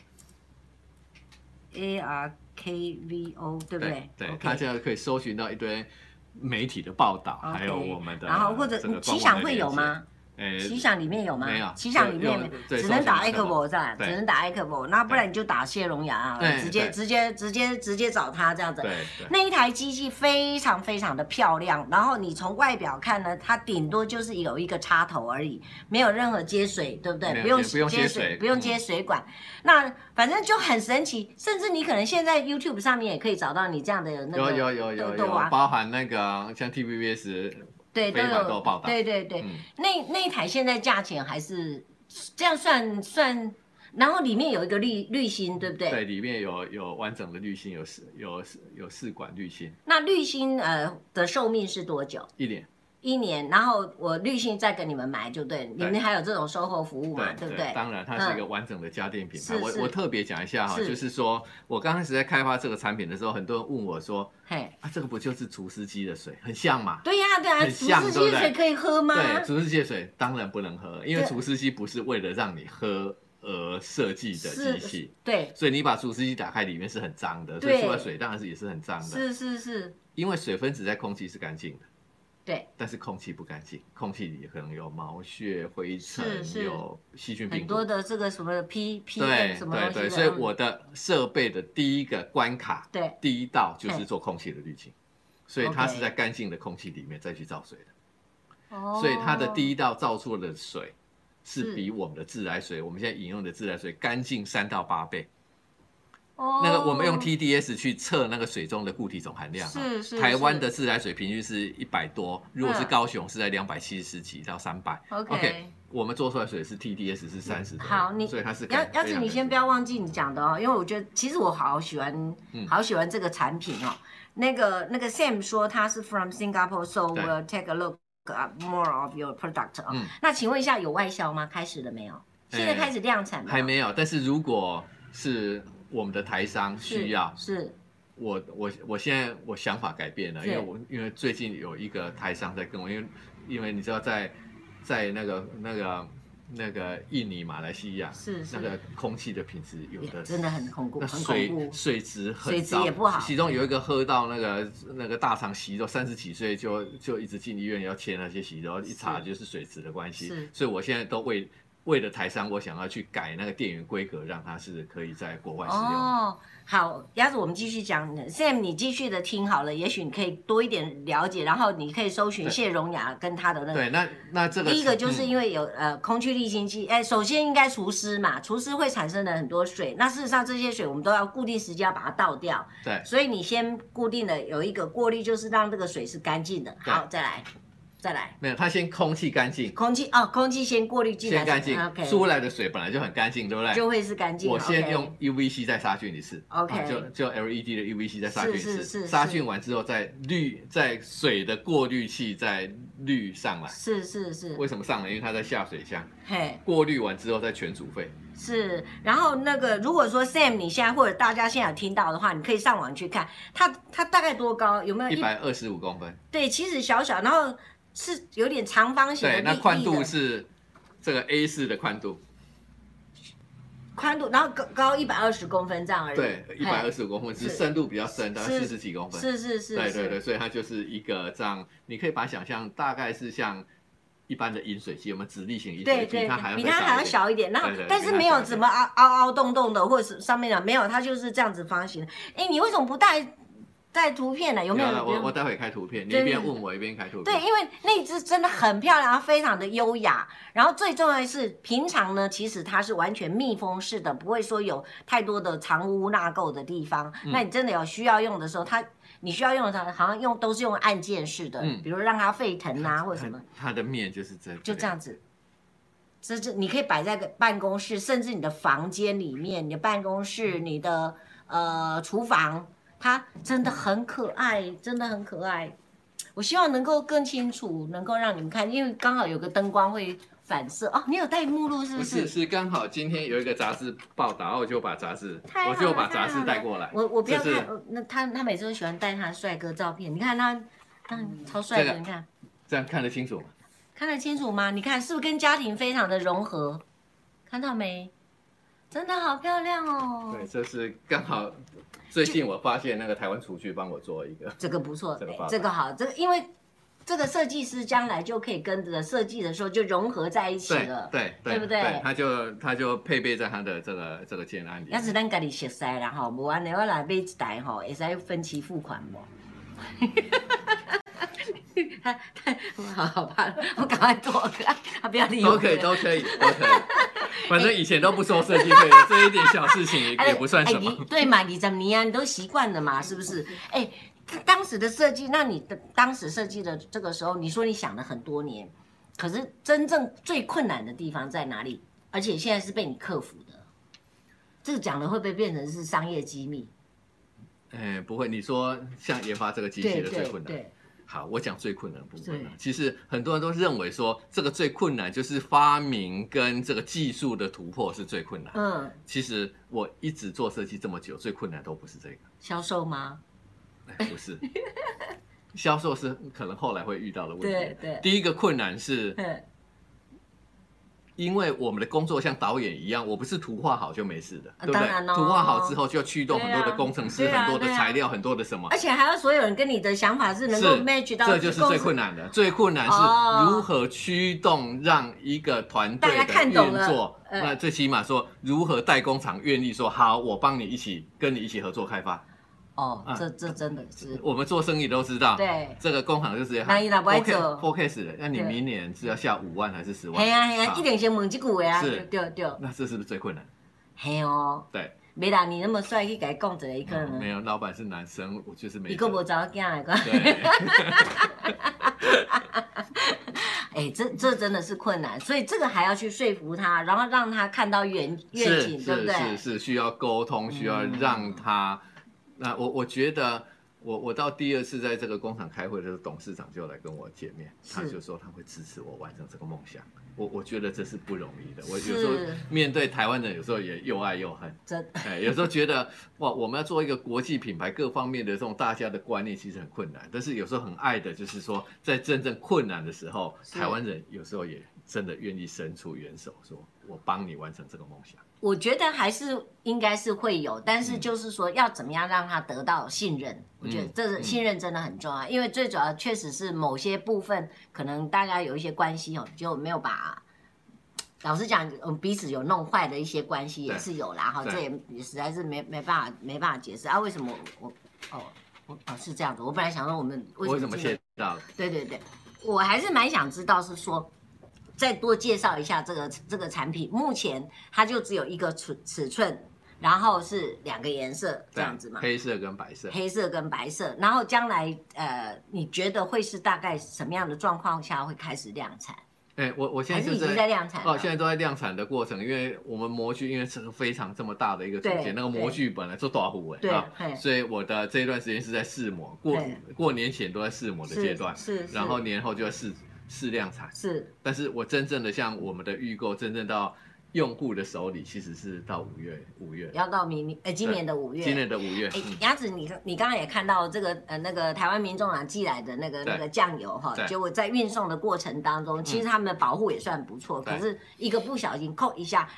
Speaker 1: A R K V O 对不对？
Speaker 2: 对，
Speaker 1: OK
Speaker 2: 它现在可以搜寻到一堆媒体的报道，
Speaker 1: OK
Speaker 2: 还有我们的
Speaker 1: 然后或者
Speaker 2: 这个
Speaker 1: 奇
Speaker 2: 官
Speaker 1: 想
Speaker 2: 网的
Speaker 1: 会有
Speaker 2: 连接？
Speaker 1: 吗？
Speaker 2: 呃，
Speaker 1: 奇想里面有吗？
Speaker 2: 没有
Speaker 1: 奇想里面没
Speaker 2: 对对
Speaker 1: 只能打
Speaker 2: 搜寻
Speaker 1: Echo 站，
Speaker 2: 对
Speaker 1: 只能打 Echo，那不然你就打谢荣雅啊
Speaker 2: 对，
Speaker 1: 直接
Speaker 2: 对
Speaker 1: 直接直接直接找他这样子。
Speaker 2: 对对
Speaker 1: 那一台机器非常非常的漂亮，然后你从外表看呢，它顶多就是有一个插头而已，没有任何接水，对不对？
Speaker 2: 没有
Speaker 1: 不用
Speaker 2: 接不用接水嗯
Speaker 1: 不用接水管。那反正就很神奇，甚至你可能现在 YouTube 上面也可以找到你这样的那
Speaker 2: 有
Speaker 1: 个，
Speaker 2: 有有
Speaker 1: 豆
Speaker 2: 有有
Speaker 1: 豆啊，
Speaker 2: 包含那个像 TVBS，
Speaker 1: 对，都
Speaker 2: 非法都
Speaker 1: 有
Speaker 2: 有报道
Speaker 1: 对对对，
Speaker 2: 嗯，
Speaker 1: 那那一台现在价钱还是这样算算，然后里面有一个滤滤芯，对不对？
Speaker 2: 对，里面有有完整的滤芯，有四有四有四管滤芯，
Speaker 1: 那滤芯呃的寿命是多久？
Speaker 2: 一点
Speaker 1: 一年，然后我滤芯再跟你们买就对，你们还有这种售后服务嘛，对
Speaker 2: 对
Speaker 1: 不对？嗯
Speaker 2: 当然，它是一个完整的家电品牌。
Speaker 1: 是是
Speaker 2: 我我特别讲一下哈，
Speaker 1: 是
Speaker 2: 就是说我刚开始在开发这个产品的时候，很多人问我说
Speaker 1: 嘿，
Speaker 2: 啊，这个不就是除湿机的水，很像嘛？
Speaker 1: 对呀、对呀、啊
Speaker 2: 很像
Speaker 1: 除湿机
Speaker 2: 对不
Speaker 1: 的
Speaker 2: 对
Speaker 1: 水可以喝吗？
Speaker 2: 对，除湿机的水当然不能喝，因为
Speaker 1: 对
Speaker 2: 除湿机不是为了让你喝而设计的机器。
Speaker 1: 对，
Speaker 2: 所以你把除湿机打开，里面是很脏的，所以
Speaker 1: 对
Speaker 2: 出来水当然是也是很脏的。
Speaker 1: 是是是，
Speaker 2: 因为水分子在空气是干净的，
Speaker 1: 对，
Speaker 2: 但是空气不干净，空气里可能有毛屑、灰
Speaker 1: 是
Speaker 2: 尘、
Speaker 1: 是
Speaker 2: 有细菌、病
Speaker 1: 很
Speaker 2: 毒
Speaker 1: 多。的这个什么 P P
Speaker 2: 对
Speaker 1: 什么东
Speaker 2: 对
Speaker 1: 西的，
Speaker 2: 对，所以
Speaker 1: 嗯
Speaker 2: 我的设备的第一个关卡，
Speaker 1: 对
Speaker 2: 第一道就
Speaker 1: 嘿
Speaker 2: 是做空气的滤清，所以它
Speaker 1: OK
Speaker 2: 是在干净的空气里面再去造水的，
Speaker 1: 哦
Speaker 2: 所以它的第一道造出的水
Speaker 1: 是
Speaker 2: 是比我们的自来水，我们现在饮用的自来水干净三到八倍。
Speaker 1: 哦
Speaker 2: 那个我们用 TDS 去测那个水中的固体总含量啊，
Speaker 1: 是是
Speaker 2: 台湾
Speaker 1: 是
Speaker 2: 的自来水平均是一百多，如果是
Speaker 1: 嗯
Speaker 2: 高雄是在两百七十几到三百。
Speaker 1: OK。
Speaker 2: OK，我们做出来水是 TDS 是三十多，
Speaker 1: 嗯好你
Speaker 2: 所以它是
Speaker 1: 要
Speaker 2: 改
Speaker 1: 要是你先不，要忘记你讲的哦，因为我觉得其实我好喜欢，
Speaker 2: 嗯
Speaker 1: 好喜欢这个产品哦。那个那个 Sam 说他是 from Singapore，so
Speaker 2: 对
Speaker 1: we'll take a look at more of your product 哦。
Speaker 2: 嗯
Speaker 1: 那请问一下，有外销吗？开始了没有？现在
Speaker 2: 哎
Speaker 1: 开始量产了、
Speaker 2: 还。没有，但是如果是我们的台商
Speaker 1: 是
Speaker 2: 需要，
Speaker 1: 是
Speaker 2: 我我我现在我想法改变了，
Speaker 1: 是
Speaker 2: 因为我因为最近有一个台商在跟我，因为因为你知道在在那个那个那个印尼、马来西亚
Speaker 1: 是是
Speaker 2: 那个空气的品质有的
Speaker 1: 真的很恐怖，
Speaker 2: 那
Speaker 1: 很恐
Speaker 2: 水
Speaker 1: 怖。
Speaker 2: 水质很
Speaker 1: 水质
Speaker 2: 糟
Speaker 1: 也不好
Speaker 2: 其中有一个喝到那个那个大肠息肉，三十几岁就就一直进医院要切那些息肉，一查就是水质的关系
Speaker 1: 是。
Speaker 2: 所以我现在都为为了台商，我想要去改那个电源规格，让它是可以在国外使用。
Speaker 1: 哦，好，鸭子，我们继续讲。Sam，你继续的听好了，也许你可以多一点了解，然后你可以搜寻
Speaker 2: 对
Speaker 1: 谢荣雅跟他的那个
Speaker 2: 对，那那这个
Speaker 1: 第一个就是
Speaker 2: 嗯
Speaker 1: 因为有、呃空气滤清器，哎，首先应该除湿嘛，除湿会产生的很多水，那事实上这些水我们都要固定时间要把它倒掉，
Speaker 2: 对
Speaker 1: 所以你先固定的有一个过滤，就是让这个水是干净的。
Speaker 2: 对
Speaker 1: 好，再来，再来，
Speaker 2: 没有，它先空气干净，
Speaker 1: 空气哦，空气先过滤进来，
Speaker 2: 先干净，
Speaker 1: ，OK，
Speaker 2: 出来的水本来就很干净，对不对？
Speaker 1: 就会是干净。
Speaker 2: 我先
Speaker 1: OK
Speaker 2: 用 UVC 再杀菌一次
Speaker 1: OK
Speaker 2: 啊就就 LED 的 UVC 再杀菌一
Speaker 1: 是是是
Speaker 2: 次，
Speaker 1: 是
Speaker 2: 杀菌完之后再滤，在水的过滤器再滤上来。
Speaker 1: 是是是，
Speaker 2: 为什么上来？因为它在下水箱
Speaker 1: 嘿。
Speaker 2: 过滤完之后再全煮沸。
Speaker 1: 是，然后那个如果说 Sam 你现在或者大家现在有听到的话，你可以上网去看，它它大概多高？有没有
Speaker 2: 一百二十五公分，
Speaker 1: 对，其实小小，然后是有点长方形的
Speaker 2: 对，
Speaker 1: 立，
Speaker 2: 那宽
Speaker 1: 立
Speaker 2: 度
Speaker 1: 的
Speaker 2: 是这个 A 四的宽度，
Speaker 1: 宽度，然后高高一百二十公分这样而已。
Speaker 2: 对，一百二十五公分，
Speaker 1: 哎是
Speaker 2: 是深度比较深，大概
Speaker 1: 是
Speaker 2: 四十几公分。
Speaker 1: 是是是，
Speaker 2: 对
Speaker 1: 是
Speaker 2: 对对，，所以它就是一个这样，你可以把它想象大概是像一般的饮水机，我们直立型饮
Speaker 1: 对
Speaker 2: 水
Speaker 1: 对
Speaker 2: 机，它
Speaker 1: 对
Speaker 2: 还要
Speaker 1: 比
Speaker 2: 再
Speaker 1: 它还要
Speaker 2: 一点
Speaker 1: 小一点，然后
Speaker 2: 对对
Speaker 1: 但是
Speaker 2: 比它
Speaker 1: 没有
Speaker 2: 小一
Speaker 1: 怎么凹凹凹洞洞的，或者是上面的没有，它就是这样子方形的。哎，你为什么不带带图片呢？有没有？
Speaker 2: 了
Speaker 1: 不
Speaker 2: 啊我
Speaker 1: 用
Speaker 2: 我待会开图片，你
Speaker 1: 对
Speaker 2: 一
Speaker 1: 对
Speaker 2: 边
Speaker 1: 对
Speaker 2: 问我一边开图
Speaker 1: 对，
Speaker 2: 片。
Speaker 1: 因为那只真的很漂亮，非常的优雅。然后最重要的是，平常呢，其实它是完全密封式的，不会说有太多的藏污纳垢的地方。那你真的有需要用的时候，它你需要用的时候，好像用都是用按键式的，
Speaker 2: 嗯
Speaker 1: 比如让它沸腾啊或者什么
Speaker 2: 它，它的面就是这
Speaker 1: 就这样子。这这你可以摆在个办公室，甚至你的房间里面，你的办公室、你的呃厨房，它真的很可爱，真的很可爱。我希望能够更清楚，能够让你们看，因为刚好有个灯光会反射。哦，你有带目录是
Speaker 2: 不
Speaker 1: 不是？
Speaker 2: 是是刚好今天有一个杂志报道，然后我就把杂志
Speaker 1: 太，好
Speaker 2: 我
Speaker 1: 了
Speaker 2: 就把杂志带过来。
Speaker 1: 我我不要
Speaker 2: 这是
Speaker 1: 看，呃那他他每次都喜欢带他的帅哥照片，你看他，他超帅
Speaker 2: 这
Speaker 1: 的，
Speaker 2: 个
Speaker 1: 你看
Speaker 2: 这样看得清楚吗？
Speaker 1: 看得清楚吗？你看是不是跟家庭非常的融合？看到没？真的好漂亮哦。
Speaker 2: 对，这是刚好最近我发现那个台湾厨具帮我做一
Speaker 1: *laughs*
Speaker 2: 个，
Speaker 1: 这个不错，
Speaker 2: 这个
Speaker 1: 哎
Speaker 2: 爸爸
Speaker 1: 这个好，这个因为这个设计师将来就可以跟着设计的时候就融合在一起
Speaker 2: 对
Speaker 1: 了。
Speaker 2: 对
Speaker 1: 对不对
Speaker 2: 它就它就配备在它的这个这个建案里
Speaker 1: 要。是咱家己熟悉啦吼，无安尼我来买一台吼，会使分期付款无？ *laughs* 他他好好吧，我赶快躲开，啊他不要理我。
Speaker 2: 都可以，都
Speaker 1: *laughs*
Speaker 2: 可以，都可以。反正以前都不收设计费的，这一点小事情也也不算什
Speaker 1: 哎哎
Speaker 2: 么嗯
Speaker 1: 你。对嘛，你怎么样，你都习惯了嘛，是不是？哎，当时的设计，那你的当时设计的这个时候，你说你想了很多年，可是真正最困难的地方在哪里？而且现在是被你克服的，这个讲了会不会变成是商业机密？
Speaker 2: 哎，不会，你说像研发这个机器
Speaker 1: 对
Speaker 2: 的最
Speaker 1: 对
Speaker 2: 困难。
Speaker 1: 对，
Speaker 2: 好，我讲最困难的部分了
Speaker 1: 对。
Speaker 2: 其实很多人都认为说，这个最困难就是发明跟这个技术的突破是最困难。
Speaker 1: 嗯，
Speaker 2: 其实我一直做设计这么久，最困难都不是这个，
Speaker 1: 销售吗？
Speaker 2: 哎不是。销售是可能后来会遇到的问题。
Speaker 1: 对对
Speaker 2: 第一个困难是
Speaker 1: 嗯，
Speaker 2: 因为我们的工作像导演一样，我不是图画好就没事的，
Speaker 1: 啊
Speaker 2: 对不对？
Speaker 1: 当然哦
Speaker 2: 图画好之后就要驱动很多
Speaker 1: 对
Speaker 2: 的
Speaker 1: 啊
Speaker 2: 工程师、
Speaker 1: 对啊
Speaker 2: 很多的
Speaker 1: 对啊
Speaker 2: 材料、很多的什么
Speaker 1: 而。且还要所有人跟你的想法是能够 match 到，
Speaker 2: 这就是最困
Speaker 1: 难。
Speaker 2: 难的。最困难
Speaker 1: 哦
Speaker 2: 是如何驱动让一个团队
Speaker 1: 大家
Speaker 2: 的
Speaker 1: 看懂
Speaker 2: 运
Speaker 1: 了
Speaker 2: 作。
Speaker 1: 呃
Speaker 2: 那最起码说，如何代工厂愿意说好，我帮你一起跟你一起合作开发。
Speaker 1: 哦
Speaker 2: 啊，
Speaker 1: 这这真的是
Speaker 2: 我们做生意都知道，
Speaker 1: 嗯对。
Speaker 2: 这个工厂就直接
Speaker 1: 哪里哪不爱做
Speaker 2: focus 的，那你
Speaker 1: 对
Speaker 2: 明年是要下五万还是十万？
Speaker 1: 嘿呀嘿呀，啊
Speaker 2: 好
Speaker 1: 一定先问这句话啊，
Speaker 2: 啊是
Speaker 1: 对对对，
Speaker 2: 那这是不是最困难？
Speaker 1: 嘿哦。
Speaker 2: 对，
Speaker 1: 没啦，你那么帅，去给他供着一个
Speaker 2: 哦没
Speaker 1: 呢，
Speaker 2: 有，老板是男生，我就是没辙。
Speaker 1: 一个不着干个。
Speaker 2: 对，
Speaker 1: *laughs* 哎，这这真的是困难，所以这个还要去说服他，然后让他看到远愿
Speaker 2: 是
Speaker 1: 景，对不
Speaker 2: 是是
Speaker 1: 对？嗯
Speaker 2: 是需要沟通，需要让他。那我我觉得，我我到第二次在这个工厂开会的时候，董事长就来跟我见面，他
Speaker 1: 是
Speaker 2: 就说他会支持我完成这个梦想。我我觉得这是不容易的。我有时
Speaker 1: 是
Speaker 2: 候面对台湾人，有时候也又爱又恨。
Speaker 1: 真
Speaker 2: 哎，有时候觉得哇，我们要做一个国际品牌，各方面的这种大家的观念其实很困难。但是有时候很爱的，就是说在真正困难的时候，
Speaker 1: 是
Speaker 2: 台湾人有时候也真的愿意伸出援手，说我帮你完成这个梦想。
Speaker 1: 我觉得还是应该是会有，但是
Speaker 2: 嗯
Speaker 1: 就是说要怎么样让他得到信任，我觉得
Speaker 2: 嗯
Speaker 1: 这个
Speaker 2: 嗯
Speaker 1: 信任真的很重要，因为最主要确实是某些部分可能大家有一些关系哦，就没有把。老实讲，我们彼此有弄坏的一些关系也
Speaker 2: 对
Speaker 1: 是有啦，哈，
Speaker 2: 对
Speaker 1: 这也也实在是没没办法没办法解释啊，为什么我我哦我哦是这样子，我本来想说我们
Speaker 2: 我为什么
Speaker 1: 进入
Speaker 2: 切到了？
Speaker 1: 对对对，我还是蛮想知道是说，再多介绍一下这个这个产品。目前它就只有一个尺尺寸，然后是两个颜色这样子嘛，
Speaker 2: 啊黑色跟白色。
Speaker 1: 黑色跟白色。然后将来呃，你觉得会是大概什么样的状况下会开始量产？
Speaker 2: 哎，我我现
Speaker 1: 还
Speaker 2: 在
Speaker 1: 是
Speaker 2: 就
Speaker 1: 已经在量产了？
Speaker 2: 哦，现在都在量产的过程，因为我们模具因为是个非常这么大的一个组
Speaker 1: 对
Speaker 2: 件，那个模具本来做大虎尾
Speaker 1: 对
Speaker 2: 啊，
Speaker 1: 嘿
Speaker 2: 所以我的这一段时间是在试模，过
Speaker 1: 对
Speaker 2: 过年前都在试模的阶段，
Speaker 1: 是，是
Speaker 2: 然后年后就要试试量产。
Speaker 1: 是
Speaker 2: 但是我真正的像我们的预购，真正到用户的手里，其实是到五月，五月，
Speaker 1: 要到明年呃今年的五月，
Speaker 2: 今年的五月。
Speaker 1: 哎
Speaker 2: 嗯，
Speaker 1: 鸭子，你你刚刚也看到这个呃那个台湾民众党寄来的那个
Speaker 2: 对
Speaker 1: 那个酱油哈，
Speaker 2: 对嗯
Speaker 1: 结果在运送的过程当中，其实他们的保护也算不错，
Speaker 2: 对
Speaker 1: 可是一个不小心扣一下。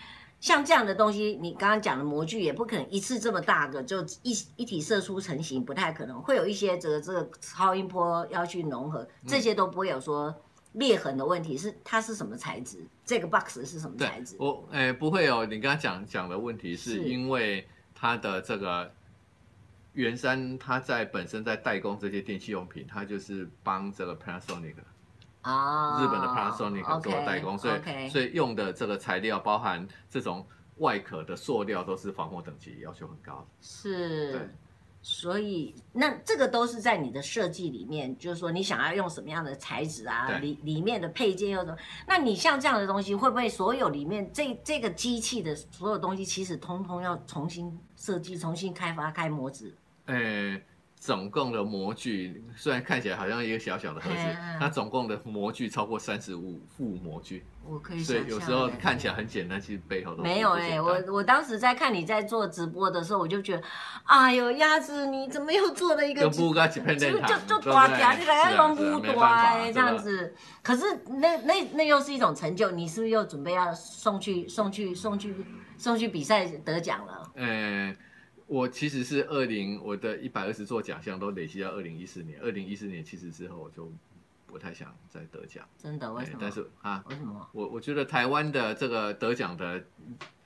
Speaker 1: 像这样的东西，你刚刚讲的模具也不可能一次这么大个就一一体射出成型，不太可能，会有一些这个这个超音波要去融合，
Speaker 2: 嗯
Speaker 1: 这些都不会有说裂痕的问题。是它是什么材质？这个 box 是什么
Speaker 2: 对
Speaker 1: 材质，？
Speaker 2: 我哎、不会哦。你刚刚讲讲的问题，
Speaker 1: 是
Speaker 2: 是因为它的这个元山，它在本身在代工这些电器用品，它就是帮这个 Panasonic
Speaker 1: 啊，
Speaker 2: 日本的 Panasonic 做代工，所
Speaker 1: o k
Speaker 2: 以所以用的这个材料包含这种外壳的塑料都是防火等级要求很高的。对
Speaker 1: 是，所以那这个都是在你的设计里面，就是说你想要用什么样的材质啊，
Speaker 2: 对
Speaker 1: 里里面的配件又什么？那你像这样的东西，会不会所有里面这这个机器的所有东西，其实通通要重新设计、重新开发、开模子？
Speaker 2: 呃，总共的模具虽然看起来好像一个小小的盒子
Speaker 1: 嗯，
Speaker 2: 它总共的模具超过三十五副模具，
Speaker 1: 我可以
Speaker 2: 所
Speaker 1: 想
Speaker 2: 以
Speaker 1: 象。欸
Speaker 2: 有时候看起来很简单，其实背后都
Speaker 1: 没有
Speaker 2: 哎、
Speaker 1: 哎、我我当时在看你在做直播的时候，我就觉得，哎呦，鸭子你怎么又做了一个
Speaker 2: 跟布嘎几片
Speaker 1: 就
Speaker 2: 练堂，
Speaker 1: 就
Speaker 2: 对
Speaker 1: 大
Speaker 2: 不对
Speaker 1: 条，你来用
Speaker 2: 是啊是啊
Speaker 1: 乌
Speaker 2: 没办
Speaker 1: 多
Speaker 2: 法
Speaker 1: 哎，
Speaker 2: 真
Speaker 1: 这
Speaker 2: 的
Speaker 1: 样子。可是那那那又是一种成就，你是不是又准备要送去送去送去送去比赛得奖了？
Speaker 2: 呃，我其实是二零我的一百二十座奖项都累积到二零一四年，二零一四年其实之后我就不太想再得奖，
Speaker 1: 真的？为
Speaker 2: 哎
Speaker 1: 什么？
Speaker 2: 但是啊，
Speaker 1: 为什么？
Speaker 2: 我我觉得台湾的这个得奖的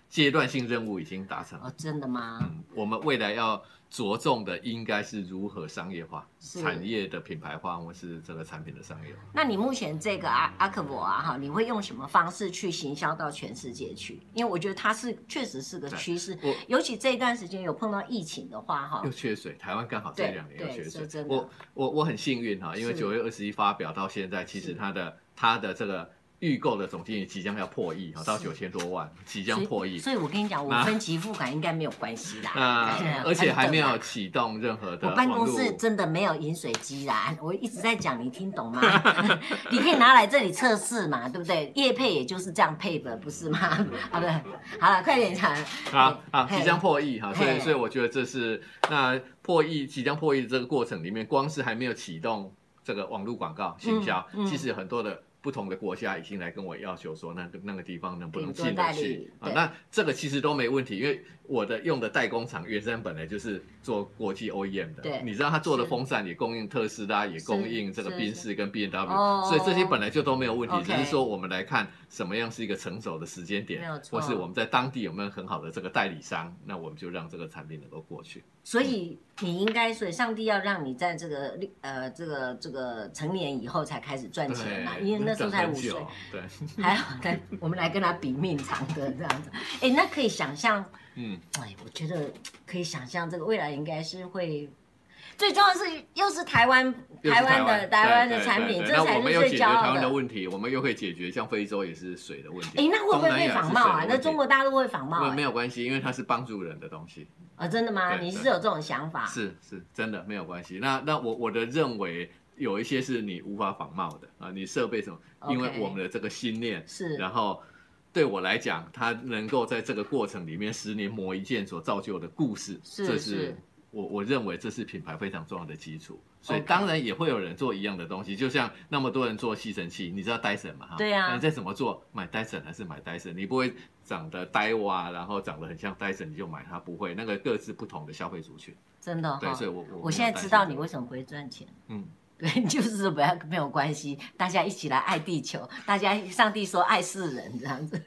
Speaker 2: 阶段性任务已经达成了。
Speaker 1: 哦，真的吗？
Speaker 2: 嗯，我们未来要着重的应该是如何商业化、
Speaker 1: 是
Speaker 2: 产业的品牌化，或是这个产品的商业化。
Speaker 1: 那你目前这个阿阿克伯啊哈，你会用什么方式去行销到全世界去？因为我觉得它是确实是个
Speaker 2: 对
Speaker 1: 趋势
Speaker 2: 我，
Speaker 1: 尤其这一段时间有碰到疫情的话哈
Speaker 2: 又，缺水，台湾刚好这
Speaker 1: 对
Speaker 2: 两年又
Speaker 1: 对
Speaker 2: 缺
Speaker 1: 说
Speaker 2: 水。
Speaker 1: 真的
Speaker 2: 我我我很幸运哈、因为
Speaker 1: 是
Speaker 2: 九月二十一发表到现在，其
Speaker 1: 是
Speaker 2: 实它的它的这个预购的总金额即将要破亿哈、到
Speaker 1: 是
Speaker 2: 九千多万，即
Speaker 1: 所
Speaker 2: 将
Speaker 1: 以
Speaker 2: 破亿。
Speaker 1: 所以我跟你讲，我
Speaker 2: *laughs* 那
Speaker 1: 分期付款应该没有关系啦， *coughs*
Speaker 2: 那而且还没
Speaker 1: 真的
Speaker 2: 有启动任何的
Speaker 1: 我办
Speaker 2: 网
Speaker 1: 公
Speaker 2: 络
Speaker 1: 室真的没有饮水机啦， *laughs* 我一直在讲，你听懂吗？ *laughs* 你可以拿来这里测试嘛，对不对？叶配也就是这样配的，不是吗？好的，好了，快点讲。
Speaker 2: 好好，
Speaker 1: 嘿
Speaker 2: 啊即将破亿哈，所
Speaker 1: 嘿
Speaker 2: 以所以我觉得这是那破亿即将破亿的这个过程里面，光是还没有启动这个网络广告行销，
Speaker 1: 嗯嗯
Speaker 2: 其实有很多的。不同的国家已经来跟我要求说，那个那个地方能不能
Speaker 1: 顶多
Speaker 2: 进
Speaker 1: 代
Speaker 2: 得
Speaker 1: 理
Speaker 2: 去啊？
Speaker 1: 对
Speaker 2: 那这个其实都没问题，因为我的用的代工厂原山本来就是做国际 OEM
Speaker 1: 对
Speaker 2: 的，你知道他做的
Speaker 1: 是
Speaker 2: 风扇也供应特斯拉，也
Speaker 1: 是
Speaker 2: 供应这个
Speaker 1: 是是
Speaker 2: 宾士跟 B N W，
Speaker 1: 哦
Speaker 2: 所以这些本来就都没有问题，只
Speaker 1: OK
Speaker 2: 是说我们来看什么样是一个成熟的时间点
Speaker 1: 没有，错
Speaker 2: 或是我们在当地有没有很好的这个代理商，那我们就让这个产品能够过去。
Speaker 1: 所以你应该，所以上帝要让你在这个呃这个这个成年以后才开始赚钱嘛，
Speaker 2: 对
Speaker 1: 因为那那时候
Speaker 2: 等
Speaker 1: 才
Speaker 2: 很
Speaker 1: 五岁，
Speaker 2: 久，
Speaker 1: *laughs*
Speaker 2: 对，
Speaker 1: 还好来我们来跟他比命长的这样子。哎，那可以想象，
Speaker 2: 嗯，
Speaker 1: 哎，我觉得可以想象这个未来应该是会。最重要的是，又是台湾
Speaker 2: 又是
Speaker 1: 湾的
Speaker 2: 台
Speaker 1: 台湾的
Speaker 2: 对
Speaker 1: 产
Speaker 2: 对
Speaker 1: 品，
Speaker 2: 对
Speaker 1: 这
Speaker 2: 那
Speaker 1: 才
Speaker 2: 我
Speaker 1: 是
Speaker 2: 们又解
Speaker 1: 最
Speaker 2: 决
Speaker 1: 骄
Speaker 2: 台
Speaker 1: 傲
Speaker 2: 湾的
Speaker 1: 的。
Speaker 2: 问题，我们又可以解决像非洲也是水的问题。
Speaker 1: 哎，那会不
Speaker 2: 东
Speaker 1: 会
Speaker 2: 南亚
Speaker 1: 被
Speaker 2: 也是
Speaker 1: 仿冒啊？
Speaker 2: 水的问
Speaker 1: 那
Speaker 2: 题
Speaker 1: 中国大陆会仿冒
Speaker 2: 没
Speaker 1: 啊
Speaker 2: 有？没有关系，因为它是帮助人的东西，
Speaker 1: 啊，真的吗？
Speaker 2: 对
Speaker 1: 你是
Speaker 2: 对
Speaker 1: 有这种想法？
Speaker 2: 是是真的没有关系。那那我我的认为有一些是你无法仿冒的啊，你设备什么，因为
Speaker 1: OK
Speaker 2: 我们的这个心念，
Speaker 1: 是
Speaker 2: 然后对我来讲，它能够在这个过程里面十年磨一剑所造就的故事，
Speaker 1: 是
Speaker 2: 这
Speaker 1: 是
Speaker 2: 是我我认为这是品牌非常重要的基础。所以
Speaker 1: OK
Speaker 2: 当然也会有人做一样的东西，就像那么多人做吸尘器，你知道 Dyson 嘛？哈
Speaker 1: 对啊
Speaker 2: 那你再怎么做，买 Dyson 还是买 Dyson，你不会长得呆哇，然后长得很像 Dyson 你就买它，不会，那个各自不同的消费族群。
Speaker 1: 真的
Speaker 2: 对，
Speaker 1: 哈
Speaker 2: 所。以我我
Speaker 1: 嗯我现在知道你为什么不会赚钱。
Speaker 2: 嗯，
Speaker 1: *laughs* 对，就是不要没有关系，大家一起来爱地球，大家上帝说爱世人这样子。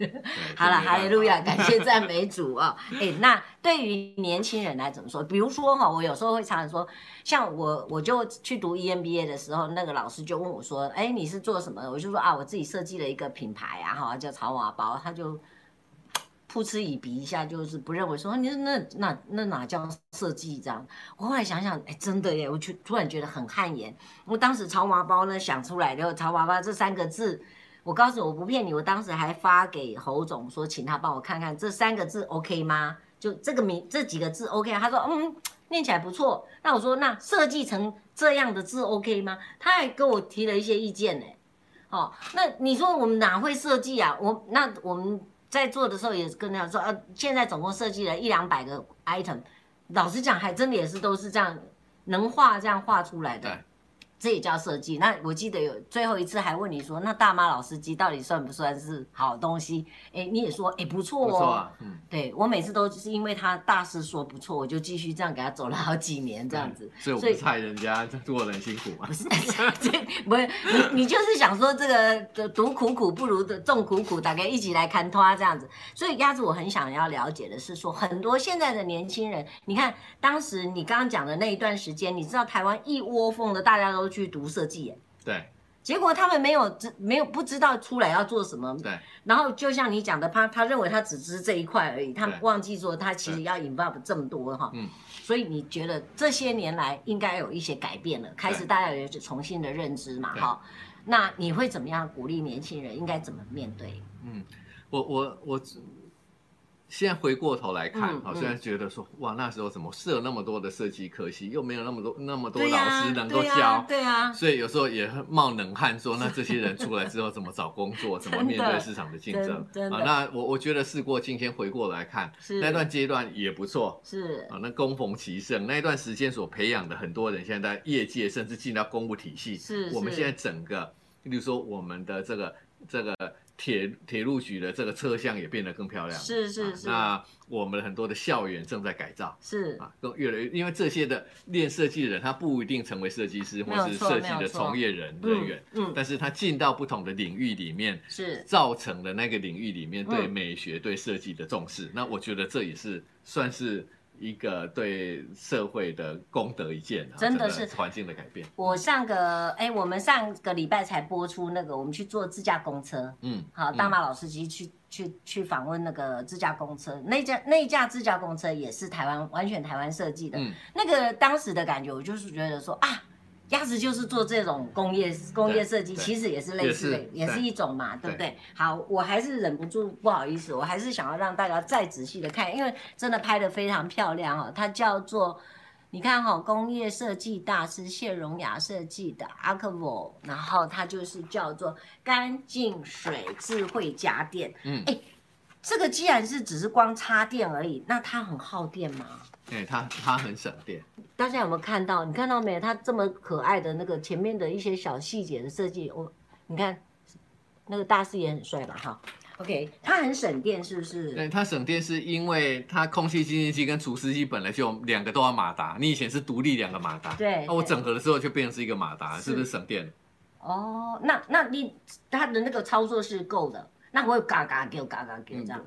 Speaker 1: 好了，哈利路亚， *laughs* 感谢赞美主哦。哎，那对于年轻人来怎么说？比如说哈、我有时候会常常说，像我我就去读 E EMBA 的时候，那个老师就问我说：“哎，你是做什么的？”我就说啊，我自己设计了一个品牌啊，哈，叫草瓦包。他就噗嗤以鼻一下，就是不认为说你那那那哪叫设计这样。我后来想想，哎，真的耶，我就突然觉得很汗颜。我当时“潮娃包”呢想出来，然后“潮娃包”这三个字，我告诉你，我不骗你，我当时还发给侯总说，请他帮我看看这三个字 OK 吗？就这个名这几个字 OK，他说嗯，念起来不错。那我说那设计成这样的字 OK 吗？他还跟我提了一些意见呢。哦，那你说我们哪会设计啊？我那我们在做的时候也跟他说，呃，现在总共设计了一两百个 item，老实讲，还真的也是都是这样能画这样画出来的
Speaker 2: 对。
Speaker 1: 这也叫设计。那我记得有最后一次还问你说，那大妈老司机到底算不算是好东西？哎，你也说哎不错哦。
Speaker 2: 不错啊，嗯，
Speaker 1: 对我每次都是因为他大师说不错，我就继续这样给他走了好几年这样子。
Speaker 2: 所以我
Speaker 1: 所以
Speaker 2: 们菜人家做人辛苦
Speaker 1: *laughs*
Speaker 2: 嘛，
Speaker 1: 不是你，你就是想说这个独苦苦不如的众苦苦，大家一起来看拖这样子。所以鸭子，我很想要了解的是说，很多现在的年轻人，你看当时你刚刚讲的那一段时间，你知道台湾一窝蜂的大家都去读设计耶，
Speaker 2: 对
Speaker 1: 结果他们没有知没有不知道出来要做什么，
Speaker 2: 对
Speaker 1: 然后就像你讲的，他他认为他只知这一块而已，他
Speaker 2: 对
Speaker 1: 忘记说他其实要 involve 这么多哈。
Speaker 2: 嗯
Speaker 1: 所以你觉得这些年来应该有一些改变了，开始大家有重新的认知嘛
Speaker 2: 对
Speaker 1: 哈。那你会怎么样鼓励年轻人？应该怎么面对？
Speaker 2: 嗯，我我我现在回过头来看
Speaker 1: 嗯，
Speaker 2: 好
Speaker 1: 嗯
Speaker 2: 虽然觉得说哇那时候怎么设那么多的设计科系，又没有那么多那么多
Speaker 1: 对呀
Speaker 2: 老师能够
Speaker 1: 对呀
Speaker 2: 教，
Speaker 1: 对啊，
Speaker 2: 所以有时候也很冒冷汗说，那这些人出来之后怎么找工作，怎么面对市场的竞争
Speaker 1: 真的真的嗯
Speaker 2: 啊？那我我觉得事过境迁，回过来看，
Speaker 1: 是
Speaker 2: 那段阶段也不错
Speaker 1: 是
Speaker 2: 啊。那攻逢其盛那一段时间所培养的很多人，现在在业界甚至进到公务体系，
Speaker 1: 是
Speaker 2: 我们
Speaker 1: 是
Speaker 2: 现在整个，例如说我们的这个这个铁铁路局的这个车厢也变得更漂亮了，
Speaker 1: 是是
Speaker 2: 啊
Speaker 1: 是
Speaker 2: 那我们很多的校园正在改造，
Speaker 1: 是
Speaker 2: 啊，更越来越，因为这些的练设计的人，他不一定成为设计
Speaker 1: 没
Speaker 2: 师或
Speaker 1: 有
Speaker 2: 是
Speaker 1: 错
Speaker 2: 设计
Speaker 1: 没有
Speaker 2: 的
Speaker 1: 错
Speaker 2: 从业人
Speaker 1: 嗯
Speaker 2: 人员，
Speaker 1: 嗯
Speaker 2: 但是他进到不同的领域里面，
Speaker 1: 是
Speaker 2: 造成了那个领域里面对
Speaker 1: 嗯
Speaker 2: 美学、对设计的重视。那我觉得这也是算是一个对社会的功德一件、啊，
Speaker 1: 真的
Speaker 2: 整个
Speaker 1: 是
Speaker 2: 环境的改变。
Speaker 1: 我上个哎，我们上个礼拜才播出那个，我们去坐自驾公车，
Speaker 2: 嗯，
Speaker 1: 好，
Speaker 2: 嗯
Speaker 1: 大马老司机去、去去访问那个自驾公车，那一架那一架自驾公车也是台湾完全台湾设计的，
Speaker 2: 嗯
Speaker 1: 那个当时的感觉，我就是觉得说啊，鸭子就是做这种工业工业设计，
Speaker 2: 对
Speaker 1: 其实也是类似的，也
Speaker 2: 也是
Speaker 1: 是
Speaker 2: 对
Speaker 1: 一种嘛，对不对？好，我还是忍不住不好意思，我还是想要让大家再仔细的看，因为真的拍的非常漂亮哦，它叫做。你看哈、工业设计大师谢荣雅设计的 a r c v o 然后它就是叫做干净水智慧家电。
Speaker 2: 嗯
Speaker 1: 哎，这个既然是只是光插电而已，那它很耗电吗？
Speaker 2: 哎、他他很省电，
Speaker 1: 大家有没有看到？你看到没有？它这么可爱的那个前面的一些小细节的设计，我你看那个大师也很帅嘛，哈。OK，它很省电，是不是？
Speaker 2: 对，它哎省电是因为它空气清净机跟除湿机本来就两个都要马达，你以前是独立两个马达，
Speaker 1: 对
Speaker 2: 那、我
Speaker 1: 对
Speaker 2: 整合的时候就变成是一个马达，是不是
Speaker 1: 是
Speaker 2: 省电？
Speaker 1: 哦，那那你它的那个操作是够的，那我有嘎嘎给我嘎嘎给
Speaker 2: 嗯
Speaker 1: 这样。，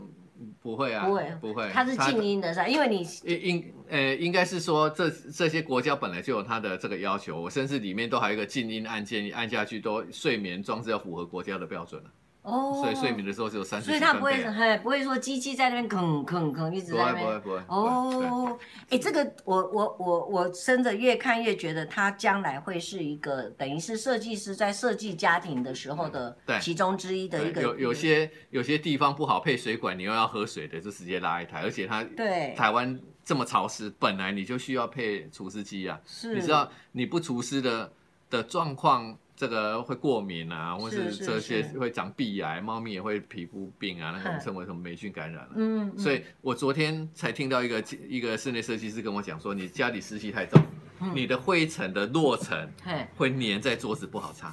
Speaker 2: 不会啊，
Speaker 1: 不会
Speaker 2: 不会，
Speaker 1: 它是静音的是吧？因为你
Speaker 2: 应应呃，应该是说这这些国家本来就有它的这个要求，我甚至里面都还有一个静音按键，你按下去都睡眠装置要符合国家的标准了，
Speaker 1: 哦，
Speaker 2: 所以睡眠的时候只有三十。
Speaker 1: 所以它不会嘿不会说机器在那边吭吭吭一直
Speaker 2: 啊
Speaker 1: 在
Speaker 2: 不会
Speaker 1: 那
Speaker 2: 不会
Speaker 1: 边。
Speaker 2: 不会对 *laughs*
Speaker 1: 哦，哎，这个我我我我真的越看越觉得它将来会是一个等于是设计师在设计家庭的时候的
Speaker 2: 嗯对
Speaker 1: 其中之一的
Speaker 2: 对
Speaker 1: 一个
Speaker 2: 有有些有些地方不好配水管，你又要喝水的，就直接拉一台，而且它
Speaker 1: 对
Speaker 2: 台湾这么潮湿，本来你就需要配除湿机啊，
Speaker 1: 是
Speaker 2: 你知道你不除湿的的状况，这个会过敏啊，或
Speaker 1: 是
Speaker 2: 是
Speaker 1: 是
Speaker 2: 这些
Speaker 1: 是
Speaker 2: 会长鼻癌，猫咪也会皮肤病啊，那
Speaker 1: 嗨
Speaker 2: 种称为什么霉菌感染了、
Speaker 1: 嗯，嗯
Speaker 2: 所以我昨天才听到一个一个室内设计师跟我讲说，你家里湿气太重，
Speaker 1: 嗯
Speaker 2: 你的灰尘的落尘
Speaker 1: 嘿
Speaker 2: 会粘在桌子，不好擦。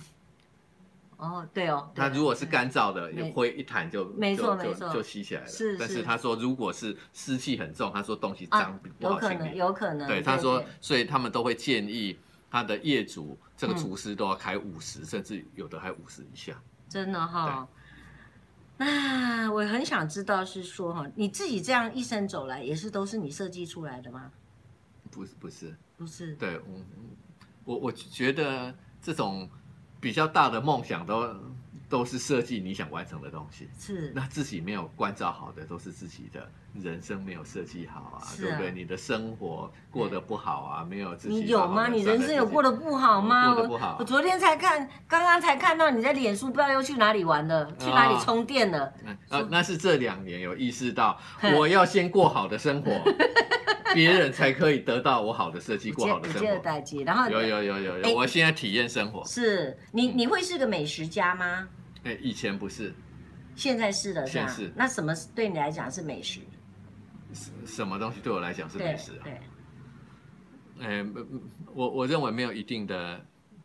Speaker 1: 哦对哦，对
Speaker 2: 它如果是干燥的，
Speaker 1: 没
Speaker 2: 灰一弹就
Speaker 1: 没错
Speaker 2: 就
Speaker 1: 没
Speaker 2: 就
Speaker 1: 错
Speaker 2: 就吸起来了。
Speaker 1: 是
Speaker 2: 但
Speaker 1: 是
Speaker 2: 是他说如果是湿气很重，他说东西
Speaker 1: 啊
Speaker 2: 脏不
Speaker 1: 有
Speaker 2: 好
Speaker 1: 可
Speaker 2: 清
Speaker 1: 能
Speaker 2: 理。
Speaker 1: 有可能
Speaker 2: 对，他说
Speaker 1: 嗯对，
Speaker 2: 所以他们都会建议他的业主这个
Speaker 1: 嗯
Speaker 2: 厨师都要开五十，甚至有的还五十以下。
Speaker 1: 真的哈、那我很想知道是说哈，你自己这样一生走来，也是都是你设计出来的吗？
Speaker 2: 不是不是，
Speaker 1: 不是，
Speaker 2: 对我我我觉得这种比较大的梦想都都是设计你想完成的东西。 *laughs*
Speaker 1: 是
Speaker 2: 那自己没有关照好的，都是自己的人生没有设计好啊，
Speaker 1: 是
Speaker 2: 对
Speaker 1: 啊
Speaker 2: 不对？你的生活过得不好啊，没有自己
Speaker 1: 你有
Speaker 2: 好好
Speaker 1: 吗？
Speaker 2: 地
Speaker 1: 你
Speaker 2: 善
Speaker 1: 人生
Speaker 2: 待自
Speaker 1: 有
Speaker 2: 己
Speaker 1: 过得不好吗？
Speaker 2: 我过得不好啊
Speaker 1: 我昨天才看，刚刚才看到你在脸书，不知道又去哪里玩了，去哪
Speaker 2: 啊
Speaker 1: 里充电了。
Speaker 2: 嗯呃，那是这两年有意识
Speaker 1: *laughs*
Speaker 2: 到
Speaker 1: 嘿，
Speaker 2: 我要先过好
Speaker 1: *laughs*
Speaker 2: 的生活，别人才可以得到我好的设计，过好
Speaker 1: 接
Speaker 2: 的
Speaker 1: 不
Speaker 2: 生
Speaker 1: 接得
Speaker 2: 活。
Speaker 1: 待机，然后
Speaker 2: 有有有有
Speaker 1: 哎
Speaker 2: 有，我现在体验生活。
Speaker 1: 是你
Speaker 2: 嗯
Speaker 1: 你会是个美食家吗？
Speaker 2: 哎，以前不是
Speaker 1: 现在是的，是吧
Speaker 2: 现在是？
Speaker 1: 那什么是对你来讲是美食？
Speaker 2: 什什么东西对我来讲是
Speaker 1: 对
Speaker 2: 美食啊？
Speaker 1: 对，
Speaker 2: 哎，不不我我认为没有一定的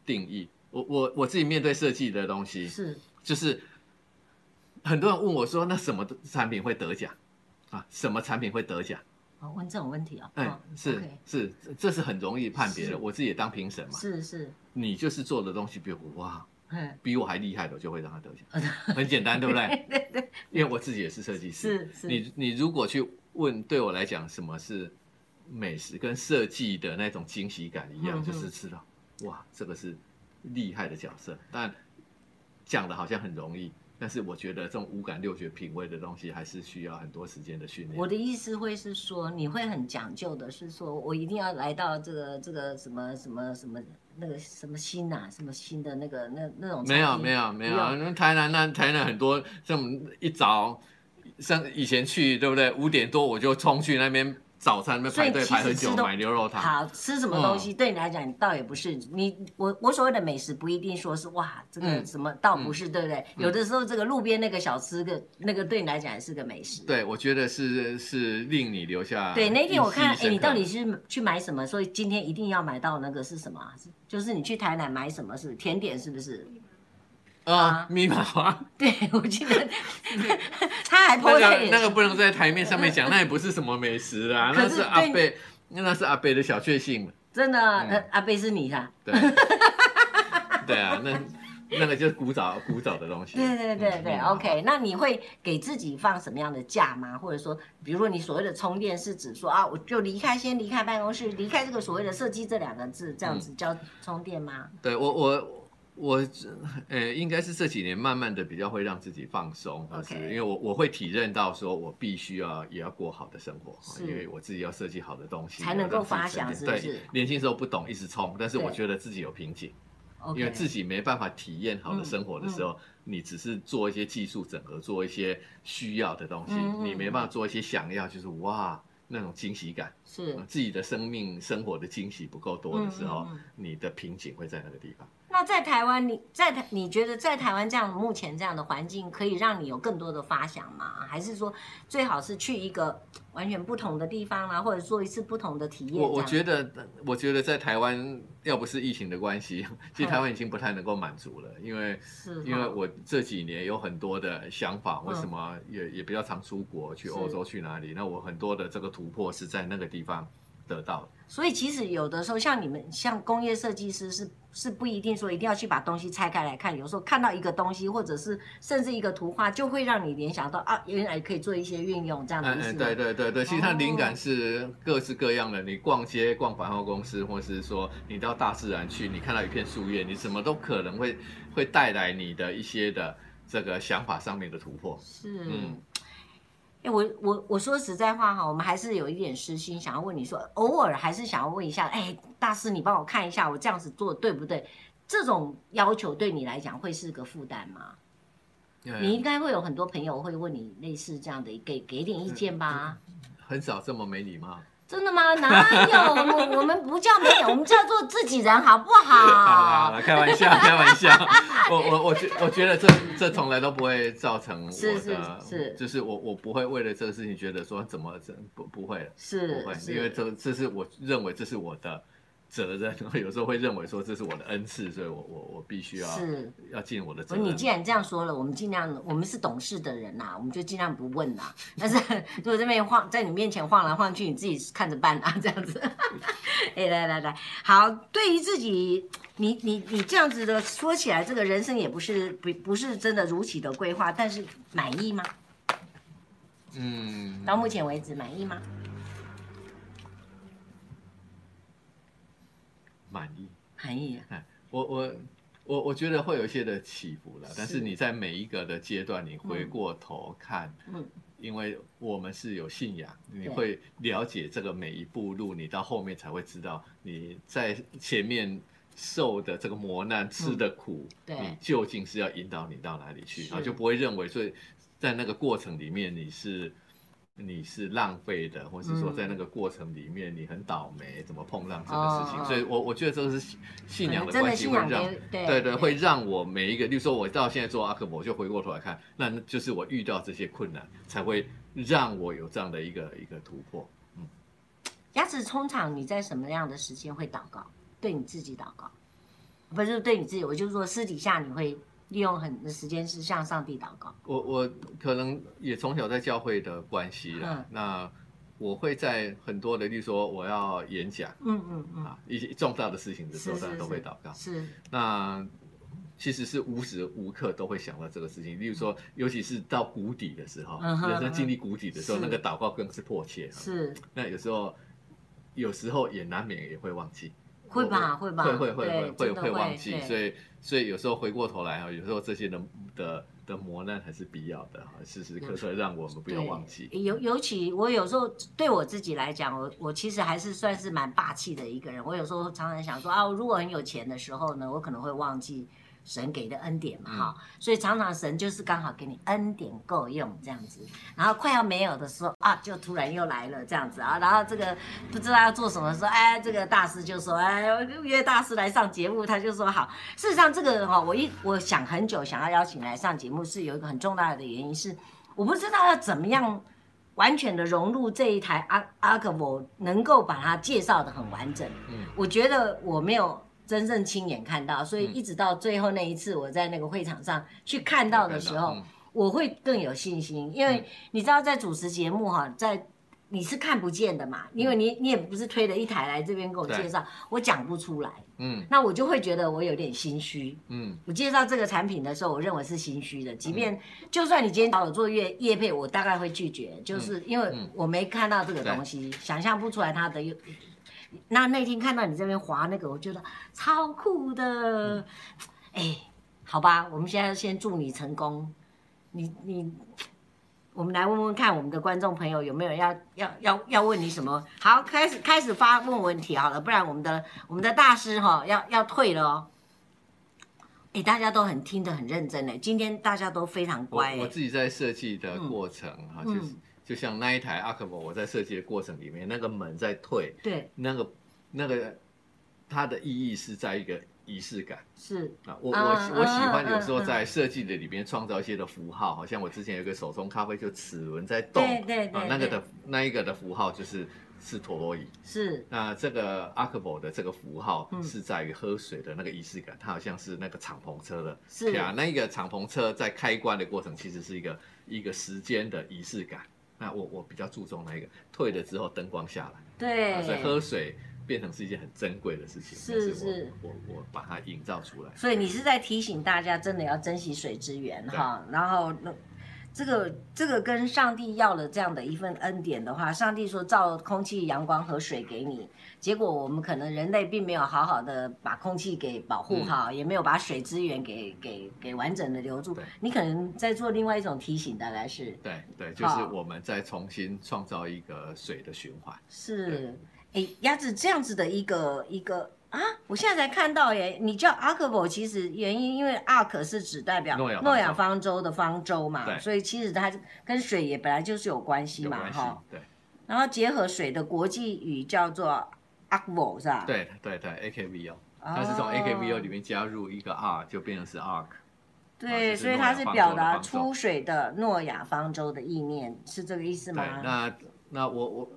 Speaker 2: 定义。我我我自己面对设计的东西，
Speaker 1: 是
Speaker 2: 就是很多人问我说，那什么产品会得奖啊？什么产品会得奖？
Speaker 1: 哦，问这种问题哦。
Speaker 2: 哎
Speaker 1: 哦，
Speaker 2: 是
Speaker 1: OK
Speaker 2: 是，这这是很容易判别
Speaker 1: 是
Speaker 2: 的。我自己也当评审嘛，
Speaker 1: 是是，
Speaker 2: 你就是做的东西比我哇，
Speaker 1: 嗯，
Speaker 2: 比我还厉害的，我就会让他得
Speaker 1: *laughs*
Speaker 2: 奖，很简单，对不对？对对，因为我自己也是设计师。
Speaker 1: 是是。
Speaker 2: 你你如果去问，对我来讲，什么是美食跟设计的那种惊喜感一样，
Speaker 1: 嗯哼
Speaker 2: 就是吃到哇，这个是厉害的角色。但讲的好像很容易，但是我觉得这种五感六觉品味的东西，还是需要很多时间的训练。
Speaker 1: 我的意思会是说，你会很讲究的，是说我一定要来到这个这个什么什么什么那个什么新呐、什么新的那个那那种
Speaker 2: 没有
Speaker 1: 餐厅
Speaker 2: 没有没有，
Speaker 1: 不
Speaker 2: 那台南那台南很多这种一早，像以前去对不对？五点多我就冲去那边早餐那边
Speaker 1: 所以
Speaker 2: 排队
Speaker 1: 其实
Speaker 2: 排很
Speaker 1: 吃
Speaker 2: 久
Speaker 1: 都
Speaker 2: 买牛肉汤，
Speaker 1: 好吃什么东
Speaker 2: 嗯
Speaker 1: 西、对你来讲倒也不是你我我所谓的美食不一定说是哇这个
Speaker 2: 嗯
Speaker 1: 什么、倒不是对不对、有的时候这个路边那个小吃个那个对你来讲也是个美食。
Speaker 2: 对我觉得是是令你留下
Speaker 1: 对，那天我看，哎，
Speaker 2: 印记啊深
Speaker 1: 你
Speaker 2: 刻
Speaker 1: 到底是去买什么？所以今天一定要买到那个是什么啊？是就是你去台南买什么是甜点是不是？啊
Speaker 2: 啊密
Speaker 1: *laughs*
Speaker 2: 码花
Speaker 1: 对，我记
Speaker 2: *laughs*
Speaker 1: 得他还
Speaker 2: 那
Speaker 1: 泼在
Speaker 2: 个
Speaker 1: 脸
Speaker 2: 那个不能在台面上面讲，那也不是什么美食啦，
Speaker 1: *laughs* 可
Speaker 2: 那
Speaker 1: 是
Speaker 2: 是阿
Speaker 1: 对你
Speaker 2: 贝那是阿贝的小确幸，
Speaker 1: 真的，
Speaker 2: 嗯
Speaker 1: 呃阿贝是你啦。 *laughs*
Speaker 2: 对对啊，那那个就是古早古早的东西，
Speaker 1: 对对对
Speaker 2: 嗯
Speaker 1: 对
Speaker 2: 密码花
Speaker 1: ，OK。那你会给自己放什么样的假吗？或者说，比如说你所谓的充电是指说啊，我就离开，先离开办公室，离开这个所谓的设计这两个字，
Speaker 2: 嗯
Speaker 1: 这样子叫充电吗？
Speaker 2: 对我我我，呃，应该是这几年慢慢的比较会让自己放松，或是
Speaker 1: OK
Speaker 2: 因为我我会体认到说我必须要也要过好的生活，
Speaker 1: 是
Speaker 2: 因为我自己要设计好的东西
Speaker 1: 才能够
Speaker 2: 要让自己
Speaker 1: 发想
Speaker 2: 沉淀
Speaker 1: 是不是
Speaker 2: 对，年轻时候不懂，一直冲，但是我
Speaker 1: 对
Speaker 2: 觉得自己有瓶颈，
Speaker 1: o k
Speaker 2: 因为自己没办法体验好
Speaker 1: 嗯
Speaker 2: 的生活的时候，你只是做一些技术整合，做一些需要的东西，
Speaker 1: 嗯嗯
Speaker 2: 你没办法做一些想要，就是哇。那种惊喜感，
Speaker 1: 是
Speaker 2: 自己的生命生活的惊喜不够多的时候，
Speaker 1: 嗯嗯嗯
Speaker 2: 你的瓶颈会在那个地方。
Speaker 1: 那在台湾，你在台，你觉得在台湾这样目前这样的环境，可以让你有更多的发想吗？还是说最好是去一个完全不同的地方啦、或者做一次不同的体验？
Speaker 2: 我我
Speaker 1: 得
Speaker 2: 觉得，我觉得在台湾，要不是疫情的关系，其实台湾已经不太能够满足了，因为
Speaker 1: 嗯是哈，
Speaker 2: 因为我这几年有很多的想法，
Speaker 1: 嗯
Speaker 2: 为什么也也比较常出国去
Speaker 1: 是
Speaker 2: 欧洲去哪里？那我很多的这个突破是在那个地方得到的。
Speaker 1: 所以其实有的时候，像你们像工业设计师是是不一定说一定要去把东西拆开来看，有时候看到一个东西，或者是甚至一个图画，就会让你联想到啊，原来可以做一些运用这样的意
Speaker 2: 嗯
Speaker 1: 思
Speaker 2: 嗯，
Speaker 1: 吗。
Speaker 2: 对对对对，其实它
Speaker 1: 哦
Speaker 2: 灵感是各式各样的。你逛街、逛百货公司，或是说你到大自然去，你看到一片树叶，你什么都可能会会带来你的一些的这个想法上面的突破。
Speaker 1: 是，
Speaker 2: 嗯
Speaker 1: 哎、我我我说实在话哈，我们还是有一点私心，想要问你说，偶尔还是想要问一下，哎、大师，你帮我看一下，我这样子做对不对？这种要求对你来讲会是个负担吗？你
Speaker 2: 嗯，
Speaker 1: 应该会有很多朋友会问你类似这样的，给给点意见
Speaker 2: 嗯
Speaker 1: 吧？嗯
Speaker 2: 很少这么没礼貌。
Speaker 1: 真的吗？哪有？我们我们不叫没有，我们叫做自己人，好不
Speaker 2: *laughs* 好啦好
Speaker 1: 好？
Speaker 2: 啦，开
Speaker 1: *laughs*
Speaker 2: 玩笑，开玩笑。我我我觉我觉得这这从来都不会造成我的，
Speaker 1: 是是是
Speaker 2: 就是我我不会为了这个事情觉得说怎么怎不不会了。
Speaker 1: 是
Speaker 2: 不会，
Speaker 1: 是，
Speaker 2: 因为这这是我认为这是我的责任，有时候会认为说这是我的恩赐，所以我我我必须要
Speaker 1: 是
Speaker 2: 要尽我的
Speaker 1: 不
Speaker 2: 责
Speaker 1: 是你
Speaker 2: 任。
Speaker 1: 既然这样说了，我们尽量，我们是懂事的人呐、我们就尽量不问啦、但是如果这边晃在你面前晃来晃去，你自己看着办啊，这样子。 *laughs* 哎、来来来，好，对于自己，你你你这样子的说起来，这个人生也不是不不是真的如期的规划，但是满意吗？
Speaker 2: 嗯，
Speaker 1: 到目前为止满意吗？
Speaker 2: 满意。
Speaker 1: 满意、啊。
Speaker 2: 哎，我我我我觉得会有一些的起伏了，但
Speaker 1: 是
Speaker 2: 是你在每一个的阶段，你回
Speaker 1: 嗯
Speaker 2: 过头看，
Speaker 1: 嗯，
Speaker 2: 因为我们是有信仰，你
Speaker 1: 对
Speaker 2: 会了解这个每一步路，你到后面才会知道你在前面。受的这个磨难，吃
Speaker 1: 嗯
Speaker 2: 的苦，
Speaker 1: 对
Speaker 2: 你究竟是要引导你到哪里去，
Speaker 1: 是
Speaker 2: 然后就不会认为，所以在那个过程里面你是你是浪费的，或是说
Speaker 1: 嗯
Speaker 2: 在那个过程里面你很倒霉，怎么碰上这个事情，
Speaker 1: 哦
Speaker 2: 所以我我觉得这个是信信仰
Speaker 1: 可能
Speaker 2: 的
Speaker 1: 真的
Speaker 2: 关系
Speaker 1: 信
Speaker 2: 会
Speaker 1: 仰
Speaker 2: 让
Speaker 1: 给对
Speaker 2: 对对，会让我每一个，例如说，我到现在做阿克伯，我就回过头来看，那就是我遇到这些困难，才会让我有这样的一个一个突破。
Speaker 1: 牙齿通常你在什么样的时间会祷告？对你自己祷告，不是对你自己，我就是说私底下你会利用很的时间是向上帝祷告。
Speaker 2: 我我可能也从小在教会的关系啦，
Speaker 1: 嗯
Speaker 2: 那我会在很多的，例如说我要演讲
Speaker 1: 嗯嗯嗯，
Speaker 2: 啊，一些重大的事情的时候，
Speaker 1: 是是
Speaker 2: 大家都会祷告。
Speaker 1: 是
Speaker 2: 那其实是无时无刻都会想到这个事情，例如说，尤其是到谷底的时候，
Speaker 1: 嗯哼
Speaker 2: 人生经历谷底的时候，
Speaker 1: 是
Speaker 2: 那个祷告更是迫切。啊
Speaker 1: 是，
Speaker 2: 那有时候，有时候也难免也会忘记，
Speaker 1: 会吧
Speaker 2: 我
Speaker 1: 会吧
Speaker 2: 会会
Speaker 1: 对
Speaker 2: 会会
Speaker 1: 真的
Speaker 2: 会忘
Speaker 1: 会
Speaker 2: 记
Speaker 1: 对，
Speaker 2: 所以所以有时候回过头来啊，有时候这些的的的磨难还是必要的哈，时时刻刻让我们不要
Speaker 1: 对
Speaker 2: 忘记。
Speaker 1: 尤尤其我有时候对我自己来讲，我我其实还是算是蛮霸气的一个人。我有时候常常想说啊，如果很有钱的时候呢，我可能会忘记神给的恩典嘛哈、所以常常神就是刚好给你恩典够用这样子，然后快要没有的时候啊，就突然又来了这样子啊，然后这个不知道要做什么的时候，哎，这个大师就说，哎，我约大师来上节目，他就说好。事实上，这个哈、我一我想很久想要邀请来上节目，是有一个很重大的原因是。我不知道要怎么样完全的融入这一台阿阿克伯，能够把它介绍的很完整。
Speaker 2: 嗯
Speaker 1: 我觉得我没有真正亲眼看到，所以一直到最后那一次我在那个会场上去看到的时候，
Speaker 2: 嗯
Speaker 1: 我会更有信心，因为你知道在主持节目哈、在。你是看不见的嘛，因为你你也不是推了一台来这边给我介绍，我讲不出来，
Speaker 2: 嗯
Speaker 1: 那我就会觉得我有点心虚。
Speaker 2: 嗯
Speaker 1: 我介绍这个产品的时候，我认为是心虚的。即便就算你今天找我做业业配，我大概会拒绝，就是因为
Speaker 2: 嗯
Speaker 1: 我没看到这个东西，想象不出来它的。那那天看到你这边划那个，我觉得超酷
Speaker 2: 嗯
Speaker 1: 的。哎，好吧，我们现在先祝你成功。你你，我们来问问看我们的观众朋友有没有要要要要问你什么？好，开始开始发问问题好了，不然我们的我们的大师哈、要要退了哦。哎、大家都很听得很认真呢，今天大家都非常
Speaker 2: 我
Speaker 1: 乖
Speaker 2: 我
Speaker 1: 诶。
Speaker 2: 自己在设计的过程哈，
Speaker 1: 嗯
Speaker 2: 就是就像那一台阿克伯，我在设计的过程里面，那个门在退，
Speaker 1: 对，
Speaker 2: 那个那个它的意义是在一个仪式感。
Speaker 1: 是
Speaker 2: 啊，我
Speaker 1: 啊
Speaker 2: 我喜我喜欢
Speaker 1: 嗯
Speaker 2: 有时候
Speaker 1: 嗯嗯
Speaker 2: 在设计的里边创造一些的符号，好像我之前有一个手冲咖啡就齿轮在动，
Speaker 1: 对对对
Speaker 2: 啊，那个
Speaker 1: 对
Speaker 2: 的那一个的符号就是是陀螺仪。
Speaker 1: 是
Speaker 2: 那这个阿克伯的这个符号
Speaker 1: 嗯
Speaker 2: 是在于喝水的那个仪式感，它好像是那个敞篷车的，
Speaker 1: 是
Speaker 2: 啊，那一个敞篷车在开关的过程其实是一个一个时间的仪式感。那我我比较注重那一个退了之后灯光下来。
Speaker 1: 对
Speaker 2: 啊，所以喝水变成是一件很珍贵的事情，
Speaker 1: 是
Speaker 2: 但
Speaker 1: 是
Speaker 2: 我我我把它营造出来。
Speaker 1: 所以你是在提醒大家，真的要珍惜水资源
Speaker 2: 对
Speaker 1: 哈。然后，那这个这个跟上帝要了这样的一份恩典的话，上帝说造空气、阳光和水给你，结果我们可能人类并没有好好的把空气给保
Speaker 2: 嗯
Speaker 1: 护好，也没有把水资源给给给完整的留住
Speaker 2: 对。
Speaker 1: 你可能在做另外一种提醒，大概是
Speaker 2: 对对，就是
Speaker 1: 好
Speaker 2: 我们再重新创造一个水的循环。
Speaker 1: 是，哎，鸭子这样子的一个一个啊，我现在才看到耶，你叫 a r k b 其实原因因为 ark 是指代表
Speaker 2: 诺亚方舟
Speaker 1: 诺亚方舟的方舟嘛，
Speaker 2: 对
Speaker 1: 所以其实它跟水也本来就是有关系
Speaker 2: 有
Speaker 1: 嘛，
Speaker 2: 关系
Speaker 1: 哈。，
Speaker 2: 对
Speaker 1: 然后结合水的国际语叫做 a r k b 是吧？，
Speaker 2: 对对对，AKVO，它哦
Speaker 1: 哦
Speaker 2: 是从 AKVO 哦里。面加入一个 R，就变成是 ARC。
Speaker 1: 对，
Speaker 2: 啊
Speaker 1: 所以它是
Speaker 2: 就是诺亚方舟的
Speaker 1: 表达
Speaker 2: 方舟
Speaker 1: 出水的诺亚方舟的意念，是这个意思
Speaker 2: 对，
Speaker 1: 吗？
Speaker 2: 那那我我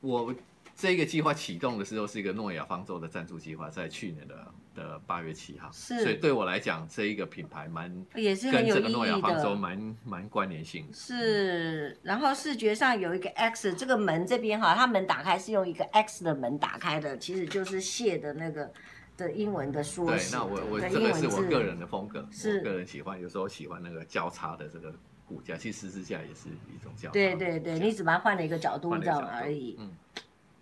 Speaker 2: 我这个计划启动的时候是一个诺亚方舟的赞助计划，在去年的的八月七号，
Speaker 1: 是
Speaker 2: 所以对我来讲，这一个品牌蛮
Speaker 1: 也是很
Speaker 2: 跟
Speaker 1: 有
Speaker 2: 这
Speaker 1: 意
Speaker 2: 个诺亚
Speaker 1: 义
Speaker 2: 方
Speaker 1: 的。
Speaker 2: 舟蛮蛮关联性的。
Speaker 1: 是，然后视觉上有一个 X，这个门这边哈，它门打开是用一个 X 的门打开的，其实就是蟹的那个的英文的缩
Speaker 2: 对，
Speaker 1: 写。
Speaker 2: 那我我
Speaker 1: 对
Speaker 2: 这
Speaker 1: 英
Speaker 2: 个
Speaker 1: 文
Speaker 2: 是我
Speaker 1: 字
Speaker 2: 个人的风格，
Speaker 1: 是
Speaker 2: 我个人喜欢，有时候喜欢那个交叉的这个骨架，其实十字架也是一种交叉。
Speaker 1: 对对对，你只把它换了一个角度
Speaker 2: 换了一
Speaker 1: 这
Speaker 2: 个
Speaker 1: 样
Speaker 2: 角度
Speaker 1: 而已。
Speaker 2: 嗯，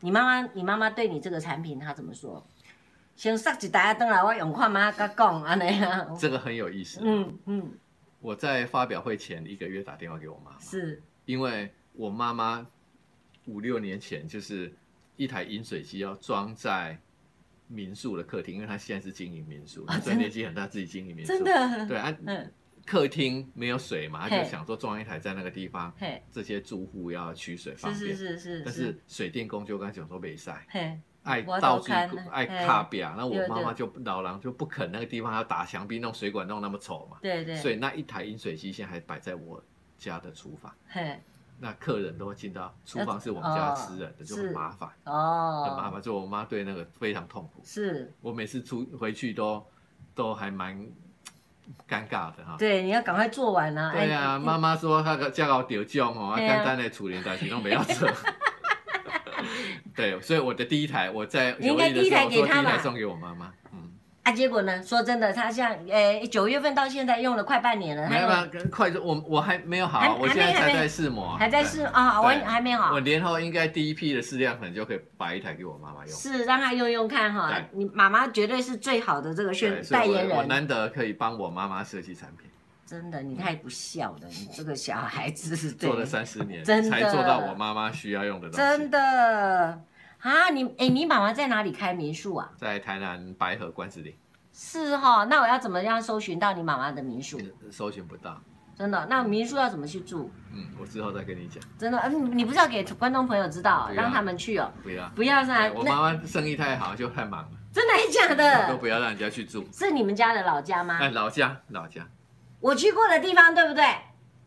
Speaker 1: 你妈妈，你妈妈对你这个产品她怎么说？先塞一大家回来，我用看妈甲讲安尼啊。
Speaker 2: 这个很有意思。
Speaker 1: 嗯嗯，
Speaker 2: 我在发表会前一个月打电话给我妈妈，
Speaker 1: 是
Speaker 2: 因为我妈妈五六年前就是一台饮水机要装在民宿的客厅，因为她现在是经营民宿，
Speaker 1: 哦
Speaker 2: 她
Speaker 1: 真的
Speaker 2: 转年纪很大，自己经营民宿。
Speaker 1: 真的。
Speaker 2: 对啊，
Speaker 1: 嗯，
Speaker 2: 客厅没有水嘛，她
Speaker 1: 嘿
Speaker 2: 就想说装一台在那个地方，
Speaker 1: 嘿，
Speaker 2: 这些住户要取水方
Speaker 1: 是
Speaker 2: 便。
Speaker 1: 是是是，
Speaker 2: 但是水电工就跟她讲说没晒，
Speaker 1: 嘿，
Speaker 2: 爱
Speaker 1: 我都
Speaker 2: 道具
Speaker 1: 看
Speaker 2: 爱卡表，那
Speaker 1: 对
Speaker 2: 我
Speaker 1: 对
Speaker 2: 妈妈就老狼就不肯那个地方要打墙壁弄水管弄那么丑嘛，
Speaker 1: 对对，
Speaker 2: 所以那一台饮水机现在还摆在我家的厨房。
Speaker 1: 嘿，
Speaker 2: 那客人都会进到厨房是我们
Speaker 1: 啊
Speaker 2: 家私人的，就很麻烦，
Speaker 1: 哦，
Speaker 2: 很麻，烦。所以我妈对那个非常痛苦。
Speaker 1: 是。
Speaker 2: 我每次出回去都都还蛮尴尬的哈。
Speaker 1: 对，你要赶快做完啊！
Speaker 2: 对
Speaker 1: 哎
Speaker 2: 啊，妈妈说那个叫我丢酱哦，啊
Speaker 1: 对啊
Speaker 2: 简单的处理代志都不要
Speaker 1: *laughs*
Speaker 2: 做。对，所以我的第一台，我在
Speaker 1: 你应该
Speaker 2: 有意的时候
Speaker 1: 第一台给
Speaker 2: 我
Speaker 1: 她
Speaker 2: 说第一
Speaker 1: 吧
Speaker 2: 台送给我妈妈。嗯，
Speaker 1: 啊，结果呢？说真的，他像呃九月份到现在用了快半年了，
Speaker 2: 没
Speaker 1: 他
Speaker 2: 有啊
Speaker 1: 用
Speaker 2: 啦，快速，我我还没有好
Speaker 1: 嗯还
Speaker 2: 啊，我现在
Speaker 1: 还没
Speaker 2: 才在试模，
Speaker 1: 还在
Speaker 2: 对。
Speaker 1: 试啊，我
Speaker 2: 对
Speaker 1: 还没好
Speaker 2: 我，年后应该第一批的试量可能就可以摆一台给我妈妈用。
Speaker 1: 是让他用用看哈
Speaker 2: 对。
Speaker 1: 你妈妈绝对是最好的这个宣
Speaker 2: 对所以
Speaker 1: 代言
Speaker 2: 我我
Speaker 1: 人，
Speaker 2: 难得可以帮我妈妈设计产品，
Speaker 1: 真的，你太不孝了，你这个小孩子是 *laughs*
Speaker 2: 做了
Speaker 1: 对
Speaker 2: 三十年，
Speaker 1: 真的
Speaker 2: 才做到我妈妈需要用的东西。
Speaker 1: 真的啊！你哎，你妈妈在哪里开民宿啊？
Speaker 2: 在台南白河关子岭
Speaker 1: 是哈，那我要怎么样搜寻到你妈妈的民宿？
Speaker 2: 搜寻不到，
Speaker 1: 真的，那民宿要怎么去住？
Speaker 2: 嗯，我之后再跟你讲，
Speaker 1: 真的，嗯，你不是要给观众朋友知道，
Speaker 2: 对啊
Speaker 1: 让他们去哦，
Speaker 2: 不要。
Speaker 1: 不要是吧
Speaker 2: 对我
Speaker 1: 那
Speaker 2: 妈妈生意太好，就太忙了，
Speaker 1: 真的还假
Speaker 2: 都
Speaker 1: 的？
Speaker 2: 不要让人家去住。
Speaker 1: 是你们家的老家吗？
Speaker 2: 哎，老家老家，
Speaker 1: 我去过的地方，对不对？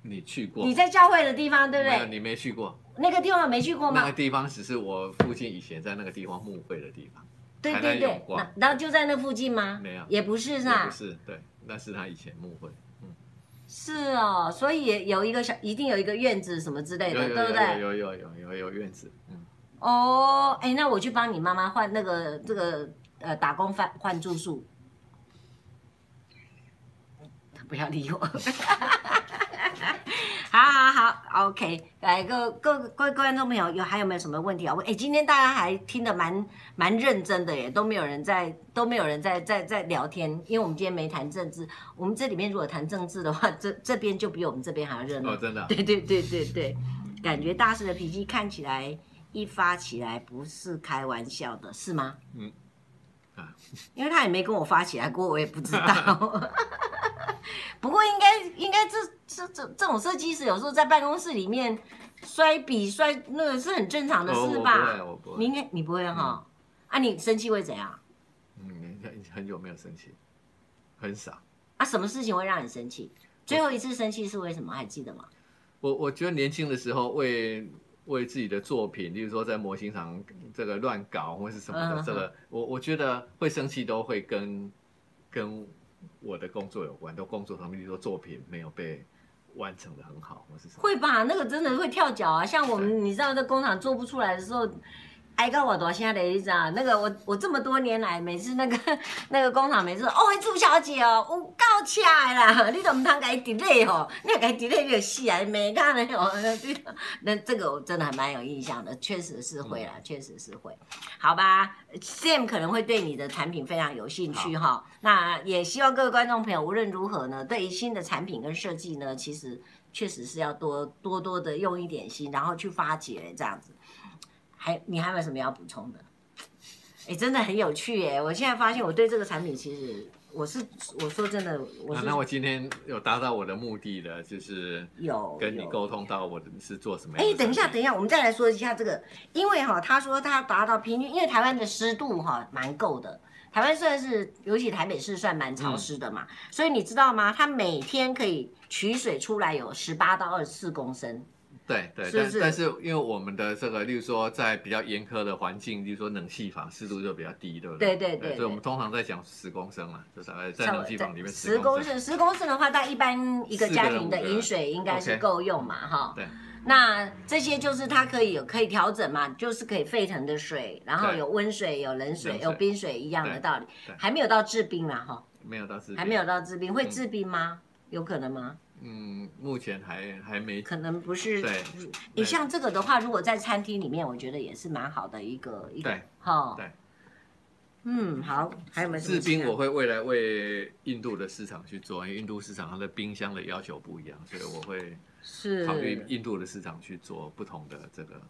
Speaker 2: 你去过？
Speaker 1: 你在教会的地方，对不
Speaker 2: 没有，
Speaker 1: 对？
Speaker 2: 你没去过。
Speaker 1: 那个地方我没去过
Speaker 2: 那个
Speaker 1: 吗？
Speaker 2: 地方只是我父亲以前在那个地方牧会的地方，
Speaker 1: 对
Speaker 2: 台
Speaker 1: 对
Speaker 2: 南有
Speaker 1: 对，
Speaker 2: 过
Speaker 1: 那然后就在那附近吗？
Speaker 2: 没有
Speaker 1: 也不是啊是
Speaker 2: 也
Speaker 1: 吧
Speaker 2: 不？是，对，那是他以前牧会，嗯，
Speaker 1: 是哦，所以也有一个小，一定有一个院子什么之类
Speaker 2: 有
Speaker 1: 的，对不
Speaker 2: 有
Speaker 1: 对？
Speaker 2: 有有有有有有院子，嗯，
Speaker 1: 哦，哎，那我去帮你妈妈换那个这个呃打工换换住宿。 *laughs* 他不要理我。 *laughs* 好好好，OK，来各各各位观众朋友，有还有没有什么问题啊？问？哎，今天大家还听得蛮蛮认真的耶，都没有人在都没有人在在在聊天，因为我们今天没谈政治。我们这里面如果谈政治的话，这这边就比我们这边还要热闹
Speaker 2: 哦，。真的啊，
Speaker 1: 对对对对对，感觉大师的脾气看起来一发起来不是开玩笑的，是吗？
Speaker 2: 嗯，啊，
Speaker 1: 因为他也没跟我发起来过，我也不知道。 *laughs* 不过应该应该这这这这种设计师有时候在办公室里面摔笔摔那个是很正常的
Speaker 2: 哦
Speaker 1: 事
Speaker 2: 我不会，
Speaker 1: 吧？
Speaker 2: 我
Speaker 1: 你
Speaker 2: 不会。
Speaker 1: 应该你不会哈？啊，你生气会怎样？
Speaker 2: 嗯，很很久没有生气，很少。
Speaker 1: 啊，什么事情会让你生气？最后一次生气是为什么？还记得吗？
Speaker 2: 我我觉得年轻的时候为为自己的作品，例如说在模型厂这个乱搞或是什么
Speaker 1: 嗯
Speaker 2: 的，这个我我觉得会生气都会跟跟我的工作有关，都工作上面，例如说作品没有被完成的很好，或是什么？
Speaker 1: 会吧？那个真的会跳脚啊！像我们，你知道，在工厂做不出来的时候，挨告我多现在的意思啊。那个我我这么多年来，每次那个 *laughs* 那个工厂每次哦，朱小姐哦，有够车的啦，你都唔通给伊 delay 吼，你给伊 delay 你就死啊，没看的哦。对的 *laughs* 那这个我真的还蛮有印象的，确实是会啦，确实是会。好吧，Sam 可能会对你的产品非常有兴趣哈。那也希望各位观众朋友，无论如何呢，对于新的产品跟设计呢，其实确实是要多多多的用一点心，然后去发掘这样子。还你还有没有什么要补充的？哎，真的很有趣哎！我现在发现我对这个产品其实我是我说真的我是
Speaker 2: 那啊那我今天有达到我的目的了，就是
Speaker 1: 有
Speaker 2: 跟你
Speaker 1: 有
Speaker 2: 沟通到我是做什么样
Speaker 1: 哎
Speaker 2: 的。，
Speaker 1: 等一下，等一
Speaker 2: 下，
Speaker 1: 下，我们再来说一下这个，因为哈、他说他达到平均，因为台湾的湿度哈、蛮够的，台湾算是，尤其台北市算蛮潮湿的
Speaker 2: 嗯
Speaker 1: 嘛，所以你知道吗？它每天可以取水出来有十八到二十四公升，
Speaker 2: 对对，
Speaker 1: 是
Speaker 2: 但
Speaker 1: 是
Speaker 2: 但是因为我们的这个，例如说在比较严苛的环境，例如说冷气房湿度就比较低，对不对？
Speaker 1: 对对对对
Speaker 2: 所以我们通常在讲十公升嘛，就大概在
Speaker 1: 稍微
Speaker 2: 冷气房里面
Speaker 1: 十
Speaker 2: 公
Speaker 1: 公。升，十公升的话，在一般一个
Speaker 2: 四个
Speaker 1: 家
Speaker 2: 人
Speaker 1: 庭
Speaker 2: 五
Speaker 1: 的
Speaker 2: 个
Speaker 1: 饮
Speaker 2: 人
Speaker 1: 水应该是
Speaker 2: OK
Speaker 1: 够用嘛，哈。
Speaker 2: 对。
Speaker 1: 那这些就是它可以有可以调整嘛，就是可以沸腾的水，然后
Speaker 2: 对
Speaker 1: 有温水、有冷水、
Speaker 2: 冷
Speaker 1: 有
Speaker 2: 水
Speaker 1: 冰水一样的
Speaker 2: 对
Speaker 1: 道理
Speaker 2: 对，
Speaker 1: 还没有到制冰啦，哈。
Speaker 2: 没有到是
Speaker 1: 还没有，到治病，会治病吗？有可能吗？
Speaker 2: 嗯，目前还还没
Speaker 1: 可能不是。
Speaker 2: 对
Speaker 1: 你
Speaker 2: 对
Speaker 1: 像这个的话，如果在餐厅里面，我觉得也是蛮好的一个一个
Speaker 2: 对
Speaker 1: 哈。
Speaker 2: 对。
Speaker 1: 嗯，好，还有没有什么
Speaker 2: 制
Speaker 1: 其他？
Speaker 2: 冰，我会未来为印度的市场去做，因为印度市场它的冰箱的要求不一样，所以我会考虑
Speaker 1: 是
Speaker 2: 印度的市场去做不同的这个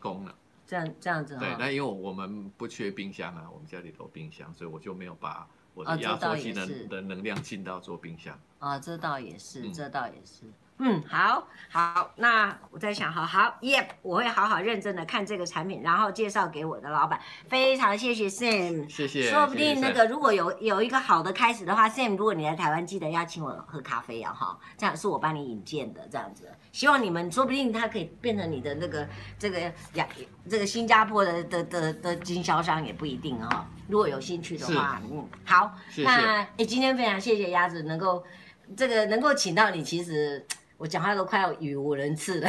Speaker 2: 功能。
Speaker 1: 这样这样子
Speaker 2: 对，
Speaker 1: 哈。
Speaker 2: 那因为我们不缺冰箱啊，我们家里都有冰箱，所以我就没有把我
Speaker 1: 哦
Speaker 2: 的
Speaker 1: 这
Speaker 2: 压
Speaker 1: 倒
Speaker 2: 缩机
Speaker 1: 也
Speaker 2: 的
Speaker 1: 是
Speaker 2: 的能量进到做冰箱。
Speaker 1: 啊，这倒也是，
Speaker 2: 嗯
Speaker 1: 这倒也是。嗯，好好，那我在想，好好，Yep，我会好好认真的看这个产品，然后介绍给我的老板。非常谢谢 Sam。
Speaker 2: 谢谢，
Speaker 1: 说不
Speaker 2: 谢谢
Speaker 1: 定那
Speaker 2: Sam
Speaker 1: 个如果有有一个好的开始的话，Sam，如果你来台湾，记得要请我喝咖啡啊，哈，这样是我帮你引荐的，这样子。希望你们说不定他可以变成你的那个这个呀，这个新加坡的的的的经销商也不一定啊哈、如果有兴趣的话，嗯，好，
Speaker 2: 谢谢
Speaker 1: 那哎，今天非常谢谢鸭子能够这个能够请到你，其实我讲话都快要语无伦次了，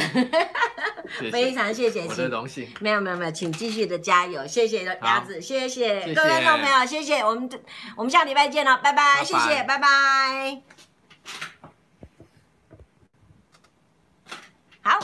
Speaker 1: *laughs*
Speaker 2: 谢
Speaker 1: 非
Speaker 2: 谢，
Speaker 1: 常谢谢，
Speaker 2: 我
Speaker 1: 请
Speaker 2: 的荣幸。
Speaker 1: 没有没有没有，请继续的加油，谢谢鸭子，谢谢
Speaker 2: 谢谢
Speaker 1: 各位观众朋友，谢谢我们，我们下礼拜见了，拜拜
Speaker 2: 拜
Speaker 1: 谢谢，拜拜。好，